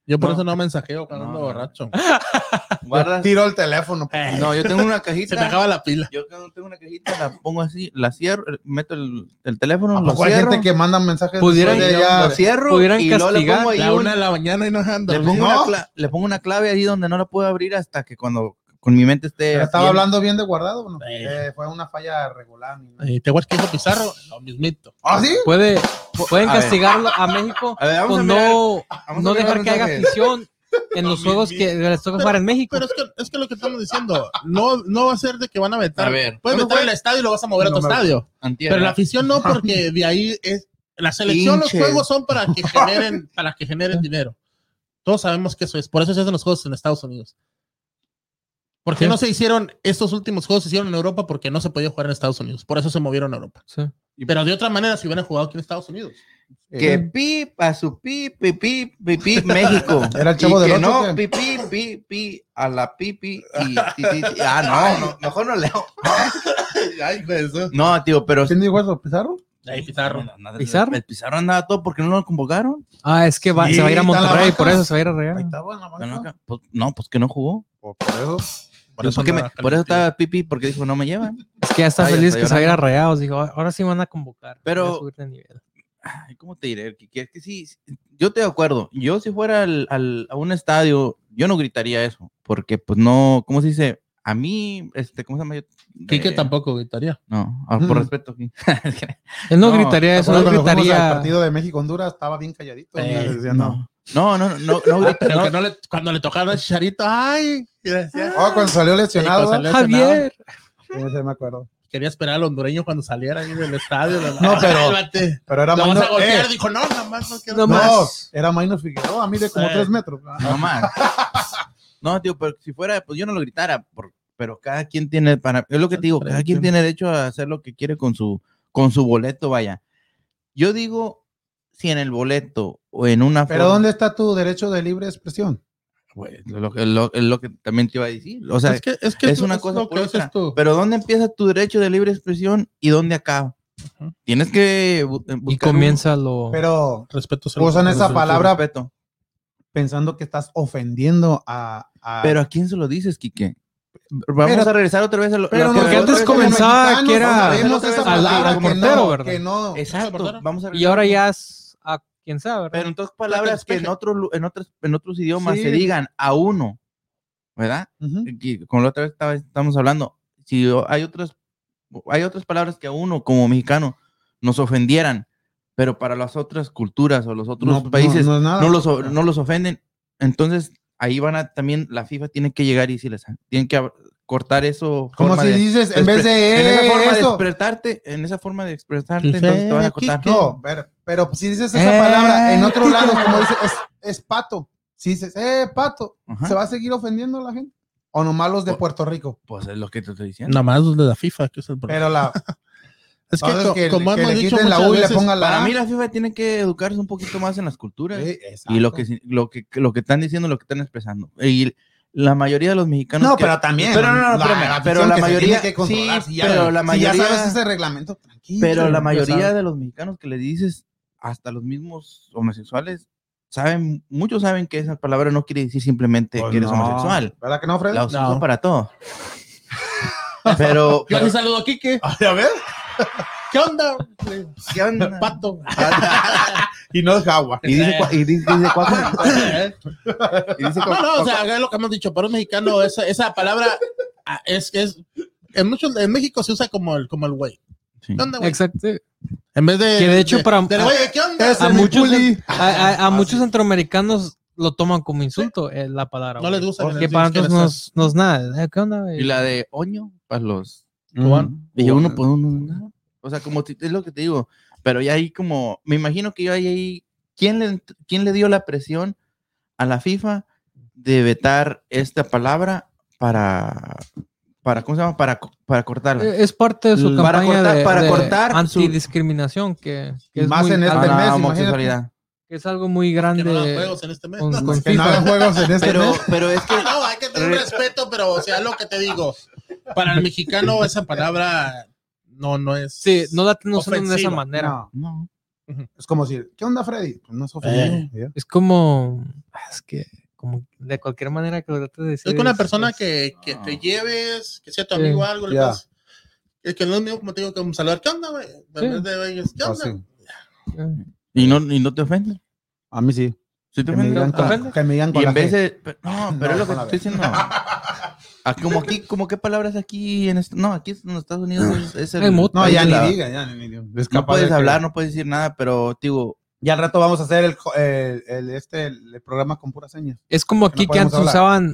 Speaker 4: Yo por
Speaker 2: No.
Speaker 4: eso no mensajeo cuando ando
Speaker 2: No.
Speaker 4: borracho.
Speaker 2: guardas-
Speaker 1: Tiro el teléfono.
Speaker 2: No, yo tengo una
Speaker 4: Se me
Speaker 2: cajita.
Speaker 4: acaba la pila.
Speaker 2: Yo tengo una cajita, la pongo así, la cierro, meto el, el teléfono,
Speaker 1: ¿A
Speaker 2: lo
Speaker 1: poco hay
Speaker 2: cierro,
Speaker 1: gente que manda mensajes?
Speaker 3: Pudieran-
Speaker 1: después de
Speaker 2: lo
Speaker 1: ya-
Speaker 2: cierro
Speaker 3: pudieran
Speaker 2: y luego le pongo
Speaker 3: castigar
Speaker 2: ahí
Speaker 4: La
Speaker 2: un-
Speaker 4: una de la mañana y no ando.
Speaker 2: le pongo,
Speaker 1: ¿No?
Speaker 2: una, cla- le pongo una clave ahí donde no la puedo abrir hasta que cuando con mi mente esté...
Speaker 1: Pero
Speaker 2: así
Speaker 1: estaba
Speaker 2: en-
Speaker 1: hablando bien de guardado, o ¿no?
Speaker 4: Sí.
Speaker 1: Eh, fue una falla regular. ni nada.
Speaker 4: Y te guardas que hizo Pizarro, lo mismito.
Speaker 1: ¿Ah, sí?
Speaker 3: Puede, pueden
Speaker 2: A ver.
Speaker 3: castigarlo a México
Speaker 2: A ver, vamos a
Speaker 3: con
Speaker 2: mirar-
Speaker 3: no,
Speaker 2: vamos a
Speaker 3: no
Speaker 2: mirar
Speaker 3: dejar que haga
Speaker 2: mensajes.
Speaker 3: afición en los juegos que les toca jugar en México.
Speaker 4: Pero es que, es que lo que estamos diciendo, no, no va a ser de que van a vetar.
Speaker 2: A ver,
Speaker 4: Puedes
Speaker 2: ¿cuándo
Speaker 4: vetar
Speaker 2: fue?
Speaker 4: el estadio y lo vas a mover a
Speaker 1: No
Speaker 4: tu
Speaker 1: me-
Speaker 4: estadio.
Speaker 2: Antier,
Speaker 4: Pero la
Speaker 2: ¿no?
Speaker 4: afición no, porque de ahí es. La selección,
Speaker 2: Hinches.
Speaker 4: los juegos son para que generen, para que generen dinero. Todos sabemos que eso es. Por eso se hacen los juegos en Estados Unidos. ¿Por qué
Speaker 3: Sí.
Speaker 4: no se hicieron estos últimos juegos? Se hicieron en Europa porque no se podía jugar en Estados Unidos. Por eso se movieron a Europa.
Speaker 3: Sí.
Speaker 4: Pero de otra manera, si hubieran jugado aquí en Estados Unidos.
Speaker 2: que pip a su pip, pip, pip, pip, pip, México.
Speaker 1: Era el Chavo
Speaker 2: y
Speaker 1: del
Speaker 2: que
Speaker 1: Ocho,
Speaker 2: no,
Speaker 1: ¿qué?
Speaker 2: pip, pip, pip, pip, a la pipi y, ti, ti, ti. Ah, no, no, mejor no leo.
Speaker 4: Ay,
Speaker 2: No, tío, pero...
Speaker 1: ¿Quién dijo eso? ¿Pizarro?
Speaker 4: Pizarro.
Speaker 3: ¿Pizarro?
Speaker 2: El Pizarro andaba todo porque no lo convocaron.
Speaker 3: Ah, es que va-
Speaker 1: Sí,
Speaker 3: se va a ir a
Speaker 1: está la
Speaker 3: Monterrey,
Speaker 1: banca.
Speaker 3: por eso se va a ir a regar.
Speaker 1: Ahí estaba en la banca.
Speaker 2: No, pues, no, pues que no jugó.
Speaker 1: Ah. Oh, Por eso.
Speaker 4: Por eso,
Speaker 2: ¿Por, qué me-
Speaker 4: andaba
Speaker 2: por eso
Speaker 4: calentito.
Speaker 2: estaba pipi, porque dijo, no me llevan.
Speaker 3: Es que ya está
Speaker 2: Ah, ya
Speaker 3: feliz
Speaker 2: está
Speaker 3: que se va a ir a rayados. Digo, "Ah, ahora sí van a convocar.
Speaker 2: Pero-
Speaker 3: voy a subir de nivel".
Speaker 2: Ay, ¿Cómo te diré? Que, que, que sí, yo estoy de acuerdo. Yo si fuera al, al- a un estadio, yo no gritaría eso. Porque, pues, no, ¿cómo se dice? A mí, este, ¿cómo se llama? Yo,
Speaker 4: Quique
Speaker 2: de-
Speaker 4: tampoco gritaría.
Speaker 2: No, ah, por
Speaker 1: Mm.
Speaker 2: respeto. Quique.
Speaker 3: Él no,
Speaker 2: No,
Speaker 3: gritaría eso, no
Speaker 1: Cuando nos fuimos al
Speaker 3: gritaría.
Speaker 1: partido de México-Honduras estaba bien calladito.
Speaker 4: Eh,
Speaker 1: ni le decía nada.
Speaker 2: no, no, no, no, no grita-
Speaker 4: Pero
Speaker 2: no,
Speaker 4: que no le, cuando le tocaron el charito, ay, Y decía,
Speaker 1: Ah, cuando salió lesionado.
Speaker 4: Sí, cuando
Speaker 1: ¿verdad?
Speaker 3: Javier.
Speaker 1: Sí, sí, me acuerdo.
Speaker 4: quería esperar al hondureño cuando saliera ahí del estadio.
Speaker 1: No, pero-
Speaker 4: Cálmate.
Speaker 1: Pero era
Speaker 4: Lo vas
Speaker 1: Maino.
Speaker 4: a golpear,
Speaker 1: eh,
Speaker 4: dijo, no, nada más no quiero
Speaker 3: No
Speaker 1: no,
Speaker 3: más.
Speaker 1: era Maino Figueroa, mide como
Speaker 4: Sí.
Speaker 1: tres metros. Ah,
Speaker 2: no más. No, tío, pero si fuera, pues yo no lo gritara, por- pero cada quien tiene, para, es lo que te digo, cada quien tiene derecho a hacer lo que quiere con su, con su boleto, vaya. Yo digo, si en el boleto o en una...
Speaker 1: Pero
Speaker 2: forma-
Speaker 1: ¿dónde está tu derecho de libre expresión?
Speaker 2: Pues, lo, que- lo- es lo que también te iba a decir. O sea,
Speaker 4: es que es, que
Speaker 2: es
Speaker 4: tú-
Speaker 2: una
Speaker 4: es
Speaker 2: cosa
Speaker 4: lo
Speaker 2: por
Speaker 4: que
Speaker 2: otra.
Speaker 4: dices tú.
Speaker 2: Pero ¿dónde empieza tu derecho de libre expresión y dónde acaba? Tienes que bu- eh, buscar
Speaker 3: Y
Speaker 2: un-
Speaker 3: comienza lo.
Speaker 1: Pero
Speaker 4: Respeto se lo-
Speaker 1: usan esa
Speaker 4: se-
Speaker 1: palabra
Speaker 2: respeto.
Speaker 1: pensando que estás ofendiendo a... a-
Speaker 2: Pero ¿a quién se lo dices, Quique? Vamos
Speaker 1: Pero-
Speaker 2: a regresar otra vez a lo
Speaker 1: Pero
Speaker 2: lo que-
Speaker 3: porque
Speaker 1: nosotros
Speaker 3: antes
Speaker 1: como
Speaker 3: comenzaba
Speaker 1: mexicanos
Speaker 3: que era
Speaker 1: sabemos esa
Speaker 2: al-
Speaker 1: palabra
Speaker 2: al
Speaker 1: que
Speaker 3: portero,
Speaker 1: no,
Speaker 3: ¿verdad?
Speaker 1: que no-
Speaker 2: Exacto, vamos a
Speaker 3: Y ahora ya es a quién sabe, ¿verdad?
Speaker 2: Pero entonces palabras que en otros lu- en otros en otros idiomas
Speaker 1: Sí.
Speaker 2: se digan a uno, ¿verdad?
Speaker 1: Ujú.
Speaker 2: Y Como la otra vez estaba- estamos hablando, si o- hay otras hay otras palabras que a uno como mexicano nos ofendieran, pero para las otras culturas o los otros países
Speaker 1: es nada.
Speaker 2: no los, o- no los ofenden. Entonces, ahí van a también, la FIFA tiene que llegar y decirles, tienen que ab- cortar eso.
Speaker 1: Como
Speaker 2: forma
Speaker 1: si
Speaker 2: de-
Speaker 1: dices, en vez de
Speaker 2: en esa forma
Speaker 1: eso.
Speaker 2: de expresarte, en esa forma de expresarte,
Speaker 4: Sí,
Speaker 2: entonces te van a cortar.
Speaker 1: No, pero, pero pues, si dices esa
Speaker 2: Eh.
Speaker 1: palabra en otro lado, como dices, es, es pato. Si dices, eh, pato,
Speaker 2: Ajá.
Speaker 1: ¿se va a seguir ofendiendo la gente? O nomás los de
Speaker 2: O-
Speaker 1: Puerto Rico.
Speaker 2: Pues es lo que te estoy diciendo.
Speaker 4: Nada más los de la FIFA, que es el problema.
Speaker 1: Pero la,
Speaker 4: Es que,
Speaker 1: entonces
Speaker 4: co-
Speaker 1: que,
Speaker 4: como
Speaker 1: que
Speaker 4: hemos
Speaker 1: le
Speaker 4: dicho
Speaker 1: quiten la
Speaker 4: muchas
Speaker 1: U y le
Speaker 4: veces,
Speaker 1: pongan la
Speaker 2: Para
Speaker 1: A.
Speaker 2: mí la FIFA tiene que educarse un poquito más en las culturas
Speaker 1: Sí, Eh, exacto.
Speaker 2: y lo que, lo, que, lo que están diciendo, lo que están expresando. Y la mayoría de los mexicanos...
Speaker 1: No,
Speaker 2: que-
Speaker 1: pero también.
Speaker 2: Pero no, no, no,
Speaker 1: la-
Speaker 2: espérame,
Speaker 1: la
Speaker 2: pero
Speaker 1: afición
Speaker 2: la
Speaker 1: que se
Speaker 2: mayoría-
Speaker 1: tiene que controlar,
Speaker 2: sí,
Speaker 1: si ya-
Speaker 2: pero la
Speaker 1: si ya
Speaker 2: mayoría-
Speaker 1: sabes ese reglamento, tranquilo.
Speaker 2: Pero la
Speaker 4: ya
Speaker 2: mayoría
Speaker 4: sabes.
Speaker 2: de los mexicanos que le dices hasta los mismos homosexuales saben, muchos saben que esa palabra no quiere decir simplemente
Speaker 1: Pues
Speaker 2: que eres
Speaker 1: no.
Speaker 2: homosexual.
Speaker 1: ¿Verdad que no, Fred?
Speaker 2: La usamos
Speaker 4: No.
Speaker 2: para todo. Pero,
Speaker 4: un saludo a Kike.
Speaker 1: A ver.
Speaker 4: ¿Qué onda?
Speaker 2: ¿qué onda?
Speaker 4: Pato.
Speaker 1: Y no deja agua.
Speaker 2: Y dice, cua- y dice, dice cuaco. Y dice
Speaker 4: No,
Speaker 2: cuaco-
Speaker 4: no, o sea, es lo que hemos dicho, para un mexicano esa, esa palabra ah, es es en muchos en México se usa como el como el güey.
Speaker 2: Sí.
Speaker 4: ¿Qué onda, güey?
Speaker 3: Exacto.
Speaker 4: En vez de
Speaker 3: Que de hecho para-
Speaker 4: del güey, ¿qué onda? Ah,
Speaker 1: Ese
Speaker 3: a
Speaker 1: es mi
Speaker 3: muchos-
Speaker 1: puli.
Speaker 3: A, a- a muchos centroamericanos lo toman como insulto eh, la palabra.
Speaker 4: No
Speaker 3: güey.
Speaker 4: les gusta que
Speaker 3: Porque
Speaker 4: les
Speaker 3: para
Speaker 4: digan
Speaker 3: nosotros
Speaker 4: que les-
Speaker 3: nos, nos nada. eh, ¿Qué onda, güey?
Speaker 2: Y la de oño para los
Speaker 1: Mm,
Speaker 4: Cubano.
Speaker 2: Y yo uno por uno. ¿no? O sea, como te- es lo que te digo. Pero ya ahí como, me imagino que yo ahí, ahí- ¿quién le, ¿quién le dio la presión a la FIFA de vetar esta palabra para, para ¿cómo se llama? Para, co- para cortarla.
Speaker 3: Eh, Es parte de su
Speaker 2: Para
Speaker 3: campaña
Speaker 2: cortar-
Speaker 3: de,
Speaker 2: para
Speaker 3: de
Speaker 2: cortar su-
Speaker 3: antidiscriminación, que, que es,
Speaker 1: Más
Speaker 3: muy-
Speaker 1: en este
Speaker 2: A
Speaker 3: algo-
Speaker 2: la
Speaker 1: mes, imagínate.
Speaker 2: homosexualidad.
Speaker 3: que es algo muy
Speaker 4: que
Speaker 3: grande
Speaker 4: no hagan juegos en este mes.
Speaker 3: con,
Speaker 4: No,
Speaker 3: con
Speaker 1: Que no
Speaker 3: FIFA.
Speaker 1: hagan juegos en este
Speaker 2: Pero,
Speaker 1: mes.
Speaker 2: pero es que
Speaker 4: Ah, no, hay que tener respeto, pero o sea, lo que te digo, para el mexicano esa palabra no no es
Speaker 3: Sí, no la tenemos de esa
Speaker 4: Ofensiva,
Speaker 3: manera.
Speaker 1: No,
Speaker 2: no,
Speaker 1: es como decir, ¿qué onda, Freddy? Pues No es
Speaker 2: Eh.
Speaker 1: ofensivo. ¿ya?
Speaker 3: Es como. ah, Es que. Como de cualquier manera que lo trates de decir.
Speaker 4: Es que una
Speaker 3: es-
Speaker 4: persona
Speaker 3: es-
Speaker 4: que, que te lleves, que sea tu
Speaker 3: Sí.
Speaker 4: amigo o algo, le
Speaker 1: Ya.
Speaker 4: das- es que no es mío como te digo que un saludar, ¿qué onda, güey? En
Speaker 3: Sí.
Speaker 4: vez de, güey, ¿qué onda?
Speaker 1: Así.
Speaker 2: y no, y no te ofendes.
Speaker 1: A mí sí.
Speaker 2: Sí te
Speaker 1: Que me
Speaker 2: ofendes.
Speaker 1: digan con,
Speaker 3: ofende?
Speaker 1: que me digan con
Speaker 2: Y
Speaker 1: la
Speaker 2: en vez
Speaker 1: G.
Speaker 2: de. pero- No, pero
Speaker 1: No,
Speaker 2: es lo que
Speaker 1: con
Speaker 2: te
Speaker 1: la
Speaker 2: estoy diciendo. Ah, como aquí, como qué palabras aquí en est- No, aquí en los Estados Unidos es, es el.
Speaker 3: Ay, mut-
Speaker 1: No, ya
Speaker 2: es
Speaker 1: ni
Speaker 2: la-
Speaker 1: digan, ya ni digan. Es
Speaker 2: No
Speaker 1: capaz
Speaker 2: puedes
Speaker 1: de que-
Speaker 2: hablar, no puedes decir nada, pero digo,
Speaker 1: Ya al rato vamos a hacer el, jo- el, el- este, el, el programa con puras señas.
Speaker 3: Es como aquí
Speaker 1: no
Speaker 3: que antes
Speaker 1: podemos
Speaker 3: usaban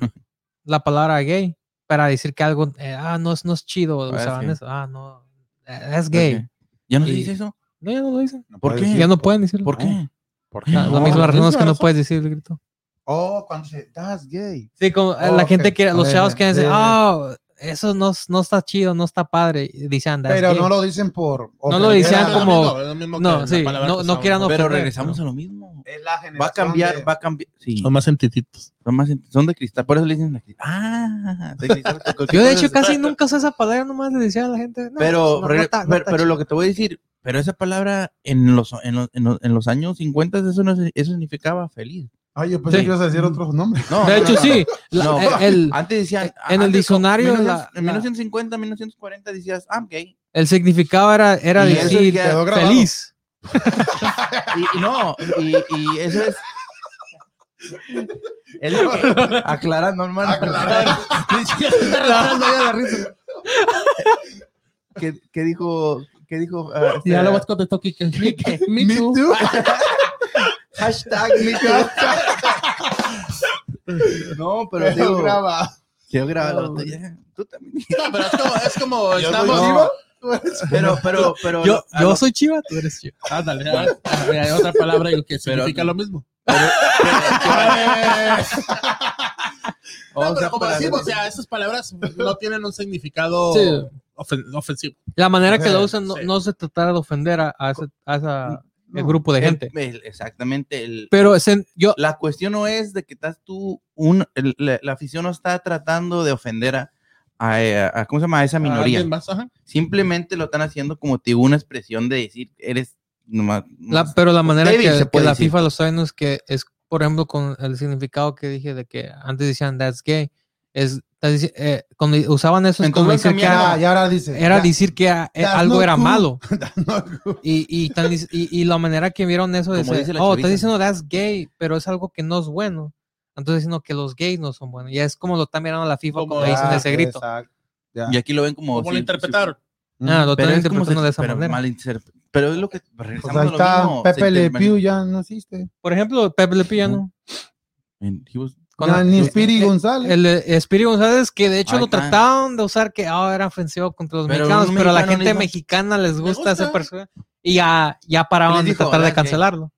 Speaker 3: la palabra gay para decir que algo. eh, ah, no es, no es chido.
Speaker 2: Ah, es
Speaker 3: usaban
Speaker 2: gay.
Speaker 3: eso. Ah, no. eh, Es gay.
Speaker 2: ok. ¿Ya no se
Speaker 3: Y-
Speaker 2: dice eso?
Speaker 3: No, ya no lo dicen.
Speaker 1: No
Speaker 2: ¿Por
Speaker 1: puedes
Speaker 2: qué?
Speaker 1: decir,
Speaker 3: Ya no pueden decirlo. Ah,
Speaker 2: ¿Por qué?
Speaker 1: ¿Por qué?
Speaker 3: La, la
Speaker 1: no?
Speaker 3: misma razón es que no
Speaker 4: razón.
Speaker 3: puedes decir el grito.
Speaker 1: Oh, cuando se, that's gay.
Speaker 3: Sí, como eh,
Speaker 1: Oh,
Speaker 3: la
Speaker 1: ok.
Speaker 3: gente que, los
Speaker 1: Ve,
Speaker 3: chavos que
Speaker 1: ve,
Speaker 3: dicen,
Speaker 1: ve.
Speaker 3: ah, eso no, no está chido, no está padre. y Dicen, "That's
Speaker 1: Pero
Speaker 3: gay".
Speaker 1: no lo dicen por.
Speaker 3: No lo
Speaker 1: ofender
Speaker 3: decían
Speaker 1: a-
Speaker 4: Es lo
Speaker 3: como-
Speaker 4: mismo, es lo mismo que
Speaker 3: no,
Speaker 4: la
Speaker 3: sí,
Speaker 4: palabra
Speaker 3: no-
Speaker 4: que
Speaker 3: no
Speaker 4: usamos.
Speaker 3: quieran
Speaker 2: pero
Speaker 3: ofender,
Speaker 2: regresamos
Speaker 3: pero-
Speaker 2: a lo mismo.
Speaker 1: Es la generación.
Speaker 2: Va a cambiar,
Speaker 1: de-
Speaker 2: va a cambiar. Sí,
Speaker 4: Son más sentiditos.
Speaker 2: son, más, son de cristal, por eso le dicen de cristal. Ah, de cristal, cualquier
Speaker 3: Yo de
Speaker 2: cosa
Speaker 3: hecho
Speaker 2: se-
Speaker 3: casi nunca usé esa palabra, nomás le decía a la gente. "No,
Speaker 2: Pero,
Speaker 3: no, no
Speaker 2: re-
Speaker 3: está- no
Speaker 2: pero,
Speaker 3: está
Speaker 2: pero
Speaker 3: chido".
Speaker 2: lo que te voy a decir, pero esa palabra en los, en los, en los, en los años 50 eso, no, se- eso significaba feliz.
Speaker 1: Ay, yo pensé
Speaker 3: Sí. Mm.
Speaker 1: que ibas a decir otros nombres.
Speaker 2: No,
Speaker 3: de
Speaker 2: no,
Speaker 3: hecho
Speaker 2: no,
Speaker 3: sí, la-
Speaker 2: No.
Speaker 3: eh, el,
Speaker 2: Antes decían.
Speaker 3: En el
Speaker 2: antes,
Speaker 3: diccionario,
Speaker 2: como
Speaker 3: la-
Speaker 2: en
Speaker 3: la-
Speaker 2: 1950, 1940 decías, "Ah, I'm gay.
Speaker 3: el significado era, era
Speaker 2: Y eso
Speaker 3: decir
Speaker 2: quedó
Speaker 1: grabado.
Speaker 3: feliz.
Speaker 2: Y, y no, y, y eso es. Es lo que- aclarando, hermano. que, que dijo, que dijo ah, este,
Speaker 4: Ya lo vas a contestar, Kike. Me too.
Speaker 2: hashtag me too. No, pero digo, quedó grabado.
Speaker 4: No.
Speaker 2: ya, Tú también.
Speaker 4: No, pero es como, es como
Speaker 2: No,
Speaker 4: estamos.
Speaker 2: pero, pero, pero,
Speaker 3: Yo,
Speaker 2: a
Speaker 3: yo
Speaker 2: lo-
Speaker 3: soy chiva, tú eres chiva.
Speaker 4: Ándale, a ver, a ver, hay otra palabra que significa lo mismo.
Speaker 2: o
Speaker 4: No,
Speaker 2: sea,
Speaker 4: pero como
Speaker 2: para-
Speaker 4: decimos, o sea, esas palabras no tienen un significado
Speaker 3: Sí.
Speaker 4: ofen- ofensivo.
Speaker 3: La manera que lo usan no,
Speaker 4: Sí.
Speaker 3: no se tratara de ofender a, a ese a esa- el
Speaker 1: No.
Speaker 3: grupo de
Speaker 2: el-
Speaker 3: gente.
Speaker 2: el- exactamente. El,
Speaker 3: Pero se- yo,
Speaker 2: la cuestión no es de que estás tú, un, el- la, la afición no está tratando de ofender a, a, eh, a- ¿cómo se llama? A esa minoría.
Speaker 4: ¿Alguien más? Ajá.
Speaker 2: Simplemente lo están haciendo como te digo, una expresión de decir, eres nomás.
Speaker 3: La- pero la manera
Speaker 2: débil, se
Speaker 3: que, que
Speaker 2: puede
Speaker 3: la
Speaker 2: decir.
Speaker 3: FIFA lo sabe no es que es, por ejemplo, con el significado que dije de que antes decían that's gay, es, está dici- eh, cuando usaban eso es como
Speaker 1: Pues
Speaker 2: Entonces
Speaker 3: decir que
Speaker 2: cambiaron.
Speaker 1: Ya,
Speaker 3: era,
Speaker 1: ya ahora dice.
Speaker 3: era
Speaker 1: ya.
Speaker 3: decir que ah, eh,
Speaker 1: that's
Speaker 3: algo
Speaker 1: not
Speaker 3: era
Speaker 1: cool.
Speaker 3: malo.
Speaker 1: No,
Speaker 3: Y, y, tan dic- y- y la manera que vieron eso de
Speaker 2: Como
Speaker 3: ser,
Speaker 2: dice la
Speaker 3: oh,
Speaker 2: chavita".
Speaker 3: estás diciendo that's gay, pero es algo que no es bueno. Entonces diciendo que los gays no son buenos. Y es como lo está mirando la FIFA
Speaker 4: Como-
Speaker 3: cuando dicen
Speaker 1: ah,
Speaker 3: ese grito.
Speaker 1: exacto. Ya.
Speaker 2: Y aquí lo ven como.
Speaker 4: ¿Cómo lo
Speaker 2: sí,
Speaker 4: interpretaron?
Speaker 3: Ah, lo
Speaker 2: Pero
Speaker 3: están
Speaker 2: es como
Speaker 3: interpretando
Speaker 2: se-
Speaker 3: de esa
Speaker 2: pero
Speaker 3: manera.
Speaker 2: malinterpre- pero es lo que.
Speaker 1: Pues
Speaker 2: regresamos
Speaker 1: ahí
Speaker 2: a lo
Speaker 1: está.
Speaker 2: mismo,
Speaker 1: Pepe
Speaker 2: se
Speaker 1: Le
Speaker 2: interpre-
Speaker 1: Pew ya no existe.
Speaker 3: Por ejemplo, Pepe Le Pew ya no.
Speaker 2: And he was-
Speaker 3: Cuando-
Speaker 1: Ya ni
Speaker 3: eh,
Speaker 1: Spiri
Speaker 3: eh,
Speaker 1: González.
Speaker 3: El eh, Espíritu González, que de hecho
Speaker 2: Ahí
Speaker 3: lo
Speaker 2: está.
Speaker 3: trataban de usar que ahora era ofensivo contra los
Speaker 2: Pero
Speaker 3: mexicanos,
Speaker 2: un
Speaker 3: pero a la
Speaker 2: mexicano
Speaker 3: gente
Speaker 2: le dijo,
Speaker 3: mexicana les gusta, ese
Speaker 4: gusta".
Speaker 3: personaje y ya, ya paraban
Speaker 2: Les
Speaker 3: de
Speaker 2: dijo,
Speaker 3: tratar de
Speaker 2: "That's gay".
Speaker 3: cancelarlo.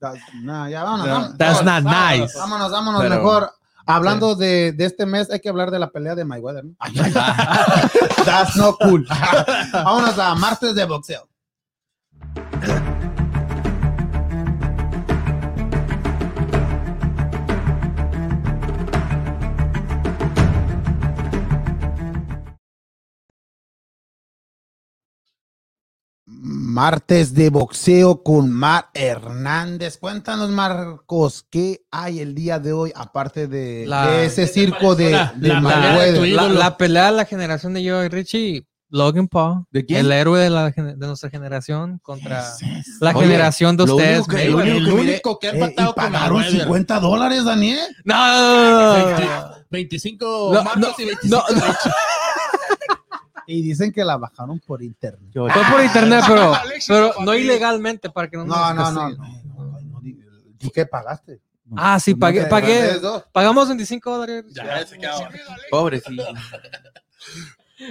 Speaker 1: That's- nah, ya vámonos.
Speaker 2: No.
Speaker 1: vámonos.
Speaker 3: That's
Speaker 4: No,
Speaker 3: not
Speaker 4: vámonos.
Speaker 3: nice.
Speaker 1: Vámonos, vámonos
Speaker 2: Pero-
Speaker 1: mejor. Hablando de, de este mes, hay que hablar de la pelea de Mayweather. ¿no? That's no cool. vámonos a martes de boxeo. Martes de boxeo con Mar Hernández. Cuéntanos, Marcos, ¿qué hay el día de hoy aparte de,
Speaker 3: La-
Speaker 1: de ese circo de,
Speaker 4: la-
Speaker 1: de
Speaker 4: la-
Speaker 1: Mayweather?
Speaker 4: la-
Speaker 3: La, la pelea de la generación de yo y Richie, Logan Paul,
Speaker 2: ¿De quién?
Speaker 3: el héroe de, la, gen- de nuestra generación contra la
Speaker 2: Oye,
Speaker 3: generación de
Speaker 2: lo
Speaker 3: ustedes.
Speaker 2: único que-
Speaker 3: güey.
Speaker 2: lo único-
Speaker 4: el único que ha
Speaker 1: Eh,
Speaker 4: empatado
Speaker 1: y
Speaker 4: con
Speaker 1: pagaron
Speaker 4: Mayweather.
Speaker 1: 50 dólares, Daniel.
Speaker 3: No, no, no, no, no.
Speaker 4: 25
Speaker 3: No,
Speaker 4: martes
Speaker 3: no,
Speaker 4: y 25
Speaker 3: no,
Speaker 1: Y dicen que la bajaron por internet.
Speaker 2: Qué bonito.
Speaker 3: Fue por internet, pero,
Speaker 4: Alexis,
Speaker 3: pero
Speaker 4: papá,
Speaker 3: no
Speaker 4: sí.
Speaker 3: ilegalmente para que no,
Speaker 1: No,
Speaker 3: nos-
Speaker 1: no, no. no, no, no, no. ¿Tú qué pagaste?
Speaker 3: Ah,
Speaker 2: pues
Speaker 3: sí, pagué,
Speaker 1: ¿No te
Speaker 3: pagué.
Speaker 1: pagaste dos?
Speaker 3: Pagamos 25 dólares.
Speaker 4: Ya, se quedó.
Speaker 2: Pobre, sí.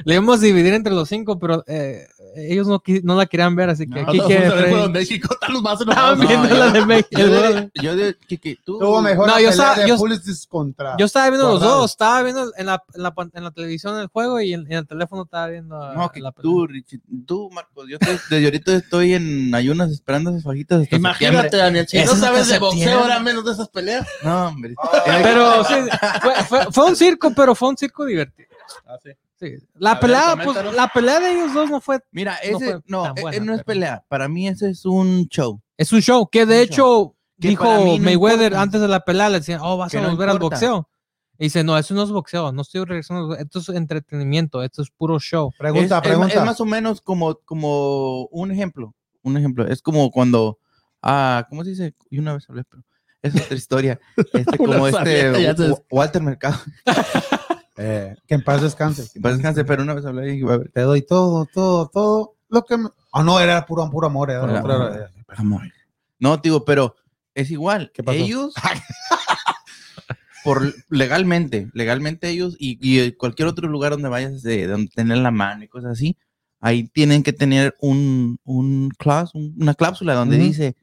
Speaker 3: Le íbamos a dividir entre los cinco, pero eh, ellos no, qui- no la querían ver, así que
Speaker 2: No.
Speaker 3: aquí
Speaker 4: Nosotros
Speaker 3: que
Speaker 4: vamos a ver
Speaker 3: Freddy-
Speaker 4: por México están los más
Speaker 3: Estaban
Speaker 4: enojados.
Speaker 2: No,
Speaker 3: viendo
Speaker 2: yo-
Speaker 3: la de México.
Speaker 2: Yo de, yo de Kiki, tú.
Speaker 1: Tuvo mejor
Speaker 3: No,
Speaker 1: la
Speaker 3: yo
Speaker 1: pelea
Speaker 3: sa-
Speaker 1: de
Speaker 3: yo-
Speaker 1: Pulisic contra.
Speaker 3: Yo estaba viendo los
Speaker 1: Guardado.
Speaker 3: dos, estaba viendo en la, en la, pan- en la televisión el juego y en, en el teléfono estaba viendo a-
Speaker 2: No, que
Speaker 3: la pelea.
Speaker 2: tú, Richie, tú, Marcos, yo estoy- desde ahorita estoy en ayunas esperando esas fajitas hasta septiembre.
Speaker 4: Imagínate, Daniel, si
Speaker 3: Eso
Speaker 4: no
Speaker 3: nunca
Speaker 4: sabes de
Speaker 3: se
Speaker 4: boxeo,
Speaker 3: tiene.
Speaker 4: ahora menos de esas peleas.
Speaker 2: No, hombre. Eh,
Speaker 3: Pero sí, fue, fue- fue un circo, pero fue un circo divertido.
Speaker 4: Ah,
Speaker 3: Sí. La
Speaker 4: A ver,
Speaker 3: pelea, pues,
Speaker 4: coméntanos.
Speaker 3: la pelea de ellos dos no fue.
Speaker 2: Mira,
Speaker 3: No
Speaker 2: ese
Speaker 3: fue
Speaker 2: no,
Speaker 3: tan
Speaker 2: e- e-
Speaker 3: buena,
Speaker 2: no es
Speaker 3: pero-
Speaker 2: pelea. Para mí ese es un show.
Speaker 3: Es un show que de
Speaker 2: Un
Speaker 3: hecho
Speaker 2: Que para mí
Speaker 3: dijo
Speaker 2: no
Speaker 3: Mayweather
Speaker 2: importa.
Speaker 3: antes de la pelea le decían, oh, vas
Speaker 2: Que
Speaker 3: a
Speaker 2: no
Speaker 3: volver al
Speaker 2: importa.
Speaker 3: boxeo. Y dice, no, eso no es boxeo, no estoy regresando, esto es entretenimiento, esto es puro show.
Speaker 1: Pregunta,
Speaker 2: es, es ma-
Speaker 1: pregunta.
Speaker 2: es más o menos como, como un ejemplo. Un ejemplo. Es como cuando. Ah, ¿cómo se dice? Y una vez hablé, pero. Es otra historia. Este, como
Speaker 4: Una
Speaker 2: este.
Speaker 4: sabía, ya
Speaker 2: Wa-
Speaker 4: sabes.
Speaker 2: Walter Mercado.
Speaker 1: Eh, que en paz descanse.
Speaker 2: Paz descanse, pero una vez hablé y. a ver,
Speaker 1: Te doy todo, todo, todo lo que me... Ah, no, era puro, puro amor. Era,
Speaker 2: Puro
Speaker 1: puro
Speaker 2: amor.
Speaker 1: amor.
Speaker 2: amor. No, digo, pero es igual.
Speaker 1: ¿Qué pasó?
Speaker 2: Ellos. por legalmente, legalmente ellos y, y cualquier otro lugar donde vayas, de donde tener la mano y cosas así, ahí tienen que tener un, un clause, un- una cláusula donde
Speaker 1: Ujú.
Speaker 2: dice,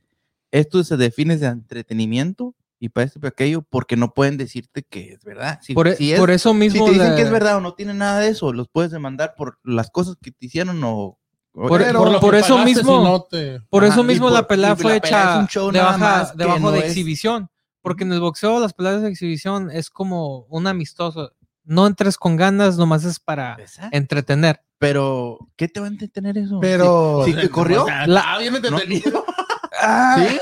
Speaker 2: esto se define de entretenimiento y para esto y para aquello, porque no pueden decirte que es verdad. Si,
Speaker 3: Por, e-
Speaker 2: si es-
Speaker 3: por eso
Speaker 2: si
Speaker 3: mismo.
Speaker 2: te dicen
Speaker 3: le-
Speaker 2: que es verdad o no tiene nada de eso, los puedes demandar por las cosas que te hicieron o... o-
Speaker 3: Por- e-,
Speaker 2: Pero-
Speaker 3: por-
Speaker 4: lo
Speaker 3: por
Speaker 4: que
Speaker 3: eso
Speaker 4: pagaste,
Speaker 3: mismo-
Speaker 4: si no te-
Speaker 3: Por
Speaker 2: Ajá,
Speaker 3: eso
Speaker 2: y
Speaker 3: mismo
Speaker 2: por-
Speaker 3: la pelea
Speaker 2: y
Speaker 3: fue
Speaker 2: la pelea es
Speaker 3: hecha
Speaker 2: un show
Speaker 3: de
Speaker 2: nada
Speaker 3: baja-
Speaker 2: más que
Speaker 3: debajo
Speaker 2: no
Speaker 3: de
Speaker 2: es-
Speaker 3: exhibición. Porque en el boxeo las peleas de exhibición es como un amistoso. No entres con ganas, nomás es para
Speaker 2: Exacto.
Speaker 3: entretener.
Speaker 2: Pero, ¿qué te va a entretener eso?
Speaker 1: Pero,
Speaker 2: Sí, sí que corrió. Ah,
Speaker 4: O sea, ah,
Speaker 3: La-
Speaker 4: estaba bien entretenido.
Speaker 2: ¿Sí?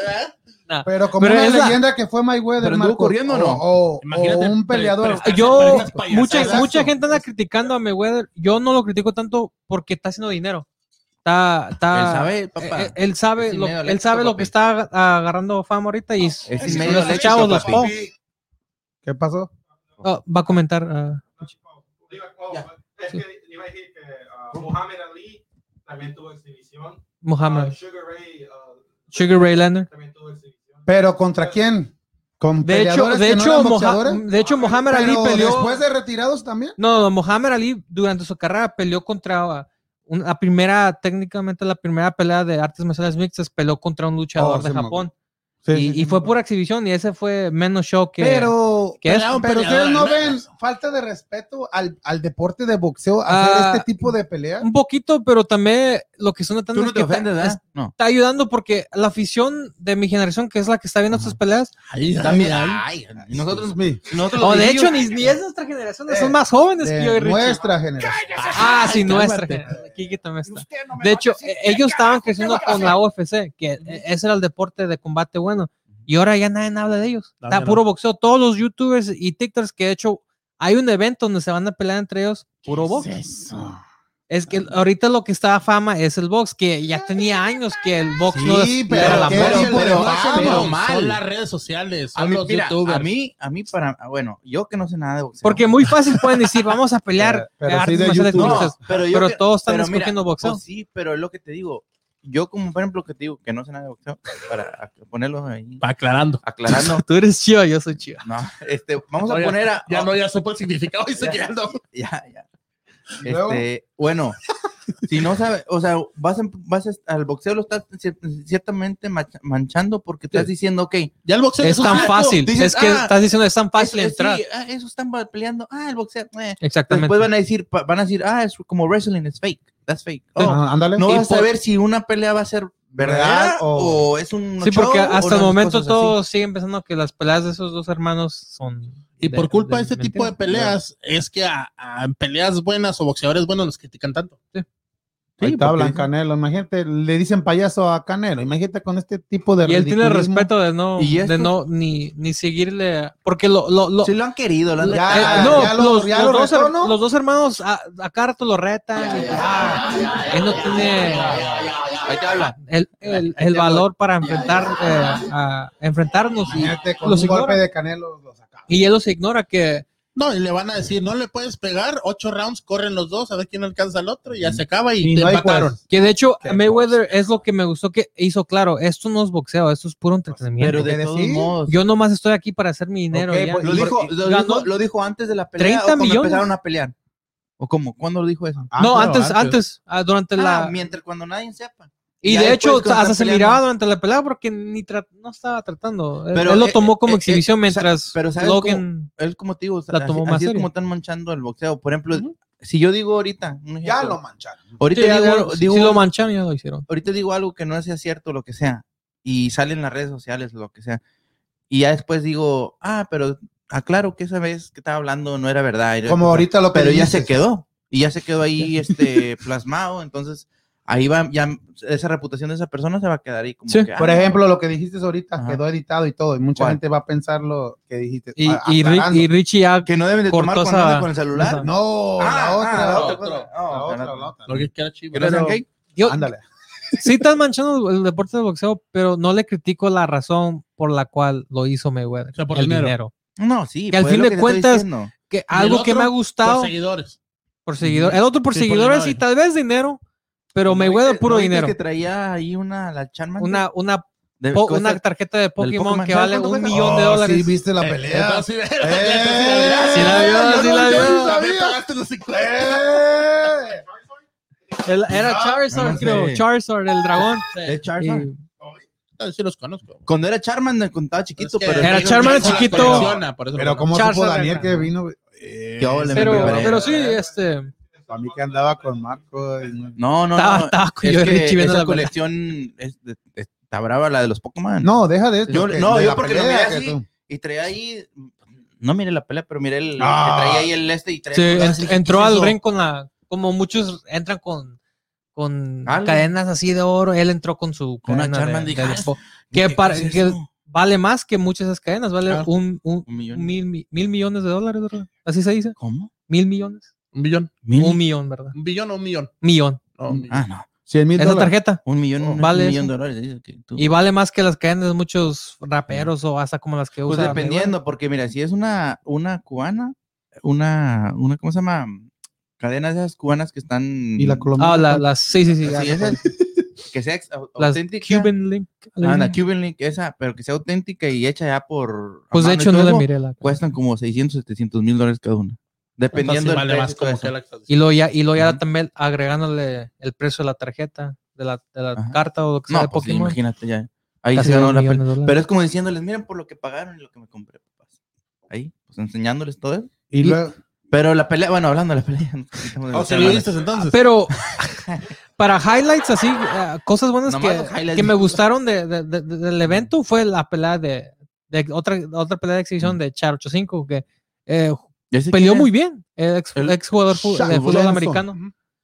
Speaker 1: pero como
Speaker 3: Pero
Speaker 1: una
Speaker 3: es la-
Speaker 1: leyenda que fue Mayweather.
Speaker 2: ¿Pero anduvo
Speaker 1: Marco,
Speaker 2: corriendo o no?
Speaker 1: O,
Speaker 4: Imagínate,
Speaker 1: o un
Speaker 4: pero-
Speaker 1: peleador.
Speaker 2: Ah,
Speaker 4: pero-
Speaker 3: Yo,
Speaker 4: Parejas payasadas.
Speaker 3: mucha,
Speaker 1: Exacto.
Speaker 3: mucha gente anda criticando a Mayweather. Yo no lo critico tanto porque está haciendo dinero. Está, está,
Speaker 2: Él sabe, papá.
Speaker 3: eh, eh, él sabe,
Speaker 2: Es
Speaker 3: lo,
Speaker 2: inmedio al
Speaker 3: él
Speaker 2: éxito,
Speaker 3: sabe lo
Speaker 2: papi.
Speaker 3: que está ag- agarrando fama ahorita y
Speaker 2: Es
Speaker 4: Sí,
Speaker 2: inmedio
Speaker 4: los
Speaker 2: al éxito,
Speaker 4: chavos, los
Speaker 2: papi.
Speaker 3: pop.
Speaker 1: ¿Qué pasó?
Speaker 3: ah, va a comentar. ah,
Speaker 9: Es que le iba a decir que ah, Muhammad Ali también tuvo exhibición. Ah,
Speaker 3: Muhammad.
Speaker 9: Sugar Ray ah,
Speaker 3: Sugar Ray Leonard.
Speaker 9: también tuvo exhibición.
Speaker 1: ¿Pero contra quién? ¿Con
Speaker 3: De hecho,
Speaker 1: peleadores
Speaker 3: de
Speaker 1: que no
Speaker 3: hecho,
Speaker 1: eran
Speaker 3: Moha-
Speaker 1: boxeadores?
Speaker 3: de hecho, Muhammad Ali
Speaker 1: Pero
Speaker 3: peleó.
Speaker 1: después de retirados también.
Speaker 3: No, no, Muhammad Ali durante su carrera peleó contra uh, un- la primera, técnicamente la primera pelea de artes marciales mixtas, peleó contra un luchador
Speaker 1: Oh,
Speaker 3: de
Speaker 1: sí, me
Speaker 3: Japón.
Speaker 1: Sí,
Speaker 3: y,
Speaker 1: sí,
Speaker 3: y
Speaker 1: sí.
Speaker 3: fue pura exhibición y ese fue menos show que...
Speaker 1: Pero,
Speaker 3: que es-
Speaker 1: pero,
Speaker 4: un peleador,
Speaker 1: ustedes no
Speaker 4: ¿no?
Speaker 1: ven falta de respeto al, al deporte de boxeo hacer
Speaker 3: Ah,
Speaker 1: este tipo de peleas.
Speaker 3: un poquito, pero también lo que son
Speaker 2: Tú
Speaker 3: notando
Speaker 2: no
Speaker 3: es
Speaker 2: te
Speaker 3: que ta-
Speaker 2: ofendes,
Speaker 3: es-
Speaker 2: ¿verdad?
Speaker 3: está,
Speaker 2: No.
Speaker 3: ayudando porque la afición de mi generación, que es la que está viendo estas peleas,
Speaker 4: Ay, ay,
Speaker 2: También, ay,
Speaker 4: ay.
Speaker 2: y nosotros,
Speaker 1: Sí,
Speaker 2: nosotros
Speaker 3: o
Speaker 2: los
Speaker 3: de hecho
Speaker 2: niños-
Speaker 3: ni, ni es nuestra generación,
Speaker 1: Eh,
Speaker 3: son más jóvenes que yo y
Speaker 1: de
Speaker 3: Richie.
Speaker 1: nuestra generación.
Speaker 3: Ah, sí, nuestra. generación. Kiki también está. de hecho, eh, ellos estaban creciendo con la UFC, que eh, ese era el deporte de combate bueno. Y ahora ya nadie habla de ellos.
Speaker 4: No,
Speaker 3: Está
Speaker 4: ya no.
Speaker 3: puro boxeo. Todos los youtubers y TikToks que de hecho hay un evento donde se van a pelear entre ellos, puro box. Es que ahorita lo que está a fama es el box, que ya tenía años que el box no
Speaker 1: Sí,
Speaker 3: des-
Speaker 1: pero
Speaker 3: era la
Speaker 1: ¿qué
Speaker 3: moda.
Speaker 1: tipo de
Speaker 4: Pero-
Speaker 1: fama?
Speaker 4: pero
Speaker 2: mal.
Speaker 4: Son las redes sociales, son
Speaker 2: A mí,
Speaker 4: los
Speaker 2: mira,
Speaker 4: youtubers.
Speaker 2: a mí, a mí para, ah, bueno, yo que no sé nada de boxeo.
Speaker 3: Porque muy fácil pueden decir, vamos a pelear
Speaker 1: Pero- pero
Speaker 3: artes
Speaker 1: sí de
Speaker 3: marciales
Speaker 1: YouTube.
Speaker 3: mixtas",
Speaker 2: pero yo
Speaker 3: pero
Speaker 2: que-
Speaker 3: todos están
Speaker 2: pero mira,
Speaker 3: escogiendo boxeo.
Speaker 2: pues sí, pero es lo que te digo. Yo como, por ejemplo, que te digo que no sé nada de boxeo, para ac- ponerlo ahí,
Speaker 4: aclarando.
Speaker 2: aclarando.
Speaker 3: Tú eres chido, yo soy chido.
Speaker 2: No, este, vamos a
Speaker 4: Oye,
Speaker 2: poner a...
Speaker 4: Ya no, ya supo el significado y se
Speaker 2: Ya.
Speaker 4: quedando.
Speaker 2: ya, ya.
Speaker 1: luego?
Speaker 2: Este, bueno, si no sabes, o sea, vas, en- vas est- al boxeo lo estás cier- ciertamente mach- manchando porque estás diciendo, ok,
Speaker 4: Ya el boxeo
Speaker 3: Es tan
Speaker 4: un circo.
Speaker 3: fácil.
Speaker 2: dices,
Speaker 3: es que
Speaker 2: "Ah,
Speaker 3: estás diciendo, es tan
Speaker 2: eso,
Speaker 3: fácil entrar.
Speaker 2: sí, ah, eso están ba- peleando, ah, el boxeo, eh.
Speaker 3: Exactamente.
Speaker 2: después van a decir, pa- van a decir, ah, es como wrestling, es fake, that's fake. Oh,
Speaker 1: Ah, ándale.
Speaker 2: no
Speaker 1: Y
Speaker 2: vas a
Speaker 1: por-
Speaker 2: saber si una pelea va a ser verdad
Speaker 1: ¿Verdad?
Speaker 2: o,
Speaker 1: O-
Speaker 2: es un
Speaker 3: Sí, porque
Speaker 2: show, o
Speaker 3: hasta el
Speaker 2: no,
Speaker 3: momento
Speaker 2: cosas así.
Speaker 3: todo sigue pensando que las peleas de esos dos hermanos son.
Speaker 4: Y por culpa de este tipo de
Speaker 3: mentiras.
Speaker 4: peleas, es que a, a- en peleas buenas o boxeadores buenos los critican tanto.
Speaker 1: Ahí está
Speaker 4: porque-
Speaker 1: Blancanelo, imagínate, le dicen payaso a Canelo, imagínate con este tipo de
Speaker 3: Y él tiene el
Speaker 1: ridiculismo.
Speaker 3: respeto de no,
Speaker 2: ¿Y esto?
Speaker 3: de no ni, ni seguirle. a- Porque lo. lo, lo-
Speaker 2: Sí lo han querido, lo han
Speaker 3: eh,
Speaker 1: ya,
Speaker 3: no,
Speaker 1: ya lo-
Speaker 3: los,
Speaker 1: ya
Speaker 3: los
Speaker 1: lo
Speaker 3: dos,
Speaker 1: retó,
Speaker 3: her-
Speaker 1: ¿no?
Speaker 3: los dos hermanos a, a cada rato lo retan. y- él no tiene
Speaker 2: Ahí te habla.
Speaker 3: el, el- el valor para enfrentar eh, a enfrentarnos. Y,
Speaker 1: Imagínate con
Speaker 3: los
Speaker 1: un golpe
Speaker 3: ignora.
Speaker 1: de Canelo lo sacaba.
Speaker 3: y él los ignora que.
Speaker 4: No, y le van a decir, no le puedes pegar, ocho rounds, corren los dos, a ver quién alcanza al otro, y
Speaker 3: Mm.
Speaker 4: ya se acaba y,
Speaker 1: Y
Speaker 4: te
Speaker 1: no hay
Speaker 4: empataron.
Speaker 1: juez.
Speaker 3: Que de hecho,
Speaker 1: Qué
Speaker 3: Mayweather es lo que me gustó que hizo claro. Esto no es boxeo, esto es puro entretenimiento.
Speaker 2: Pero de
Speaker 1: ¿Qué
Speaker 2: todos
Speaker 1: decir?
Speaker 2: modos.
Speaker 3: Yo nomás estoy aquí para hacer mi dinero.
Speaker 1: Ok,
Speaker 3: ya.
Speaker 1: pues,
Speaker 2: Lo
Speaker 1: Y
Speaker 2: dijo,
Speaker 1: porque
Speaker 2: lo,
Speaker 3: ganó
Speaker 2: dijo, lo dijo antes de la pelea.
Speaker 3: 30
Speaker 2: o cuando
Speaker 3: millones.
Speaker 2: empezaron a pelear. ¿O cómo? ¿Cuándo lo dijo eso?
Speaker 3: no,
Speaker 4: Ah,
Speaker 3: antes, antes, ah, durante
Speaker 2: Ah,
Speaker 3: la.
Speaker 2: mientras cuando nadie sepa.
Speaker 3: Y
Speaker 2: ya
Speaker 3: de
Speaker 2: después
Speaker 3: hecho,
Speaker 2: cuando
Speaker 3: hasta
Speaker 2: están
Speaker 3: se
Speaker 2: peleando.
Speaker 3: miraba durante la pelea porque ni tra- no estaba tratando. Él-
Speaker 2: Pero,
Speaker 3: él lo
Speaker 2: eh,
Speaker 3: tomó
Speaker 2: eh,
Speaker 3: como
Speaker 2: eh,
Speaker 3: exhibición
Speaker 2: sa-
Speaker 3: mientras
Speaker 2: pero ¿sabes
Speaker 3: Logan.
Speaker 2: Él, como te digo, o sea,
Speaker 3: La
Speaker 2: así,
Speaker 3: tomó más
Speaker 2: así es
Speaker 3: serio.
Speaker 2: como están manchando el boxeo. Por ejemplo, si yo digo ahorita. un
Speaker 1: Ya
Speaker 2: ejemplo,
Speaker 1: lo mancharon.
Speaker 2: Ahorita
Speaker 3: Sí, ya
Speaker 2: digo,
Speaker 3: lo-
Speaker 2: digo-
Speaker 3: si lo mancharon, ya lo hicieron.
Speaker 2: ahorita digo algo que no sea cierto, lo que sea, y sale en las redes sociales, lo que sea, y ya después digo, ah, pero aclaro que esa vez que estaba hablando no era verdad. era-
Speaker 1: Como ahorita lo que
Speaker 2: Pero ya
Speaker 1: dices.
Speaker 2: se quedó, y ya se quedó ahí este, plasmado, entonces ahí va, ya esa reputación de esa persona se va a quedar ahí como
Speaker 3: Sí.
Speaker 2: que, ah,
Speaker 1: Por ejemplo, lo que dijiste ahorita
Speaker 2: Ajá.
Speaker 1: quedó editado y todo, y mucha
Speaker 2: ¿Cuál?
Speaker 1: gente va a pensar lo que dijiste.
Speaker 3: Y,
Speaker 1: a-
Speaker 3: y Ri-
Speaker 1: aclarando.
Speaker 3: y Richie ya.
Speaker 2: que no deben de tomar
Speaker 3: Cortó
Speaker 2: cuando andan
Speaker 3: esa-
Speaker 2: con el celular.
Speaker 3: esa-
Speaker 1: No,
Speaker 2: Ah,
Speaker 1: la
Speaker 2: ah,
Speaker 1: otra,
Speaker 2: la
Speaker 1: la otra,
Speaker 2: otra, oh,
Speaker 1: la otra,
Speaker 2: la
Speaker 1: la
Speaker 4: Lo
Speaker 1: otra.
Speaker 4: que quiera Chivas.
Speaker 2: Que no sean
Speaker 4: Pero-
Speaker 2: gay.
Speaker 3: yo-
Speaker 1: Ándale.
Speaker 3: sí, están manchando el deporte del boxeo, pero no le critico la razón por la cual lo hizo Mayweather.
Speaker 4: O sea, por
Speaker 3: el
Speaker 4: dinero.
Speaker 3: dinero.
Speaker 2: No, sí.
Speaker 3: Que al
Speaker 2: pues, es
Speaker 3: fin
Speaker 2: lo
Speaker 3: de
Speaker 2: te estoy
Speaker 3: cuentas-
Speaker 2: diciendo.
Speaker 3: Que
Speaker 4: el
Speaker 3: algo que
Speaker 4: otro,
Speaker 3: me ha
Speaker 4: por
Speaker 3: gustado
Speaker 4: seguidores.
Speaker 3: por seguidor. El otro por
Speaker 4: Sí, por
Speaker 3: seguidores y
Speaker 4: dinero.
Speaker 3: tal vez dinero, pero
Speaker 2: ¿No
Speaker 3: Mayweather
Speaker 2: viste-
Speaker 3: puro
Speaker 2: no viste
Speaker 3: dinero.
Speaker 2: Pues que traía ahí una, la Charmander?
Speaker 3: Una, una,
Speaker 2: De-
Speaker 3: po-
Speaker 2: cosa-
Speaker 3: una tarjeta de Pokémon,
Speaker 2: Pokémon.
Speaker 3: que
Speaker 2: ¿Sabes
Speaker 3: vale
Speaker 2: cuánto
Speaker 3: un
Speaker 2: cuesta?
Speaker 3: millón de
Speaker 1: Oh,
Speaker 3: dólares.
Speaker 1: Sí, viste
Speaker 2: Eh,
Speaker 1: la pelea.
Speaker 4: Entonces,
Speaker 1: Eh,
Speaker 3: Sí la vio,
Speaker 1: yo
Speaker 3: sí
Speaker 1: no- yo
Speaker 3: la vio.
Speaker 1: no
Speaker 4: También
Speaker 1: sabía.
Speaker 4: pagaste los 50.
Speaker 1: Eh.
Speaker 3: El- era Charizard,
Speaker 2: Ah, no sé.
Speaker 3: creo. Charizard, el dragón.
Speaker 2: de Charizard.
Speaker 3: Y-
Speaker 4: Sí los conozco.
Speaker 2: Cuando era Charmander cuando
Speaker 1: Pues
Speaker 2: estaba chiquito,
Speaker 4: Es que
Speaker 2: pero
Speaker 3: Era
Speaker 4: ellos
Speaker 3: Charmander
Speaker 4: mismos la
Speaker 3: chiquito.
Speaker 4: colecciona, por eso
Speaker 1: Pero
Speaker 4: lo
Speaker 1: como
Speaker 3: Charles
Speaker 1: supo Daniel
Speaker 3: Herrera.
Speaker 1: que vino, eh,
Speaker 2: Qué ole,
Speaker 3: pero,
Speaker 2: me preparé.
Speaker 3: pero sí, este.
Speaker 1: para mí que andaba con Marco. y-
Speaker 2: No, no,
Speaker 3: Estaba,
Speaker 2: no.
Speaker 3: estaba con
Speaker 2: Es
Speaker 3: yo y
Speaker 2: que
Speaker 3: Richie viendo
Speaker 2: esa
Speaker 3: la pelea.
Speaker 2: colección es- es- está brava la de los Pokémon.
Speaker 1: No, deja de eso.
Speaker 2: Yo-
Speaker 1: que-
Speaker 2: no,
Speaker 1: de
Speaker 2: yo
Speaker 1: la
Speaker 2: porque lo
Speaker 1: pelea
Speaker 2: miré
Speaker 1: que
Speaker 2: así.
Speaker 1: tú-
Speaker 2: Y traía ahí. No miré la pelea, pero miré el.
Speaker 1: Ah.
Speaker 2: Que traía ahí el este y traía.
Speaker 3: Sí,
Speaker 2: cosas
Speaker 3: en-
Speaker 2: así.
Speaker 3: entró
Speaker 2: ¿Qué es
Speaker 3: al
Speaker 2: eso?
Speaker 3: ring con la. Como muchos entran con. Con
Speaker 2: Algo.
Speaker 3: cadenas así de oro. Él entró con su.
Speaker 2: Con una
Speaker 3: cadena de-
Speaker 2: Charmander.
Speaker 3: de-
Speaker 2: Ah,
Speaker 3: de-
Speaker 2: ¿Qué
Speaker 3: que para-
Speaker 2: es
Speaker 3: que-
Speaker 2: eso?
Speaker 3: vale más que muchas de esas cadenas. Vale
Speaker 4: Ah.
Speaker 3: un, un-
Speaker 2: Un millón.
Speaker 3: mil, mi- mil millones de dólares, ¿verdad? Así se dice.
Speaker 2: ¿Cómo?
Speaker 3: Mil millones.
Speaker 4: Un billón.
Speaker 2: ¿Mil?
Speaker 3: Un millón, ¿verdad?
Speaker 4: Un billón o un millón.
Speaker 3: Millón.
Speaker 4: No, un millón.
Speaker 2: Ah, no.
Speaker 1: 100 mil
Speaker 3: Esa
Speaker 1: dólares.
Speaker 3: tarjeta.
Speaker 2: Un millón, un-
Speaker 3: Vale
Speaker 2: un
Speaker 3: eso.
Speaker 2: millón de dólares. dices que tú.
Speaker 3: Y vale más que las cadenas de muchos raperos o hasta como las que
Speaker 2: Pues
Speaker 3: usa.
Speaker 2: dependiendo, porque mira, si es una, una cubana, una, una, ¿cómo se llama? Cadenas esas cubanas que están.
Speaker 1: Y la colombiana.
Speaker 3: Ah, la- las. sí, sí, sí.
Speaker 2: Así
Speaker 3: ya,
Speaker 2: es,
Speaker 3: cuál.
Speaker 2: que sea ex- au-
Speaker 3: las
Speaker 2: auténtica.
Speaker 3: Cuban Link.
Speaker 2: Ah, la Cuban Link, esa, pero que sea auténtica y hecha ya por. a
Speaker 3: Pues de
Speaker 2: mano y
Speaker 3: hecho no
Speaker 2: todo
Speaker 3: la
Speaker 2: eso,
Speaker 3: miré. La...
Speaker 2: Cuestan como 600, 700 mil dólares cada una. Dependiendo
Speaker 4: Entonces,
Speaker 2: del precio
Speaker 4: vale más
Speaker 2: y todo
Speaker 4: como
Speaker 2: eso.
Speaker 4: que la que estás
Speaker 3: Y
Speaker 4: diciendo.
Speaker 3: luego ya, y luego ya
Speaker 2: Ujú.
Speaker 3: también agregándole el precio de la tarjeta, de la, de la
Speaker 2: Ajá.
Speaker 3: carta o lo que sea
Speaker 2: No,
Speaker 3: de
Speaker 2: pues sí,
Speaker 3: Pokémon.
Speaker 2: imagínate ya. Ahí
Speaker 3: Casi
Speaker 2: se ganó
Speaker 3: dos
Speaker 2: la
Speaker 3: millones
Speaker 2: pena.
Speaker 3: de dólares.
Speaker 2: Pero es como diciéndoles, miren por lo que pagaron y lo que me compré, papás. Ahí, pues enseñándoles todo eso.
Speaker 1: Y luego,
Speaker 2: Pero la pelea, bueno, hablando de la pelea. nos quitamos de
Speaker 4: Ah,
Speaker 2: los
Speaker 4: ¿sí lo
Speaker 2: temas.
Speaker 4: viste entonces?
Speaker 3: Pero para highlights así, eh, cosas buenas
Speaker 2: Nomás los
Speaker 3: que,
Speaker 2: highlights.
Speaker 3: que me gustaron de, de- de- de- del evento fue la pelea de, de otra, otra pelea de
Speaker 2: Mm.
Speaker 3: exhibición de Char 85, que eh,
Speaker 2: ¿Ya sé
Speaker 3: peleó
Speaker 2: quién es?
Speaker 3: muy bien. El ex,
Speaker 2: El-
Speaker 3: ex jugador fu-
Speaker 1: Shaq
Speaker 3: de fútbol
Speaker 1: Lenson.
Speaker 3: americano.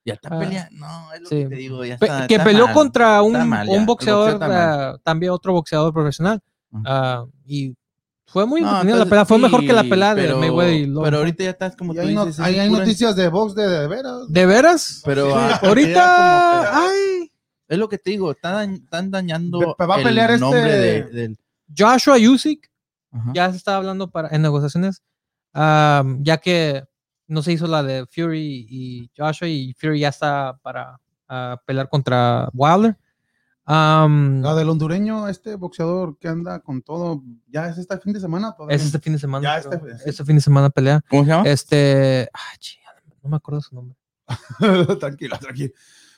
Speaker 2: Ya está
Speaker 3: Ah,
Speaker 2: pelea. No, es lo
Speaker 3: sí.
Speaker 2: que te digo. Ya
Speaker 3: Pe-
Speaker 2: Ah, está,
Speaker 3: que
Speaker 2: está
Speaker 3: peleó
Speaker 2: mal.
Speaker 3: contra un,
Speaker 2: Está mal, ya.
Speaker 3: un
Speaker 2: El boxeo
Speaker 3: boxeador,
Speaker 2: está mal.
Speaker 3: ah, también otro boxeador profesional.
Speaker 2: Ujú.
Speaker 3: Ah, y fue muy
Speaker 2: No,
Speaker 3: entretenida
Speaker 2: entonces,
Speaker 3: la pelea. Fue mejor que la
Speaker 2: sí,
Speaker 3: pelea de
Speaker 2: pero-
Speaker 3: Mayweather y Logan
Speaker 2: Pero
Speaker 3: Paul.
Speaker 2: ahorita ya estás como
Speaker 1: y
Speaker 2: tú
Speaker 1: hay, no-
Speaker 2: dices.
Speaker 1: hay,
Speaker 2: es
Speaker 1: hay
Speaker 2: pura-
Speaker 1: noticias de box de, de veras.
Speaker 3: ¿De veras?
Speaker 2: Pero ah,
Speaker 3: Ahorita, ay,
Speaker 2: es lo que te digo, están, dañ- están dañando
Speaker 1: Pe- pe- va a
Speaker 2: el
Speaker 1: pelear este-
Speaker 2: nombre de- del...
Speaker 3: Joshua Usyk
Speaker 2: Ajá.
Speaker 3: ya se está hablando para, en negociaciones, am, ya que no se hizo la de Fury y Joshua y Fury ya está para ah, pelear contra Wilder. Am,
Speaker 1: La del hondureño, este boxeador que anda con todo. Ya es este fin de semana. todavía.
Speaker 3: es este fin de semana.
Speaker 1: Ya
Speaker 3: creo.
Speaker 1: este-
Speaker 3: este, fin de semana pelea.
Speaker 2: ¿Cómo se llama?
Speaker 3: Este, ay, chingada, no me acuerdo su nombre.
Speaker 1: tranquilo, tranquilo.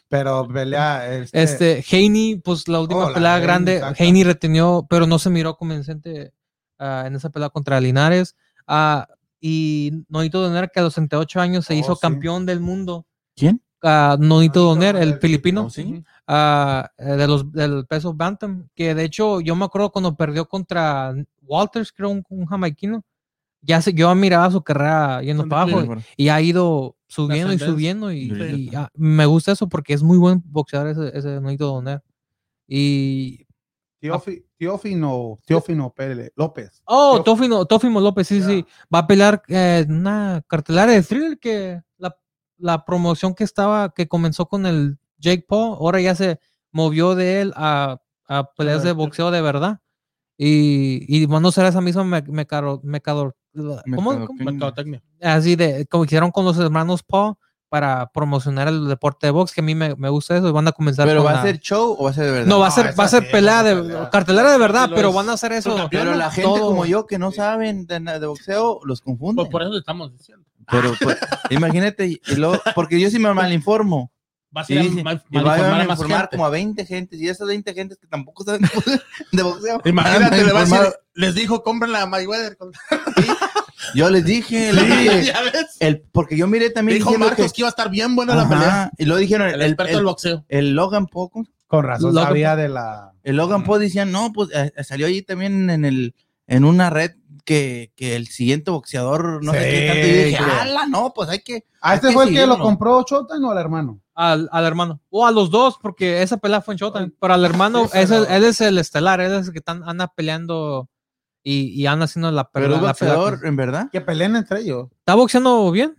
Speaker 1: Pero pelea. Este,
Speaker 3: Este, Haney, pues la última
Speaker 1: Oh, la
Speaker 3: pelea
Speaker 1: Haney,
Speaker 3: grande,
Speaker 1: exacto.
Speaker 3: Haney retenió, pero no se miró convincente ah, en esa pelea contra Linares. Ah, y Nonito Doner, que a los 38 años se
Speaker 1: Oh,
Speaker 3: hizo
Speaker 1: sí.
Speaker 3: campeón del mundo.
Speaker 2: ¿Quién?
Speaker 3: Ah, Nonito
Speaker 1: Nonito
Speaker 3: Doner,
Speaker 1: Doner,
Speaker 3: el filipino,
Speaker 2: oh, sí.
Speaker 3: ah, eh, de los, del peso Bantam, que de hecho yo me acuerdo cuando perdió contra Walters, creo un, un jamaiquino, ya se, yo miraba su carrera yendo para abajo
Speaker 2: Por-
Speaker 3: y ha ido subiendo y
Speaker 4: Ascendencia.
Speaker 3: subiendo y,
Speaker 2: Sí.
Speaker 3: y, ah, me gusta eso porque es muy buen boxeador ese, ese Nonito Donaire. Y
Speaker 10: Teofi- Teófino, Teófino Pérez López.
Speaker 3: oh,
Speaker 10: Teófilo.
Speaker 3: Tófimo, Tófimo López, sí, sí, va a pelear eh, en una cartelera de thriller que la, la promoción que estaba que comenzó con el Jake Paul, ahora ya se movió de él a, a peleas de
Speaker 4: verdad.
Speaker 3: boxeo de verdad. Y, y van a usar esa misma me, mecaro- mecador- ¿cómo- cómo?
Speaker 4: Mercadotecnia.
Speaker 3: así de como hicieron con los hermanos Paul para promocionar el deporte de box, que a mí me, me gusta eso, y van a comenzar
Speaker 2: Pero
Speaker 3: con
Speaker 2: va a
Speaker 3: la-
Speaker 2: ser show o va a ser de verdad.
Speaker 3: no, va a
Speaker 10: No,
Speaker 3: ser, va a
Speaker 10: esa
Speaker 3: ser
Speaker 10: sí,
Speaker 3: pelea
Speaker 10: esa
Speaker 3: de
Speaker 10: pelea.
Speaker 3: cartelera de verdad,
Speaker 4: Los-
Speaker 3: pero van a hacer eso.
Speaker 4: los
Speaker 2: Pero la gente
Speaker 3: todo.
Speaker 2: como yo que no saben de, na- de boxeo los confunde.
Speaker 4: Pues por eso te estamos diciendo.
Speaker 2: Pero pues, imagínate, y luego- porque yo sí me malinformo.
Speaker 4: Vas a
Speaker 2: Y,
Speaker 4: ir a
Speaker 2: dice-
Speaker 4: mal-
Speaker 2: y va
Speaker 4: malinformar
Speaker 2: a
Speaker 4: a más
Speaker 2: informar
Speaker 4: gente.
Speaker 2: como a 20 gentes y esas 20 gentes que tampoco saben de boxeo. van a
Speaker 4: Imagínate, le vas a
Speaker 2: informar.
Speaker 4: decir, les dijo, compren la Mayweather. con-
Speaker 2: Yo les dije, les dije,
Speaker 4: ¿Ya ves?
Speaker 2: el, porque yo miré también
Speaker 4: Dijo
Speaker 2: diciendo
Speaker 4: Marcos que... iba a estar bien buena la
Speaker 2: Ajá,
Speaker 4: pelea.
Speaker 2: y lo dijeron
Speaker 4: El,
Speaker 2: el, el,
Speaker 4: experto del boxeo.
Speaker 2: el Logan Paul, ¿cómo
Speaker 10: Con razón
Speaker 3: Lo que-
Speaker 10: sabía de la.
Speaker 2: El
Speaker 1: Mm.
Speaker 2: Logan Paul decían, no, pues eh, eh, salió ahí también en el en una red que, que el siguiente boxeador, no sé
Speaker 10: Sí,
Speaker 2: qué tanto, y yo dije,
Speaker 10: creo.
Speaker 2: ala, no, pues hay que...
Speaker 10: Ah, este
Speaker 2: Hay que
Speaker 10: fue el que lo
Speaker 2: seguirlo.
Speaker 10: compró Showtime o al hermano.
Speaker 3: Al, al hermano, o a los dos, porque esa pelea fue en Showtime, pero al hermano,
Speaker 10: Sí,
Speaker 3: es el-
Speaker 10: pero-
Speaker 3: él es el estelar, él es el que están, anda peleando y, y anda haciendo la,
Speaker 2: Pero
Speaker 3: la-
Speaker 2: es
Speaker 3: la pelea.
Speaker 4: pues.
Speaker 2: boxeador, en verdad.
Speaker 10: Que peleen entre ellos.
Speaker 3: Está boxeando bien,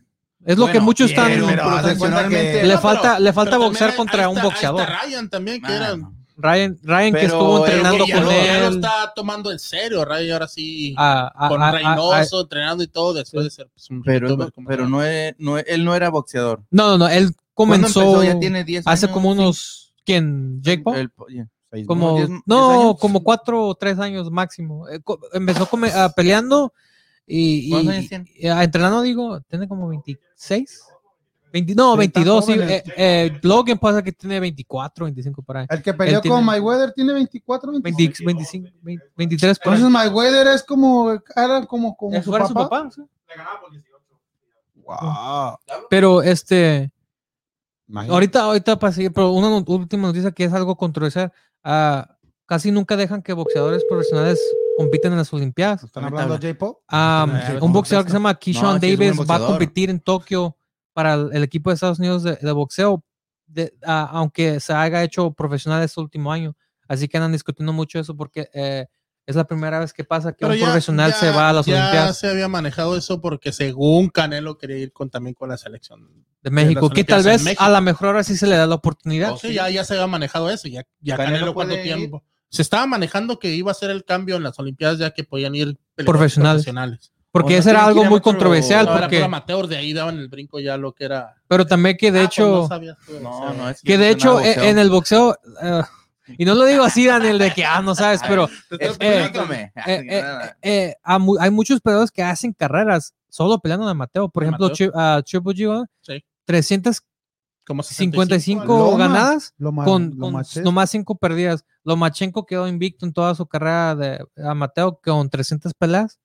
Speaker 3: es lo que
Speaker 2: Bueno,
Speaker 3: muchos
Speaker 2: bien,
Speaker 3: están...
Speaker 2: pero haz de cuenta que-
Speaker 3: le
Speaker 4: No,
Speaker 3: falta,
Speaker 4: pero-
Speaker 3: le falta
Speaker 4: pero
Speaker 3: boxear
Speaker 4: también
Speaker 3: contra
Speaker 4: ahí
Speaker 3: un
Speaker 4: está-
Speaker 3: boxeador.
Speaker 4: Ahí está Ryan también, que
Speaker 2: Ah,
Speaker 4: era-
Speaker 2: no.
Speaker 3: Ryan, Ryan que
Speaker 2: Pero
Speaker 3: estuvo
Speaker 2: el
Speaker 3: entrenando
Speaker 4: ya,
Speaker 3: con
Speaker 4: lo, ya lo
Speaker 3: él.
Speaker 4: está tomando en serio, Ryan, ahora sí.
Speaker 3: a- a-
Speaker 4: con
Speaker 3: a- a- a-
Speaker 4: Reynoso, entrenando y todo, después de ser pues, un
Speaker 2: Pero,
Speaker 4: youtuber como
Speaker 2: pero
Speaker 4: tal.
Speaker 2: no, es- no es- él no era boxeador.
Speaker 3: No, no, no, él
Speaker 2: ¿Cuándo
Speaker 3: comenzó
Speaker 2: empezó? ya tiene 10
Speaker 3: hace
Speaker 2: años,
Speaker 3: como
Speaker 2: sí.
Speaker 3: unos ¿quién? Jake Paul.
Speaker 2: El- yeah, seis,
Speaker 3: como
Speaker 2: ¿no? Diez- diez
Speaker 3: no,
Speaker 2: años.
Speaker 3: como cuatro o tres años máximo. Eh, co- Empezó come- ah, peleando y,
Speaker 2: ¿Cuántos
Speaker 3: y-
Speaker 2: años tiene?
Speaker 3: y, ah, entrenando digo, tiene como 26. 20 no,
Speaker 10: Sí,
Speaker 3: 22, sí,
Speaker 10: está joven,
Speaker 3: eh, eh, Logan pasa que tiene 24, 25 por ahí.
Speaker 10: El que peleó
Speaker 3: Él tiene-
Speaker 10: con Mayweather tiene 24, 25.
Speaker 3: 20 25, 20 23 por ahí.
Speaker 10: Entonces Mayweather es como, era como, como
Speaker 3: Eh,
Speaker 10: su
Speaker 3: fuera
Speaker 10: papá.
Speaker 3: su papá, sí.
Speaker 9: Le ganaba por 18.
Speaker 10: Wow.
Speaker 3: Pero este, Ahorita, ahorita para seguir, pero una not- última noticia que es algo controversial. ah, casi nunca dejan que boxeadores profesionales compiten en las Olimpiadas.
Speaker 10: ¿Están hablando de J-Pop?
Speaker 3: Ah,
Speaker 4: Ah, sí,
Speaker 3: un
Speaker 4: sí,
Speaker 3: boxeador que se
Speaker 4: contesta.
Speaker 3: llama Keyshawn
Speaker 2: No, sí es buen
Speaker 3: Davis va a
Speaker 2: boxeador.
Speaker 3: competir en Tokio para el, el equipo de Estados Unidos de, de boxeo, de- ah, aunque se haya hecho profesional este último año. Así que andan discutiendo mucho eso porque eh, es la primera vez que pasa que
Speaker 4: Pero
Speaker 3: un
Speaker 4: ya-
Speaker 3: profesional
Speaker 4: ya-
Speaker 3: se va a las
Speaker 4: ya
Speaker 3: Olimpiadas
Speaker 4: se había manejado eso porque según Canelo quería ir con, también con la selección.
Speaker 3: de México, que tal
Speaker 4: Olimpiadas en
Speaker 3: vez
Speaker 4: México.
Speaker 3: a la mejor ahora sí se le da la oportunidad.
Speaker 4: O sea, ya, ya se había manejado eso, ya, ya
Speaker 2: Canelo
Speaker 4: Canelo, cuánto
Speaker 2: puede
Speaker 4: tiempo. Se estaba manejando que iba a ser el cambio en las Olimpiadas ya que podían ir peleadores
Speaker 3: Profesionales.
Speaker 4: profesionales.
Speaker 3: Porque
Speaker 2: O sea,
Speaker 3: eso era
Speaker 2: tiene que
Speaker 3: algo
Speaker 2: ir a
Speaker 3: muy
Speaker 2: mucho-
Speaker 3: controversial,
Speaker 4: No, era
Speaker 3: porque,
Speaker 4: puro amateur, de ahí daban el brinco ya lo que era.
Speaker 3: pero también que de
Speaker 4: Ah, pues
Speaker 3: hecho...
Speaker 4: no sabías tú de
Speaker 2: No,
Speaker 4: boxeo.
Speaker 2: no, es
Speaker 3: Que de
Speaker 2: no
Speaker 3: hecho,
Speaker 2: era
Speaker 3: eh,
Speaker 2: boxeo.
Speaker 3: en el boxeo, eh, y no lo digo así, Daniel, de que, ah, no sabes, pero
Speaker 2: Explícame.
Speaker 3: eh, eh, eh, a mu- hay muchos peleadores que hacen carreras solo peleando de Mateo. Por
Speaker 4: De
Speaker 3: ejemplo,
Speaker 4: amateur.
Speaker 3: Chi- ah, Triple G, ¿no?
Speaker 4: Sí. Como
Speaker 3: 355
Speaker 10: Loma.
Speaker 3: ganadas
Speaker 10: Lo ma-
Speaker 3: con,
Speaker 10: lo
Speaker 3: con
Speaker 10: maché.
Speaker 3: nomás 5 perdidas. Lomachenko quedó invicto en toda su carrera de Mateo con 300 peleas,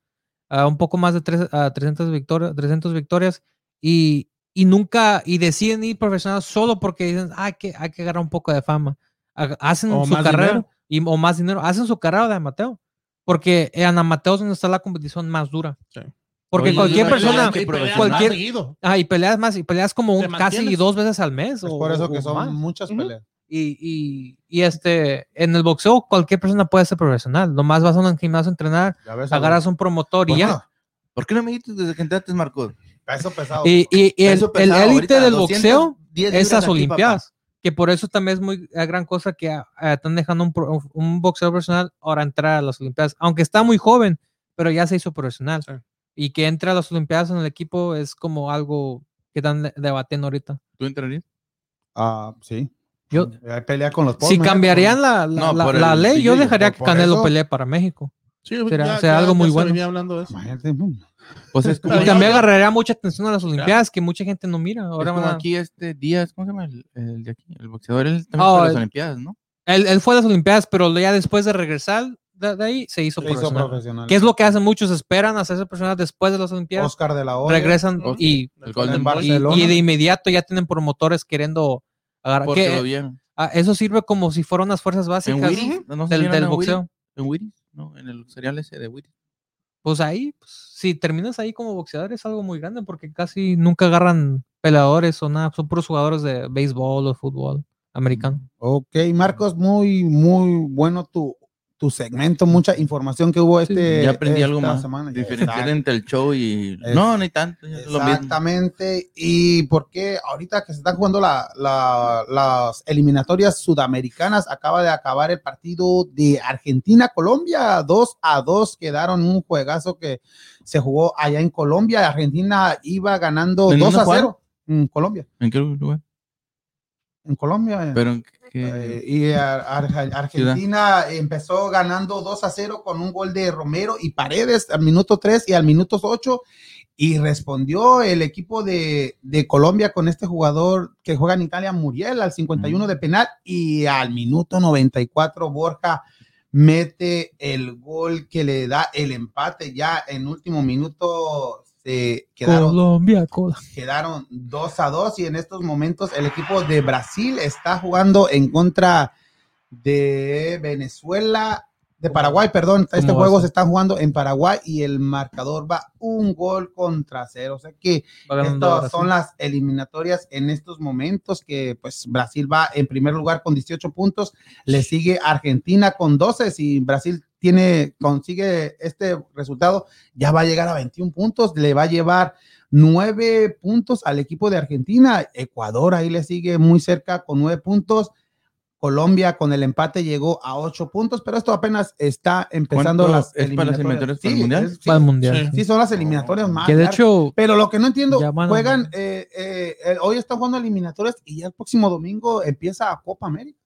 Speaker 3: ah, un poco más de tres- ah, 300, victorias, 300 victorias y, y nunca, y deciden ir profesional solo porque dicen, "Ah, hay que, hay que agarrar un poco de fama. Ha- Hacen
Speaker 4: O
Speaker 3: su
Speaker 4: más
Speaker 3: carrera
Speaker 4: dinero.
Speaker 3: y, o más dinero, hacen su carrera de Amateo porque en Amateo es donde está la competición más dura.
Speaker 4: Sí.
Speaker 3: Porque
Speaker 2: Oye,
Speaker 3: cualquier
Speaker 2: y-
Speaker 3: persona,
Speaker 2: y-
Speaker 3: cualquier-
Speaker 4: cualquier seguido.
Speaker 3: ah, y peleas más, y peleas como
Speaker 4: Te
Speaker 3: un- casi
Speaker 4: mantienes.
Speaker 3: dos veces al mes.
Speaker 10: Es
Speaker 3: o-
Speaker 10: por eso
Speaker 3: o
Speaker 10: que son
Speaker 3: más.
Speaker 10: muchas
Speaker 4: Ujú.
Speaker 10: peleas.
Speaker 3: Y, y, y, este, en el boxeo cualquier persona puede ser profesional. Nomás vas a un gimnasio a entrenar, pues,
Speaker 10: Ya ves,
Speaker 3: agarras un promotor y ya.
Speaker 2: ¿Por qué no me dijiste desde que entraste, Marcos?
Speaker 10: Peso pesado.
Speaker 3: Y, y, y el
Speaker 2: Eso
Speaker 3: el
Speaker 2: pesado
Speaker 3: élite
Speaker 2: ahorita,
Speaker 3: del boxeo
Speaker 2: 210
Speaker 3: es
Speaker 2: libras
Speaker 3: las
Speaker 2: aquí,
Speaker 3: Olimpiadas. Que por eso también es muy eh, gran cosa que ah, ah, están dejando un, pro- un boxeador profesional ahora entrar a las Olimpiadas. Aunque está muy joven, pero ya se hizo profesional.
Speaker 4: Sí.
Speaker 3: Y que entre a las Olimpiadas en el equipo es como algo que están de- debatiendo ahorita.
Speaker 2: papá. ¿Tú entrarías?
Speaker 10: Ah, sí.
Speaker 3: Yo-
Speaker 10: Hay pelea con los
Speaker 3: si
Speaker 10: pobres,
Speaker 3: cambiarían la, la,
Speaker 2: No,
Speaker 3: la-
Speaker 2: por el
Speaker 3: la ley, yo
Speaker 2: billete,
Speaker 3: dejaría
Speaker 10: por-
Speaker 3: que
Speaker 10: por
Speaker 3: Canelo
Speaker 10: eso.
Speaker 3: pelee para México.
Speaker 4: Sí,
Speaker 3: Será- será algo muy
Speaker 4: se
Speaker 3: bueno.
Speaker 4: venía hablando de eso.
Speaker 10: Imagínate, mm.
Speaker 2: Pues es
Speaker 4: como-
Speaker 3: Y
Speaker 4: Pero
Speaker 3: también
Speaker 4: yo-
Speaker 3: agarraría mucha atención a las Olimpiadas que mucha gente no mira. Ahora
Speaker 2: Es como
Speaker 3: van a-
Speaker 2: aquí este Díaz, ¿cómo se llama el, el de aquí? El boxeador, él
Speaker 3: Ah,
Speaker 2: también fue a las
Speaker 3: el-
Speaker 2: Olimpiadas, ¿no?
Speaker 3: él, él fue a las Olimpiadas, pero ya después de regresar de, de ahí se hizo
Speaker 10: Se hizo
Speaker 3: profesional.
Speaker 10: profesional.
Speaker 3: Que es lo que hacen muchos, esperan hacerse personas después de las Olimpiadas,
Speaker 10: Oscar de la O.
Speaker 3: regresan
Speaker 4: Ok.
Speaker 3: y,
Speaker 2: El
Speaker 10: En
Speaker 2: Golden Boy.
Speaker 3: y,
Speaker 10: Barcelona.
Speaker 3: y de inmediato ya tienen promotores queriendo agarrar.
Speaker 2: Porque
Speaker 3: que,
Speaker 2: lo vieron.
Speaker 3: ah, eso sirve como si fueran las fuerzas
Speaker 2: En
Speaker 3: básicas
Speaker 2: Wheaties. No, no se
Speaker 3: del,
Speaker 2: vieron
Speaker 3: del
Speaker 2: en Wheaties?
Speaker 3: boxeo.
Speaker 2: En Wheaties, no, en el cereal ese de Wheaties.
Speaker 3: pues ahí, pues, si terminas ahí como boxeador es algo muy grande porque casi nunca agarran peleadores o nada, son puros jugadores de béisbol o fútbol americano.
Speaker 1: Ok, Marcos, muy, muy bueno tu, tu segmento, mucha información que hubo este.
Speaker 2: ya aprendí algo
Speaker 1: esta
Speaker 2: más.
Speaker 1: semana.
Speaker 2: Diferenciar entre el show y.
Speaker 1: Es-
Speaker 2: No, ni tanto. es lo mismo.
Speaker 1: Exactamente. Y porque ahorita que se están jugando la- la- las eliminatorias sudamericanas, acaba de acabar el partido de Argentina-Colombia, 2 a 2 quedaron un juegazo que se jugó allá en Colombia. Argentina iba ganando
Speaker 2: ¿En
Speaker 1: 2 a
Speaker 2: dónde jugaron?
Speaker 1: 0 en Colombia.
Speaker 2: ¿En qué lugar?
Speaker 1: En Colombia.
Speaker 2: Pero en
Speaker 1: Eh,
Speaker 2: qué-
Speaker 1: y Ar- Ar- Argentina empezó ganando 2 a 0 con un gol de Romero y Paredes al minuto 3 y al minuto 8 y respondió el equipo de, de Colombia con este jugador que juega en Italia, Muriel, al 51 de penal y al minuto 94 Borja mete el gol que le da el empate ya en último minuto se quedaron
Speaker 3: Colombia, Colombia.
Speaker 1: quedaron 2 a 2 y en estos momentos el equipo de Brasil está jugando en contra de Venezuela, de Paraguay, perdón. Este
Speaker 3: ¿Cómo va
Speaker 1: juego
Speaker 3: a ser?
Speaker 1: se está jugando en Paraguay y el marcador va un gol contra cero. O sea que
Speaker 3: Va ganando
Speaker 1: estas
Speaker 3: Brasil.
Speaker 1: son las eliminatorias en estos momentos que pues Brasil va en primer lugar con 18 puntos, le sigue Argentina con 12, si Brasil tiene consigue este resultado ya va a llegar a 21 puntos, le va a llevar 9 puntos al equipo de Argentina, Ecuador ahí le sigue muy cerca con 9 puntos. Colombia con el empate llegó a 8 puntos, pero esto apenas está empezando
Speaker 2: ¿Cuánto
Speaker 1: las
Speaker 2: es para las eliminatorias para el
Speaker 1: Sí,
Speaker 2: Mundial?
Speaker 1: es- sí, Ah,
Speaker 3: Va al mundial.
Speaker 1: sí, son las eliminatorias más
Speaker 3: Que de
Speaker 1: largas.
Speaker 3: hecho,
Speaker 1: Pero lo que no entiendo,
Speaker 3: Ya van a-
Speaker 1: juegan, eh, eh, eh, hoy están jugando eliminatorias y ya el próximo domingo empieza Copa América.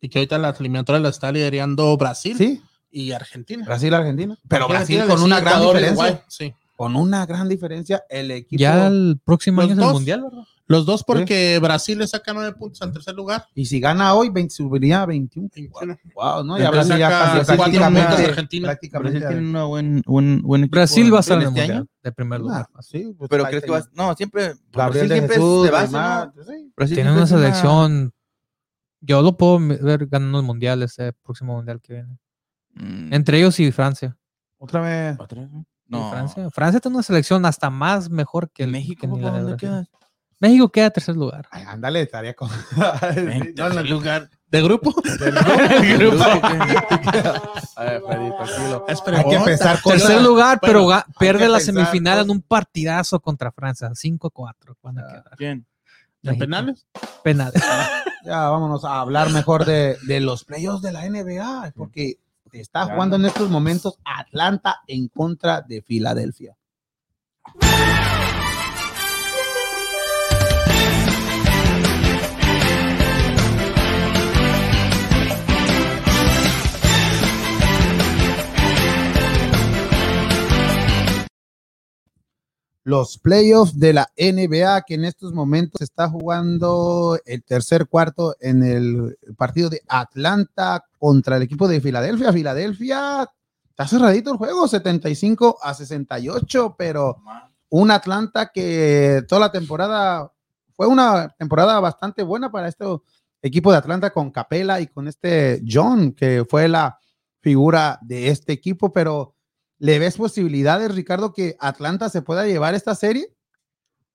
Speaker 4: Y que ahorita las eliminatorias las está liderando Brasil
Speaker 1: Sí,
Speaker 4: y Argentina.
Speaker 1: Brasil-Argentina. Pero Brasil
Speaker 4: Argentina le
Speaker 1: con
Speaker 4: sigue
Speaker 1: una gran
Speaker 4: Ecuador y
Speaker 1: diferencia.
Speaker 4: Uruguay, sí.
Speaker 1: Con una gran diferencia, el equipo.
Speaker 3: ya el próximo
Speaker 4: Los
Speaker 3: año es el
Speaker 4: dos.
Speaker 3: mundial, ¿verdad?
Speaker 4: Los dos porque Brasil le saca nueve puntos al tercer lugar.
Speaker 1: Y si gana hoy, 20, subiría a 21.
Speaker 4: Argentina.
Speaker 1: Wow, ¿no? Y
Speaker 4: Entonces
Speaker 1: a Brasil ya
Speaker 4: saca
Speaker 1: casi
Speaker 4: cuatro puntos
Speaker 1: prácticamente.
Speaker 4: Argentina.
Speaker 1: prácticamente
Speaker 2: Brasil tiene una buen, buen, buen equipo
Speaker 3: Brasil va a estar en el
Speaker 2: este
Speaker 3: mundial
Speaker 2: año.
Speaker 3: de primer lugar.
Speaker 1: Ah, sí, pues,
Speaker 2: Pero
Speaker 1: ahí
Speaker 2: crees que
Speaker 1: está.
Speaker 2: va a- No, siempre.
Speaker 1: Gabriel
Speaker 2: Brasil
Speaker 1: de
Speaker 2: siempre
Speaker 1: Jesús,
Speaker 2: se basa,
Speaker 1: Neymar,
Speaker 2: ¿no?
Speaker 1: pues, sí.
Speaker 2: Brasil
Speaker 3: Tiene
Speaker 2: siempre
Speaker 3: una
Speaker 2: es una-
Speaker 3: selección. Yo lo puedo ver ganando el mundial, este próximo mundial que viene.
Speaker 2: Mm,
Speaker 3: Entre ellos y Francia.
Speaker 1: Otra vez.
Speaker 2: ¿Otra vez?
Speaker 3: Y
Speaker 2: No.
Speaker 3: Francia. Francia tiene una selección hasta más mejor que el-
Speaker 2: México,
Speaker 3: que ni la
Speaker 2: papá,
Speaker 3: de
Speaker 2: ¿dónde
Speaker 3: Brasil.
Speaker 2: quedas?
Speaker 3: México queda en tercer lugar.
Speaker 1: Ay, ándale, estaría con.
Speaker 2: En
Speaker 1: No, no,
Speaker 2: tercer lugar.
Speaker 4: ¿De grupo?
Speaker 2: ¿En grupo
Speaker 10: A ver, Freddy, tranquilo.
Speaker 1: Hay que empezar con.
Speaker 3: Tercer lugar, pero ga- pierde
Speaker 1: que
Speaker 3: la
Speaker 1: pensar,
Speaker 3: semifinal
Speaker 1: pues.
Speaker 3: en un partidazo contra Francia. 5-4. van
Speaker 2: Ah.
Speaker 3: a quedar.
Speaker 2: ¿Quién?
Speaker 3: México.
Speaker 4: ¿De
Speaker 3: Eh,
Speaker 4: penales?
Speaker 3: Penales.
Speaker 1: Ya vámonos a hablar mejor de, de los playoffs de la NBA, porque se está
Speaker 2: Ya.
Speaker 1: jugando en estos momentos Atlanta en contra de Filadelfia. Los playoffs de la NBA que en estos momentos se está jugando el tercer cuarto en el partido de Atlanta contra el equipo de Filadelfia. Filadelfia está cerradito el juego, 75 a 68, pero un Atlanta que toda la temporada fue una temporada bastante buena para este equipo de Atlanta con Capela y con este John, que fue la figura de este equipo, pero ¿le ves posibilidades, Ricardo, que Atlanta se pueda llevar esta serie?